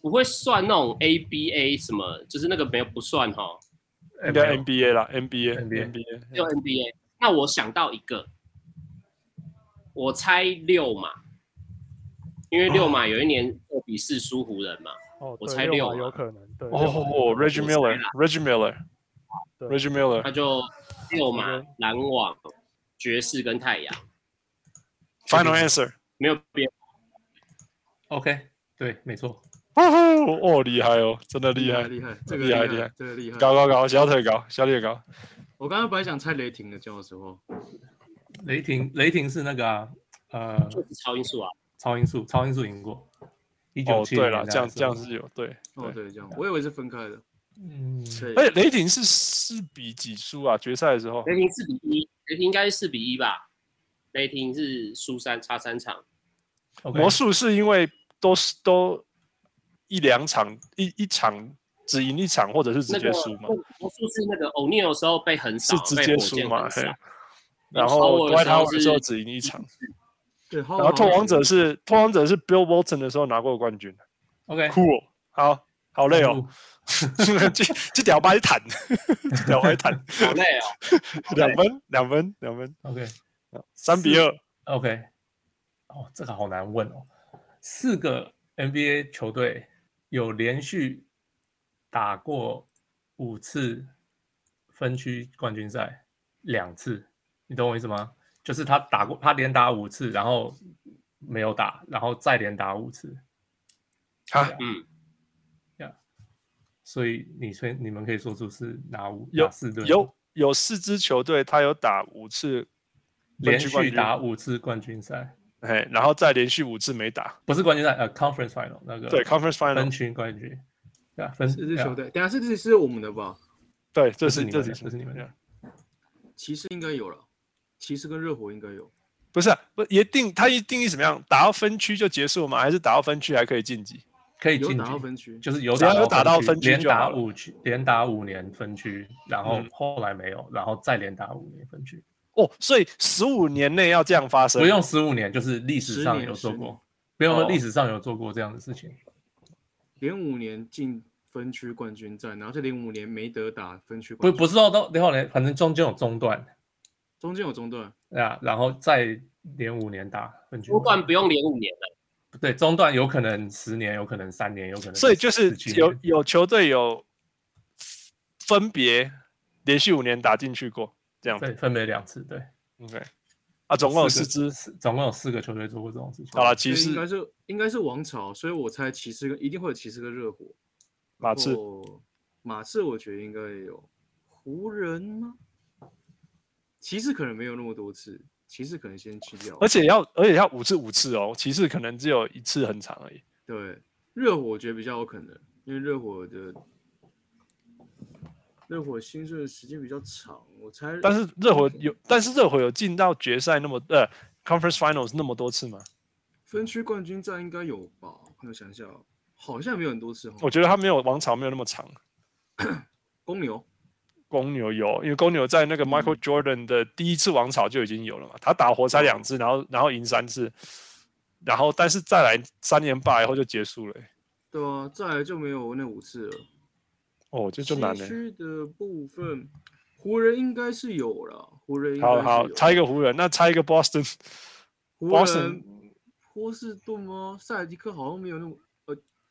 S5: 不会算那种 ABA 什么，就是那个没有不算哈。
S3: 应该
S7: NBL
S3: NBA 啦，NBA
S7: NBA
S3: NBA
S5: 六 NBA。那我想到一个，我猜六嘛，因为六马有一年二比四输湖人嘛，
S4: 哦，
S5: 我
S4: 对
S5: 猜
S4: 六
S5: 六
S4: 嘛
S5: 啊
S4: 有可能，对，六嘛
S3: 哦，Reggie
S5: 我
S3: Miller
S5: 猜啦
S3: Reggie Miller
S4: 对
S3: Reggie Miller
S5: 那就六马
S4: 嗯、
S5: 篮网、爵士跟太阳，
S3: Final Answer，
S5: 没有别的。
S7: OK，对，没错，
S3: 哦吼，哦厉害哦，真的厉
S6: 厉
S3: 害，
S6: 厉害，这个
S3: 厉害厉
S6: 厉
S3: 害
S6: 这个厉害。
S3: 高高高，小腿高，小腿高，
S6: 我刚刚本来想猜雷霆的，讲老实话，
S7: 雷霆雷霆是那个啊，呃，
S5: 就是超音速啊，
S7: 超音速超音速赢过，一九
S3: 哦
S7: 七
S3: 对了，这样这样是有对，
S6: 哦
S3: 对
S6: 对，这样我以为是分开的，
S7: 嗯，
S6: 对，
S3: 哎，雷霆是四比几输啊？决赛的时候
S5: 雷霆四比一，雷霆应该是四比一吧，雷霆是输三差三场，
S7: OK，
S3: 魔术是因为都是都一两场一一场只赢一场，或者是直
S5: 那
S3: 接
S5: 个
S3: 输嘛，
S5: 魔术是那个 O'Neal 的时候被横
S3: 是
S5: 扫，
S3: 直
S5: 被
S3: 接
S5: 火
S3: 输
S5: 箭啊
S3: 嘛，
S5: 横扫
S3: 嘿。然后
S5: Howard 的
S3: Dwight
S5: 时候
S3: Howard 的时候
S5: 是哦
S3: 只赢一场，
S6: 对，然
S3: 然后拓王者是拓王者是 Bill Walton 的时候拿过冠军，
S7: OK，
S3: 酷哦，好好累哦， 这这屌白 坦，这屌白坦，
S7: 哎
S5: 好累哦。
S3: 两分两分两分，
S7: OK
S3: 三比二，
S7: OK，哦，这个好难问哦。四个 NBA 球队有连续打过五次分区冠军赛，两次，你懂我意思吗？就是他打过，他连打五次，然后没有打，然后再连打五次，
S3: 好，
S5: 嗯，
S7: 所以你说你们可以说出是哪五
S3: 有
S7: 哪四队吗？
S3: 有有四支球队，他有打五次分
S7: 连
S3: 区冠
S7: 续
S3: 军
S7: 打五次冠军赛，
S3: 哎，然后再连续五次没打，
S7: 不是冠军赛，呃，conference final 那个
S3: 对 Conference
S7: 分
S3: Final，
S7: 区冠军，对啊，分
S6: 四支
S7: 对啊
S6: 球队，等一下这支是我们的吧？
S3: 对，这
S7: 这
S3: 是
S7: 是你
S3: 这
S7: 们的这是你们的
S3: 的，
S6: 骑士应该有了，骑士跟热火应该有，
S3: 不是啊不一定，他一定义怎么样？打到分区就结束吗？还是打到分区还可以晋级？
S7: 可以
S6: 有
S7: 晋
S6: 打到
S7: 级，
S6: 分区，
S7: 就是有
S3: 只要有打到分
S7: 分
S3: 区
S7: 连
S3: 就
S7: 打
S3: 好了
S7: 五区，连打五年分区，然后
S3: 嗯
S7: 后来没有，然后再连打五年分区，
S3: 哦，所以十五年内要这样发生，
S7: 不用十五年，就是历史
S6: 10
S7: 上
S6: 年
S7: 有做
S6: 10年
S7: 过，不用说
S3: 哦
S7: 历史上有做过这样的事情，
S6: 零五年进分区冠军战，然后这零五年没得打分区冠军，
S7: 不不是说到然后呢，反正中间有中断，
S6: 中间有中断，
S7: 对啊，然后再连五年打分区
S5: 欧
S7: 冠
S5: 冠
S7: 军，
S5: 不用连五年了，
S7: 对，中断有可能十年，有可能三年，有可能，
S3: 所以就是
S7: 17
S3: 有
S7: 年
S3: 有球队有分别连续五年打进去过这样子。
S7: 对分别两次，对，
S3: OK，啊，总共有四
S7: 个
S3: 支。
S7: 四总共有四个球队做过这种事情。
S3: 好了，
S6: 所
S3: 骑
S6: 以应该
S3: 士、
S6: 是应该是王朝，所以我猜骑士跟一定会有骑士跟热火，
S3: 马刺，，
S6: 哦马刺我觉得应该也有，湖人吗？骑士可能没有那么多次，骑士可能先弃掉，
S3: 而且要而且要五次五次哦，骑士可能只有一次很长而已。
S6: 对热火我觉得比较有可能，因为热火的。热火新生的时间比较长，我猜。
S3: 但是热火有，但是热火有进到决赛那么呃 Conference Finals 那么多次吗？
S6: 分区冠军战应该有吧？我想一下哦，好像没有很多次哦。
S3: 我觉得他没有王朝没有那么长。
S6: 公牛
S3: 公牛有，因为公牛在
S6: 嗯
S3: 那个 Michael Jordan 的第一次王朝就已经有了嘛，他打活塞两次，然后然后赢三次，然后但是再来三连败以后就结束了欸、
S6: 对啊，再来就没有那五次了。
S3: 哦，这就
S6: 西
S3: 难了欸、
S6: 区的部分，湖人应该是有了，湖人应该
S3: 好
S6: 是
S3: 好
S6: 有
S3: 猜一个湖人，那猜一个 Boston，
S6: 湖
S3: Boston
S6: 人波士顿吗？塞尔迪克好像没有那么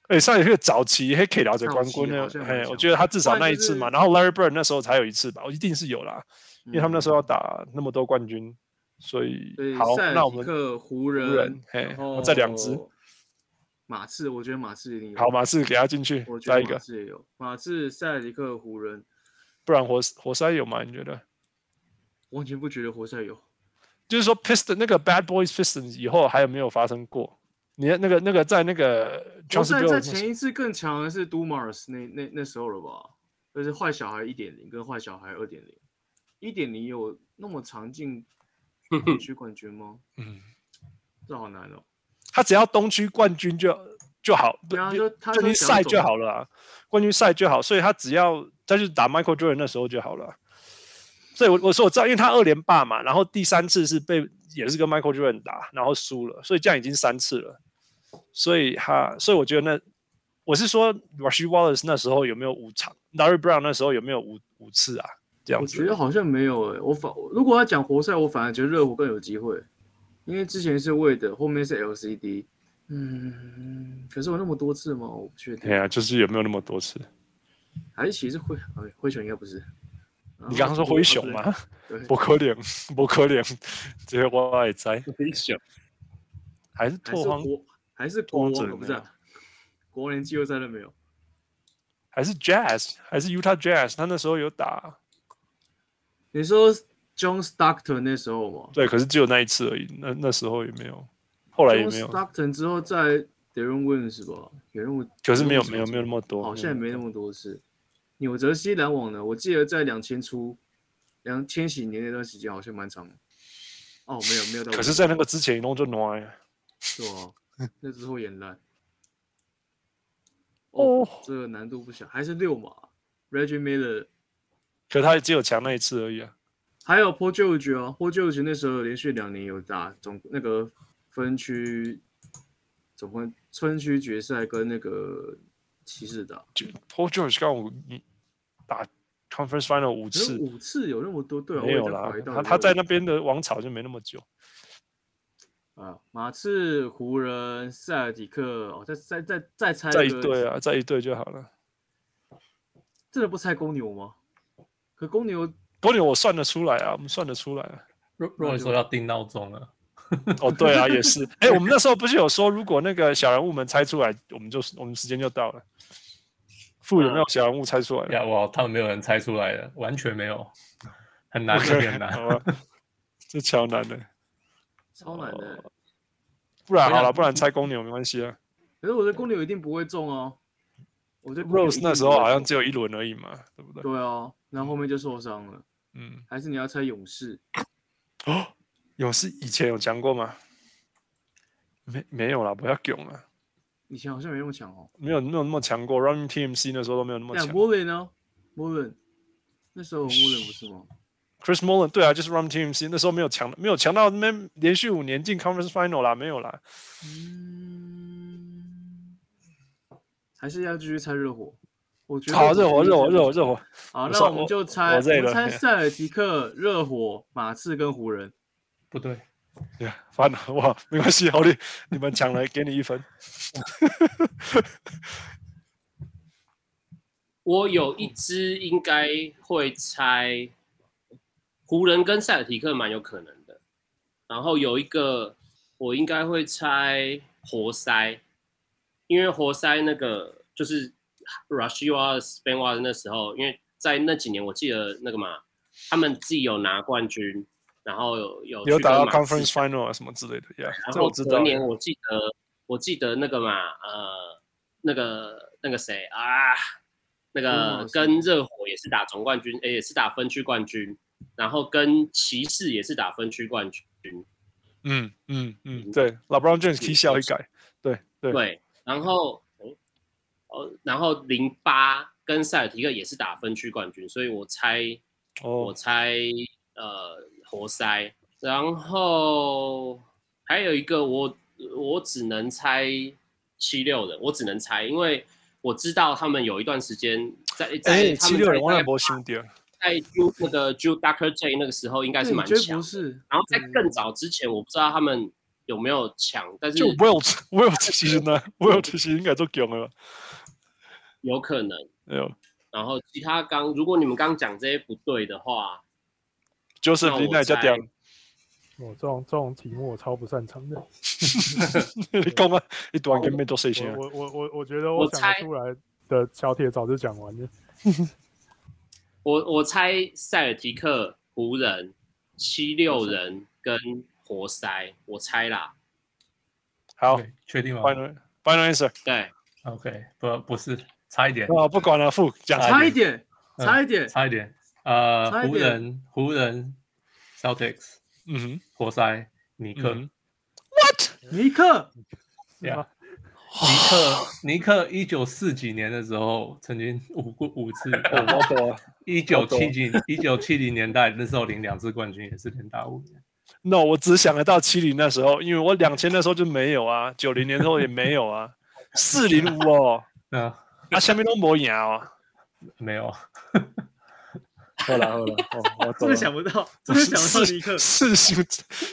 S3: 哎、上一个早期黑 K 聊着冠军呢
S6: 早期好像，
S3: 哎，
S6: 有
S3: 我觉得他至少那一次嘛，
S6: 不
S3: 然
S6: 然
S3: 后 Larry Bird 那时候才有一次吧，我一定是有啦，因为他们那时候要
S6: 嗯
S3: 打那么多冠军，所以
S6: 对
S3: 好，
S6: 塞
S3: 那
S6: 尔
S3: 我
S6: 迪
S3: 们
S6: 克湖人，
S3: 人嘿
S6: 然
S3: 我再两支
S6: 后马刺，我觉得马刺一定有。
S3: 好，马刺给他进去
S6: 我，觉
S3: 再
S6: 得
S3: 一
S6: 马
S3: 个，
S6: 刺也有，马刺、塞尔迪克、湖人，
S3: 不然活活塞有吗？你觉得？
S6: 完全不觉得活塞有。
S3: 就是说 Piston 那个 Bad Boys Pistons 以后还有没有发生过？你那个那个在那个
S6: 活
S3: Johnson
S6: 塞
S3: b
S6: 在
S3: i
S6: 前一次更强的是 d u m a r s 那那那时候了吧？就是坏小孩一点零跟坏小孩二点零，一点零有那么常进 东区冠军吗？
S3: 嗯，
S6: 这好难哦。
S3: 他只要东区冠军就就好，不
S6: 对啊，
S3: 就
S6: 就他
S3: 冠
S6: 就
S3: 军
S6: 想
S3: 赛
S6: 走
S3: 就好了、啊，冠军赛就好，所以他只要他就打 Michael Jordan 那时候就好了啊、所以我我说我知道，因为他二连霸嘛，然后第三次是被也是跟 Michael Jordan 打，然后输了，所以这样已经三次了，所以他所以我觉得那。我是说 Rush Wallace 那时候有没有五场，Larry Brown 那时候有没有五五次啊？这样
S6: 我
S3: 子，
S6: 觉得好像没有诶、欸我反如果要讲活塞，我反而觉得热火更有机会，因为之前是魏德，后面是 LCD。嗯，可是有那么多次吗？我不确定
S3: 对。啊，就是有没有那么多次？
S6: 还是其实灰，哎灰熊应该不是。
S3: 你刚刚说灰熊？吗？
S6: 对，
S3: 不可能，不可能，这个我也在，
S5: 很小，
S3: 还是
S6: 还
S3: 拓
S6: 是
S3: 荒，
S6: 国还是
S3: 拓
S6: 国
S3: 荒
S6: 王
S3: 者
S6: 哦不是、
S3: 没
S6: 啊？国王连季后赛都没有。
S3: 还是 Jazz，还是 Utah Jazz？他那时候有打，
S6: 你说 John Stockton 那时候吗？
S3: 对，可是只有那一次而已，那那时候也没有，后来也
S6: John
S3: 没有，
S6: Stockton 之后在 Darren Win 是吧？Darren Win
S3: 可是没有没有没有那么多，
S6: 好像也哦没那
S3: 么
S6: 么多次。纽泽西篮网呢，我记得在两千初、两千禧年那段时间好像蛮长的。哦，没有没有
S3: 多。
S6: 到五年，
S3: 可是，在那个之前，一弄就暖
S6: 是 吧？哦那之后也烂。
S3: 哦，
S6: 这个难度不小，还是六码 Reggie Miller，
S3: 可他也只有强那一次而已啊。
S6: 还有 Paul George 哦，Paul George 那时候连续两年有打总那个分区总分分区决赛跟那个骑士打，
S3: 就 Paul George 刚我打 Conference Final 五
S6: 可是
S3: 次，
S6: 五次有那么多对啊，我
S3: 没
S6: 也
S3: 有
S6: 在
S3: 啦
S6: 怀疑，到
S3: 他
S6: 底
S3: 他
S6: 有
S3: 在那边的王朝就没那么久。
S6: 啊，马刺、湖人、塞尔提克哦，再再再再猜
S3: 再一
S6: 个
S3: 队啊，再一队就好了。
S6: 真的不猜公牛吗？可公牛
S3: 公牛我算得出来啊，我们算得出来啊。
S7: 如如果说要定闹钟了，
S3: 哦，对啊，也是。哎、我们那时候不是有说，如果那个小人物们猜出来，我们就我们时间就到了。富有没有小人物猜出来了？
S7: 呀，哇，他们没有人猜出来的，完全没有，很难，有
S3: OK，
S7: 点难。
S3: 好吧，这超难的。
S6: 超难的、
S3: 哦不然
S7: 没有
S3: 好了，不然猜公牛没关系啊。
S6: 可是我觉得公牛一定不会中哦。我觉得公牛
S3: Rose
S6: 一定
S3: 那时
S6: 不
S3: 候
S6: 会
S3: 好像
S6: 中
S3: 只有一轮而已嘛，对不对？
S6: 对哦，然后后面就受伤了。
S3: 嗯，
S6: 还是你要猜勇士？
S3: 哦，勇士以前有讲过吗？没没有啦，不要囧了，
S6: 以前好像没那么强哦。
S3: 没有没有那么强过。Run TMC 那时候都没有那么
S6: 那
S3: 强。
S6: 莫伦呢？莫伦那时候莫伦不是吗？
S3: Chris Mullin 对啊，就是 Run TMC 那时候没有强，没有强到那边连续五年进 Conference Final 啦，没有啦。
S6: 嗯，还是要继续猜热火？我觉得
S3: 好，
S6: 我
S3: 热火，
S6: 觉得
S3: 热火，
S6: 这
S3: 热火，热火。
S6: 样好，
S3: 我
S6: 那
S3: 算
S6: 我
S3: 我
S6: 们就猜，
S3: 我
S6: 我
S3: 累
S6: 们
S3: 了
S6: 猜塞尔提克、热火、马刺跟湖人。
S7: 不对，
S3: Yeah，烦了，哇，没关系，好的，你们抢了，给你一分。
S5: 我有
S3: 嗯
S5: 一支应该会猜，湖人跟塞尔提克蛮有可能的，然后有一个我应该会猜活塞，因为活塞那个就是 Rashua Span w a 那时候，因为在那几年我记得那个嘛，他们自己有拿冠军，然后有有
S3: 有
S5: 去
S3: 打
S5: 跟
S3: 到
S5: 马刺
S3: Conference Final 啊什么之类的，Yeah，
S5: 然
S3: 这我
S5: 后
S3: 知
S5: 隔
S3: 道。
S5: 年我记得我记得那个嘛，呃，那个那个谁啊，那
S6: 嗯
S5: 个
S6: 我知道
S5: 跟热火也是打总冠军，诶，也是打分区冠军，然后跟骑士也是打分区冠军，
S3: 嗯嗯嗯，对，LeBron James 踢笑一改，对对
S5: 对，然后诶哦，然后零八跟塞尔提克也是打分区冠军，所以我猜我
S3: 哦，
S5: 猜呃活塞，然后还有一个我我只能猜七六人，我只能猜，因为我知道他们有一段时间在在
S3: 哎，
S5: 他
S3: 七
S5: 们
S3: 六
S5: 在
S3: 人
S5: 在
S3: 万博兄弟，啊
S5: 在 Ju 那个 Ju Ducker J 那个时候应该
S6: 但
S5: 是
S6: 你
S5: 蛮
S6: 觉得
S5: 强
S6: 不，是？
S5: 然后在
S3: 嗯
S6: 对
S5: 更早之前我不知道他们有没有强，但是
S3: 就 Wilt Wilt 其实呢，Wilt
S5: 嗯
S3: 其实应该都囧了，哎
S5: 有可能。
S3: 没有
S5: 然后其他刚如果你们刚讲这些不对的话，
S3: ，Joseph l
S5: 那我
S3: i n a 加
S5: 猜
S3: 点，
S4: 我哦这种这种题目我超不擅长的。
S3: 你讲啊，一段跟面都谁先啊？
S4: 我我我我我觉得
S5: 我
S4: 我想得
S5: 猜
S4: 出来的小铁早就讲完了。
S5: 我我猜塞尔提克、湖人、七六人跟活塞，我猜啦。
S3: 好
S7: 对确定吗
S3: ，Final Final Answer
S5: 对，
S7: ？OK，不不是，差一点，
S3: 啊，不管了，付讲
S7: 啊
S6: 差一点，哦
S7: 嗯
S6: 差一点，
S7: 差一点，呃，
S6: 差一
S7: 湖
S6: 点
S7: 人湖人 Celtics
S3: 嗯
S7: 活塞尼
S3: 哼，
S7: 克。
S3: 嗯
S6: 尼克
S4: 是吗
S7: Yeah 尼克，尼克一九四几年的时候曾经五过五次，
S6: 哦
S3: 哼，我懂
S6: 啊
S3: 了。
S7: 一九七几一九七零年代那时候领两次冠军，也是连打五年。
S3: No，我只想得到七零那时候，因为我两千那时候就没有啊，九零年之后也没有啊，四零五哦，
S7: 那
S3: 啊，下面都没赢啊，
S7: 没有，
S3: 好了好了，我我
S6: 真
S3: 懂
S6: 的
S3: 了。
S6: 想不到，真的想不到尼克。
S3: 是修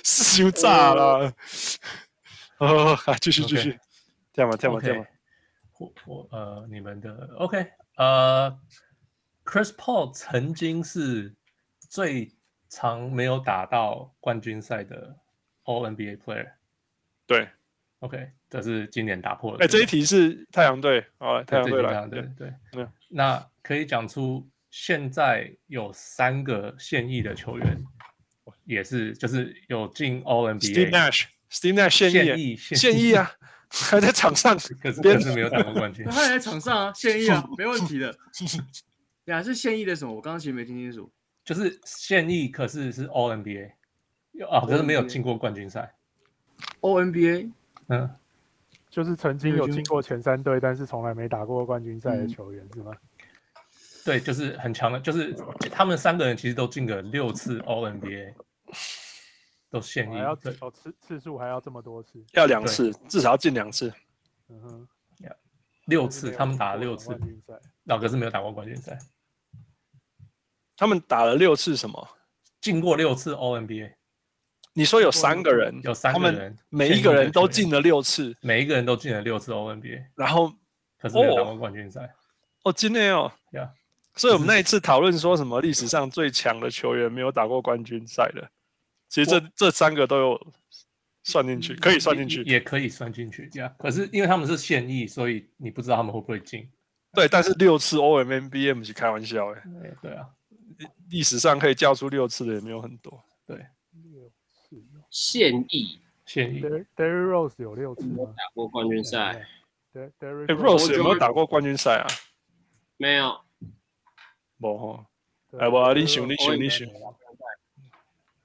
S3: 是修炸了。哦，好，继续继续，跳吧跳吧
S7: OK，
S3: 跳吧。
S7: 我我呃，你们的 OK 呃，Chris Paul 曾经是最长没有打到冠军赛的 All NBA player。
S3: 对，
S7: OK，这是今年打破了。
S3: 哎，这一
S7: 题。
S3: 题是太阳队，好，太阳
S7: 对
S3: 队
S7: 对
S3: 来。
S7: 对对
S3: 嗯
S7: 那可以讲出现在有三个现役的球员，也是就是有进 All
S3: Steve
S7: NBA，
S3: Nash，Steve Nash 现
S7: 现
S3: 役
S7: 役
S3: 现役啊，还在场上。
S7: 可是
S3: 边哎
S7: 可是没有打过冠军
S6: 那。他也在场上啊，现役啊，没问题的。呀，是现役的什么？我刚刚其实没听清楚。
S7: 就是现役，可是是 All NBA，啊，可是没有进过冠军赛。
S6: O NBA
S7: 嗯，
S4: 就是曾经
S6: 对
S4: 有
S6: 就
S4: 进过前三队，但是从来没打过冠军赛的
S6: 嗯
S4: 球员是吗？
S7: 对，就是很强的，就是他们三个人其实都进了六次 All NBA，都现役
S4: 还要。
S7: 对
S4: 哦次次数还要这么多次，
S3: 要两次，至少要进两次。
S4: 嗯哼，
S7: 六
S4: 就是
S7: 次，
S4: 没有
S7: 他们打了
S4: 进过
S7: 六次
S4: 冠，军赛，
S7: 老哥是没有打过冠军赛，
S3: 他们打了六次什么？
S7: 进过六次 All NBA，
S3: 你说有三个人，
S7: 有三
S3: 他
S7: 个
S3: 们
S7: 人，
S3: 每一个人都进，了六次，
S7: 每一个人都进了六次 All NBA，
S3: 然后
S7: 可是没有
S3: 哦
S7: 打过冠军赛。
S3: 哦，今天哦，
S7: Yeah，
S3: 所以我们那一次讨论说什么历史上最强的球员没有打过冠军赛的，其实这这三个都有算进去，可以算进去。
S7: 嗯也可以算进去。Yeah，可是因为他们是现役，所以你不知道他们会不会进。
S3: 对，但是六次 OMNBA 不是开玩笑哎，
S7: 对对啊，
S3: 历史上可以叫出六次的也没有很多。
S7: 对，
S5: 现役
S7: 现役
S4: Derry Derry Rose 有六次吗？
S5: 打过冠军赛
S4: 对，Derry
S3: 哎
S5: Paul
S3: ，Rose 有没有
S5: George
S3: 打过冠军赛啊？
S5: 没有？
S3: 没吼，
S7: 呃
S4: 对
S3: 哎，我
S4: Derry
S3: 你想
S4: Rose
S3: 你想你想，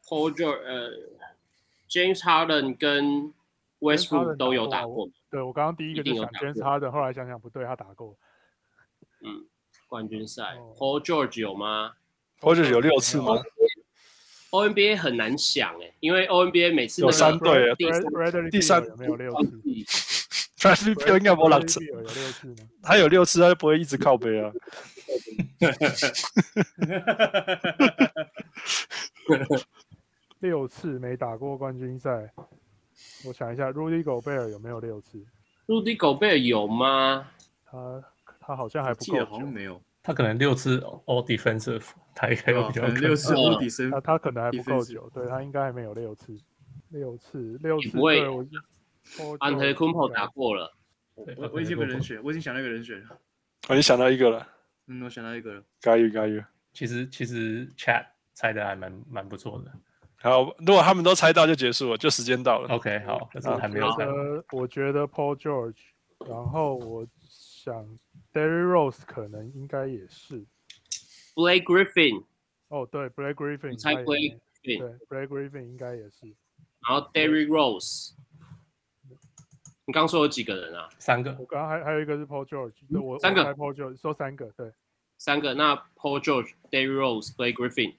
S5: Paul George 呃，James Harden 跟 Westbrook
S4: Harden
S5: 都有
S4: 打
S5: 打
S4: 过啊
S5: 过
S4: 对我刚刚第一
S5: 一
S4: 个就
S5: 定有
S4: 想
S5: 打
S4: James
S5: 过
S4: Harden，后来想想不对，他打过，
S5: 冠军赛
S4: 哦
S5: ，Paul George 有吗
S3: 或者有六次 吗？
S5: ？O N B A 很难想哎，因为 O N B A 每次
S3: 有
S5: 那
S3: 三
S5: 个
S3: 对
S4: Brad-
S5: 第三
S4: Brad- Bradley
S3: 第三
S4: Beal 有没有六 次
S3: t r a v i s 应该没六
S4: Bradley
S3: 次
S4: Beal，有六次吗？
S3: 他有六次，他就不会一直靠背啊。
S4: 六次没打过冠军赛，我想一下，Rudy Gobert 有没有六次？
S5: Rudy Gobert 有吗？
S4: 他他好像还
S6: 我
S4: 不
S6: 记
S4: 够
S6: 得
S4: 久
S6: 好，像没有，
S7: 他可能六次 All Defensive，他 应该
S6: 对
S7: 有
S6: 吧
S7: 比
S6: 哦可
S7: 较
S6: 能六次
S5: 能
S3: 哦
S6: 无敌森
S4: 他他可能还不够
S6: Defensive
S4: 久，对他应该还没有六次，六次六
S5: 也
S4: 次，
S5: 不会
S4: 对我 Paul
S5: a n t e
S4: George
S5: c u m p o
S4: 应该
S5: 打过了，
S7: 对
S6: 我我已经有个人选，我已经想到一个人选了。
S3: 我哦就想到一个了，
S6: 嗯，我想到一个了。
S3: 加油加油！
S7: 其实其实 Chat 猜的还蛮蛮不错的。
S3: 好，如果他们都猜到就结束了，就时间到了。
S7: OK，好，可是还没有
S4: 我觉。
S7: 猜
S4: 得我觉得 Paul George，然后我想 Derry Rose 可能应该也是。
S5: Blake Griffin，
S4: 哦，对，Blake Griffin，
S5: 猜
S4: 他也
S5: Blake
S4: 对
S5: Griffin，
S4: ，Blake Griffin 应该也是。
S5: 然后 Derry Rose。你刚说有几个人啊？
S7: 三个
S4: 我刚刚还还有一个是 Paul George，对我
S5: 三个
S4: 我猜 Paul George 说三个，对，
S5: 三个。那 Paul George、Derry Rose、Blake Griffin。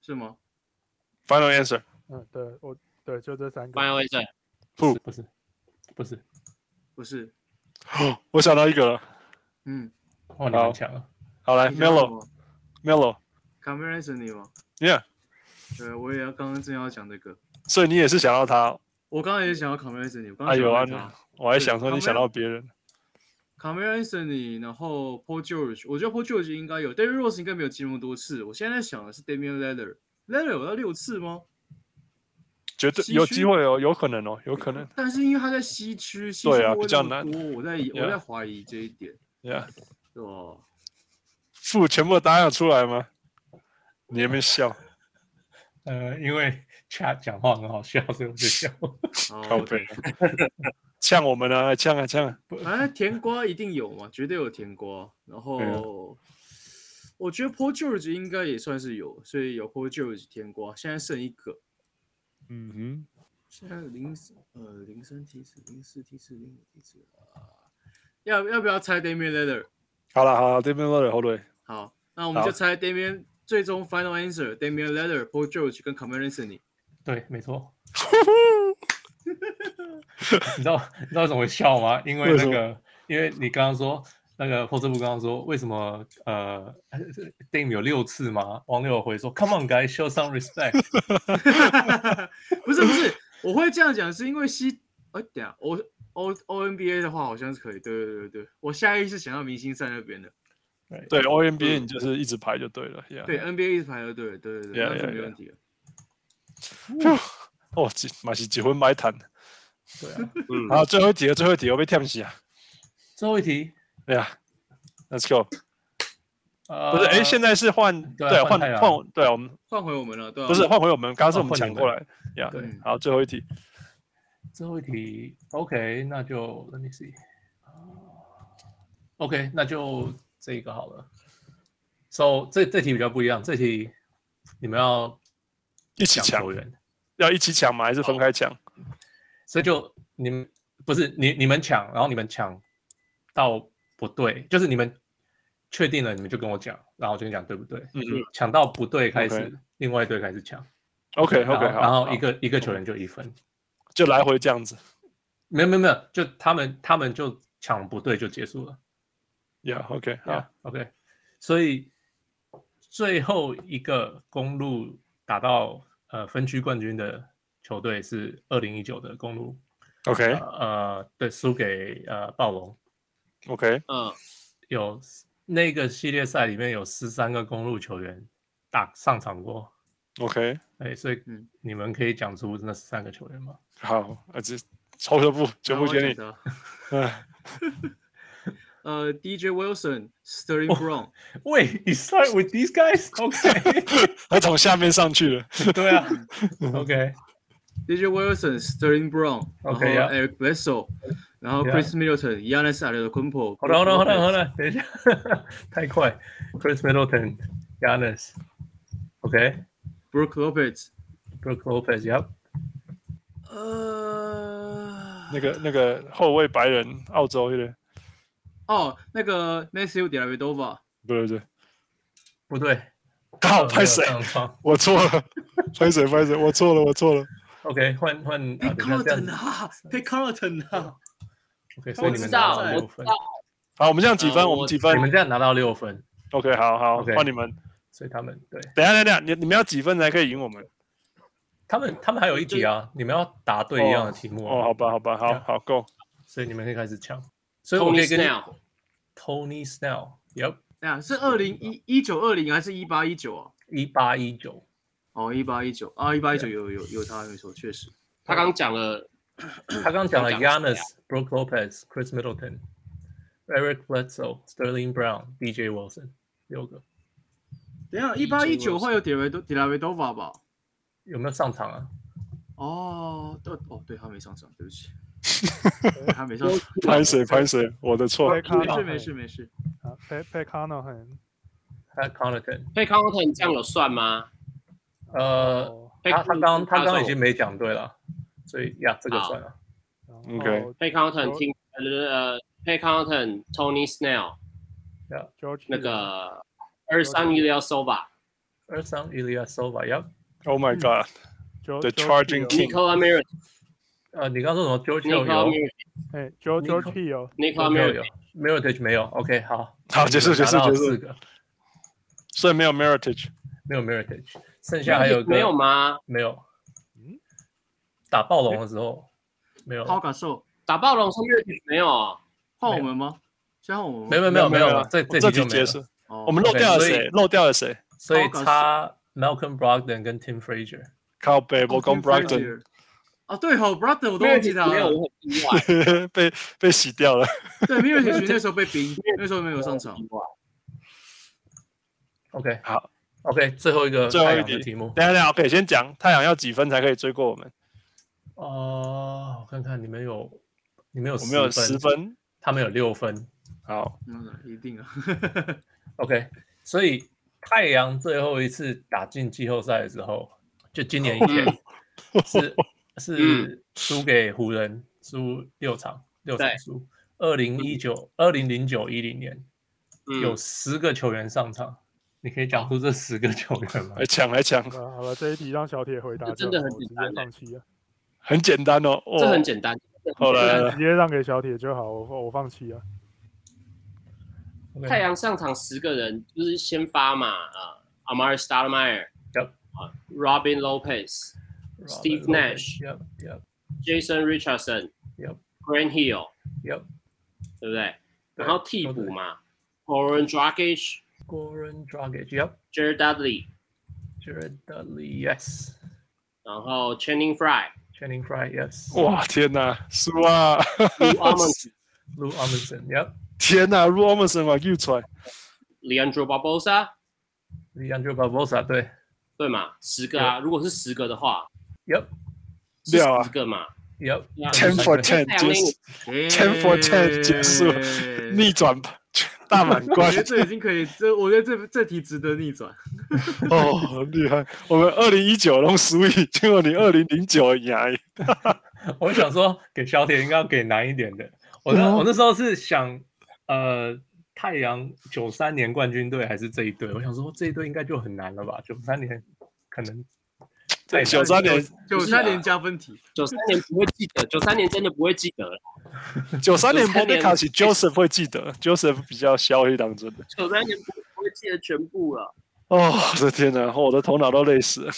S6: 是吗？
S3: Final answer，
S4: 嗯，对我对就这三个。
S5: Final answer。
S3: 不
S7: 不是不是，
S6: 不是，
S3: 我想到一个了。
S6: 嗯，
S7: 哇，哦你
S3: 好
S7: 们强啊了。
S3: 好来
S6: 你想到什
S3: ，Melo
S6: 么
S3: Melo，Yeah，
S6: Cameron Anthony 吗？对，我也要刚刚正要讲这个，
S3: 所以你也是想到他哦，
S6: 我刚刚也想到 Cameron Anthony，我刚
S3: 哎
S6: 刚想
S3: 呦啊
S6: 到
S3: 你
S6: 他。
S3: 我还
S6: 对
S3: 想说你
S6: 他
S3: 想
S6: 没
S3: 到
S6: 有
S3: 别人。
S6: Cameron Anthony，然后 Paul George，我觉得 Paul George 应该有，Derry Rose 应该没有进那么多次。我现在在想的是 Damian Lillard，Lillard 有到六次吗？
S3: 绝对
S6: 西
S3: 有
S6: 区
S3: 机会哦，有可能哦，有可能。
S6: 但是因为他在西区，西区
S3: 对啊
S6: 不会
S3: 比较
S6: 那
S3: 难
S6: 么多，我在
S3: Yeah
S6: 我在怀疑这一点，
S3: Yeah，
S6: 对吧？
S3: 负全部的答案有出来吗？你有没有笑？
S7: 呃，因为 Chat 讲话很好笑，所以我就笑。
S3: 靠
S6: 好，
S3: 背，呛我们啊，呛啊呛啊！
S6: 反正甜瓜一定有嘛，绝对有甜瓜。然
S3: 啊
S6: 后我觉得 Paul George 应该也算是有，所以有 Paul George 甜瓜，现在剩一个，
S3: 嗯
S6: 现在零呃零三 T 四零四 T 四零五 T 四啊，要要不要猜 Damian l i l l a r
S3: 哼，好了好了，对面落了后队。
S6: 好，那我们
S3: 好
S6: 就猜 Damian 最终 final answer Damian l i l l a r Paul George 跟 Cameron Anthony。
S7: 对，没错。 你知道你知道为什么会笑吗？因
S3: 为
S7: 为那
S3: 什么
S7: 个因为你刚刚说那个霍斯布刚刚说为什么呃电影有六次吗？网友回说，Come on guys, show some respect。
S6: 不是不是，我会这样讲是因为西，哎、等一下 O O O N B A 的话好像是可以，对对对对，我下意识想到明星赛那边的，
S3: 对 O M B A 你就是一直排就对了，yeah，
S6: 对 N B A 一直排的，对对对对，
S3: 啊 Yeah,
S6: 那是
S3: yeah,
S6: 没
S3: yeah
S6: 问题的。
S3: 哦，几嘛是几婚买坦，
S7: 对啊，
S5: 嗯，
S3: 好，最后一题了，最后一题我被跳起啊，
S7: 最后一题，
S3: 对呀，Let's go，
S7: 呃，
S3: 不是，哎，现
S7: 在
S3: 在是换
S7: 对啊
S3: 对
S7: 换
S3: 换
S7: 太阳
S3: 换对啊我们
S6: 换回我们了，对吧、
S3: 不是换回我们，刚刚是我
S7: 哦
S3: 们
S7: 换
S3: 抢
S7: 你
S3: 过
S7: 们
S3: 来呀，
S7: 对
S6: 嗯
S3: 好，最后一题，
S7: 最后一题，OK，那就 Let me see，OK，那就这个好了。So 这这题比较不一样，这题你们要
S3: 一起
S7: 抢
S3: 抢
S7: 球，员，
S3: 要一起抢吗？还是分开抢？
S7: 所以就你们不是你你们抢，然后你们抢到不对，就是你们确定了，你们就跟我讲，然后我就跟你讲对不对。
S3: 嗯嗯
S7: 抢到不对开始
S3: OK
S7: 另外一队开始抢
S3: ，OK
S7: 然后
S3: OK，好，
S7: 然后
S3: 好
S7: 一个一个球员就一分，
S3: 就来回这样子
S7: 没有没有没有，就他们他们就抢不对就结束了。
S3: ，Yeah OK 好
S7: 啊 o k 所以最后一个公路打到呃分区冠军的球队是二零一九的公路，
S3: OK
S7: 呃，对，输给呃暴龙。
S3: OK
S5: 嗯，
S7: 有那个系列赛里面有十三个公路球员打上场过，
S3: OK，
S7: 哎，所以
S6: 嗯
S7: 你们可以讲出那十三个球员吗？
S3: 好，啊这抽了不，全部
S6: 然后
S3: 给
S6: 我
S3: 你
S6: 讲，到
S3: 嗯，
S6: 呃，DJ Wilson、Sterling
S3: 哦
S6: Brown，
S7: Wait, you start with these guys? OK，
S3: 他从下面上去了，
S7: 对 啊，OK，
S6: DJ Wilson、Sterling Brown，然后
S7: Okay, yeah.
S6: Eric Bledsoe，然后
S7: Yeah.
S6: Chris Middleton、Yanis Antetokounmpo。
S7: 好了好了好了好了，等一下， 太快，Chris Middleton、Giannis、OK，Brook
S6: Brook Lopez，
S7: Lopez，Yep，
S6: 呃，
S3: 那个那个后卫白人，澳洲的，
S6: 哦，那个 Matthew Dellavedova，
S3: 不对不对，
S7: 不对，
S3: 靠，拍谁？
S7: 上场
S3: 我错了，拍谁拍谁，我错了我错了，
S7: ？OK，换换啊，
S6: p i
S7: 等
S6: c
S7: 一
S6: c a r l t o n 啊 p i c
S7: 下这样子
S6: c a r l t o n 啊，
S7: ，OK，所以
S5: 我
S7: 你
S5: 知
S7: 们
S5: 道，
S7: 拿到
S5: 我
S7: 六
S5: 知
S7: 分，
S5: 道，
S3: 好，我们这样几分？
S5: 呃
S3: 我
S5: 我
S3: 们几
S7: 你
S3: 分
S7: 们这样拿到六分，
S3: ？OK，好好，
S7: OK
S3: 换你们，
S7: 所以他们对
S3: 等一下等一下，你你们要几分才可以赢我们？
S7: 他们他们还有一题啊，你们要答对一样的题目
S3: 哦，好吧好吧，好
S7: Yeah
S3: 好够，
S7: 所以你们可以开始抢，所以我可
S5: Tony
S7: 以跟
S5: Snell，
S7: Tony Snell，Yep，
S6: 对啊，是二零一一九二零还是一八一九啊？
S7: 一八一九。
S6: 哦，一八一九啊，一八一九有有有他没错，确实。
S5: 他刚讲了，
S7: 他刚讲了
S5: 他讲了
S7: Yanis、Brook Lopez、Chris Middleton、Eric Bledsoe、Sterling Brown、DJ Wilson 六个，
S6: 等一下，啊一八一九
S5: Wilson
S6: 会有 Dellavedo- Dellavedova 吧？
S7: 有没有上场啊？
S6: 哦，对哦，对他没上场，对不起，对他没上场，
S3: 拍谁拍谁，我的错
S4: 被，卡
S6: 没
S4: 诺
S6: 事
S4: 很
S6: 没事没事。
S4: 啊被被卡诺很
S7: 他 Connaughton，
S5: 被 c o n t o n 这样有算吗？
S7: 呃，
S4: 哦
S5: 被
S7: 他他刚他刚已经
S5: 被
S7: 没讲对了，所以呀，这个
S5: 好
S7: 算了。
S4: 然后
S3: OK
S5: c o n t o n 听呃被 c o n t o n Tony Snell
S4: ，George
S5: 那个二
S7: 嗯
S5: 三一六 Sova
S7: e r s o n Ilyasova，呀，
S3: ，Oh my God，
S4: George-
S3: The
S4: George
S3: Charging
S4: Hill
S3: King
S5: Nicola Mirage
S7: 呃，你刚刚说什么 George Hill
S5: Nicola
S7: 有
S5: Mirage
S4: 哎，George
S7: Nico-
S4: George Hill，
S5: Nicola
S7: ，George Hill 有
S5: Mirage
S7: m i r i t a g e 没有，OK，好，
S3: 好结束
S7: 你们拿到
S3: 结束结束
S7: 四个，
S3: 所以没有 Meritage，
S7: 没有 m i r i t a g e 剩下还有一个
S5: 没有吗？
S7: 没有，
S3: 嗯
S7: 打暴龙的时候没有，
S6: 好感受，
S5: 打暴龙是 Mirage 没有哦，
S6: 换我们吗？先换我们吗？
S7: 没有没有没有
S3: 没
S7: 没
S3: 有
S7: 有，这
S3: 这
S7: 这题
S3: 题
S7: 就没
S3: 结
S7: 有
S3: 束
S7: 了。，
S6: 哦，
S3: 我们漏
S7: OK，
S3: 掉了
S7: 所以
S3: 谁？漏掉了谁？
S7: 所以
S6: 超搞
S7: 差 Malcolm Brogdon 跟 Tim Frazier。
S3: 靠北，我跟
S6: Austin
S3: Brockton
S6: Frazier。啊，对哦，Brother，我都忘记他
S5: 没有，
S6: 了。
S5: 我很意外，
S3: 被被洗掉了。
S6: 对，米尔铁群那时候被冰，那时候没有上场。
S5: 意外。
S7: OK，
S3: 好
S7: ，OK，最后一个
S3: 最后一
S7: 太阳的
S3: 题
S7: 题目。
S3: 等一下，等一下，OK，先讲太阳要几分才可以追过我们？
S7: 哦，我看看你们有，你们有
S3: 我们有十，分，
S7: 他们有六分。
S3: 好，
S6: 嗯，一定啊。
S7: OK，所以太阳最后一次打进季后赛的时候，就今年以前 是
S3: 嗯
S7: 是输给湖人，输六场，六场
S5: 对
S7: 输。二零一九、二零零九、一零年有
S5: 嗯，
S7: 十个球员上场，你可以讲出这十个球员吗
S3: 来？抢来抢，
S4: 好了好了，这一题让小铁回答
S5: 这
S4: 就好，
S5: 真的很
S4: 我
S5: 简
S4: 直接
S5: 单欸
S4: 放弃 了，
S3: 很简单哦，哦
S5: 这很简单。
S3: 好来来
S5: 呃
S4: 直接让给小铁就好，我我放弃了。
S7: OK
S5: 太阳上场十个人，就是先发嘛，啊、呃、，Amari Stoudemire，
S7: Yep
S5: 啊，Robin Lopez、Steve
S7: Robert Lopez，
S5: Nash
S7: Yep, yep,
S5: Jason Richardson、
S7: Yep
S5: Grant Hill，
S7: yep。
S5: 对不对？
S7: 对
S5: 然后替
S7: 都
S5: 补
S7: 对
S5: 嘛 o r a n Dragic、
S7: Goran Dragic, yep.
S5: Jared Dudley，
S7: Jared Dudley, yes.
S5: 然后 Channing Frye、
S7: Channing Frye, yes.
S3: 哇，天哪，输啊！
S5: Lou a r m o n
S7: Lou Amundsen, yep.
S3: 天哪，入 o m e r s o n 啊，又出来，
S5: Leandro Barbosa，
S7: Leandro Barbosa, 对
S5: 对嘛？十个啊，如果是十个的话，
S7: ，yep,
S5: 是
S3: 对啊
S5: 十个嘛
S7: yep.
S5: 对啊
S3: Ten for
S5: 太
S3: ten，
S5: 阳
S3: 就
S5: 那
S3: 是
S6: 10
S3: Ten for
S6: 嗯
S3: ten 结束逆转大满
S6: 我
S3: 贯
S6: 觉得这已经可以，这我觉得这这题值得逆转。
S3: 哦，厉害！我们二零一九弄输赢，结果你二零零九赢啊而已。
S7: 我想说给小铁应该要给难一点的。我那
S5: 啊
S7: 我那时候是想，呃，太阳九三年冠军队还是这一队？我想说这一队应该就很难了吧？九三年可能太难
S3: 九三年，
S6: 哎九
S5: 是啊
S6: 三年加分题，
S5: 九三年不会记得，九三年真的不会记得了。
S3: 九三年 b
S5: 93
S3: o b
S5: 年
S3: y c a s Joseph 会记得，Joseph 比较消一当真的。
S5: 九三年不会不会记得全部了。
S3: 哦，我的天哪，我的头脑都累死了。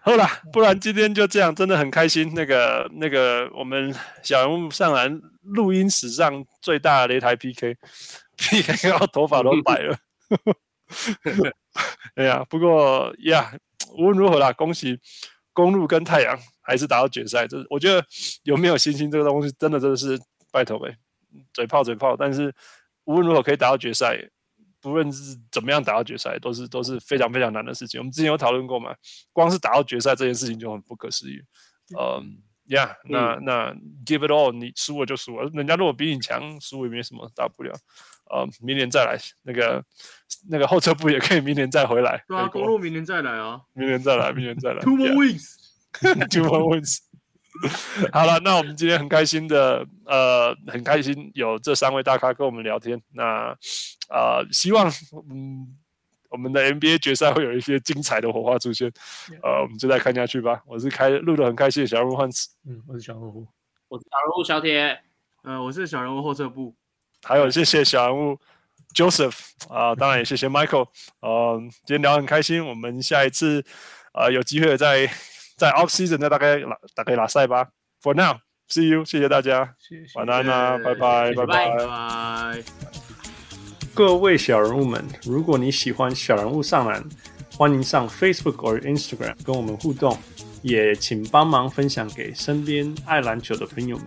S3: 好啦，不然今天就这样，真的很开心。那个那个，我们小人物上篮录音史上最大的擂台 PK，PK 到头发都白了。哎呀，不过呀，无论如何啦，恭喜公路跟太阳还是打到决赛。这我觉得有没有信心这个东西，真的真的是拜托呗，嘴炮嘴炮。但是无论如何可以打到决赛，不论是怎么样打到决赛，都是都是非常非常难的事情。我们之前有讨论过嘛，光是打到决赛这件事情就很不可思议。嗯，Yeah，那那 Give it all，你输了就输了，人家如果比你强，输也没什么大不了。呃，明年再来，那个那个后撤步也可以明年再回来。
S6: 对啊，
S3: 美国
S6: 公路明年再来啊
S3: 明年再来，明年再来。
S6: ，Two more wins。
S3: two more wins。好了，那我们今天很开心的，呃，很开心有这三位大咖跟我们聊天。那呃，希望嗯，我们的 NBA 决赛会有一些精彩的火花出现。呃，我们就再看下去吧。我是开录的很开心的小鹿换子，
S7: 嗯，我是小虎。
S5: 我是小人物小铁，
S6: 呃，我是小人物后撤部，
S3: 还有谢谢小人物 Joseph 啊、当然也谢谢 Michael。呃，今天聊得很开心，我们下一次呃有机会再在 off season 再大概拉大概拉赛吧。For now, see you，谢谢大家。
S7: 谢谢
S3: 晚安啦，
S6: 谢谢
S3: 拜拜，拜
S6: 谢谢
S3: 拜。
S6: 拜拜。
S3: 各位小人物们，如果你喜欢小人物上篮，欢迎上 Facebook 或 Instagram 跟我们互动，也请帮忙分享给身边爱篮球的朋友们。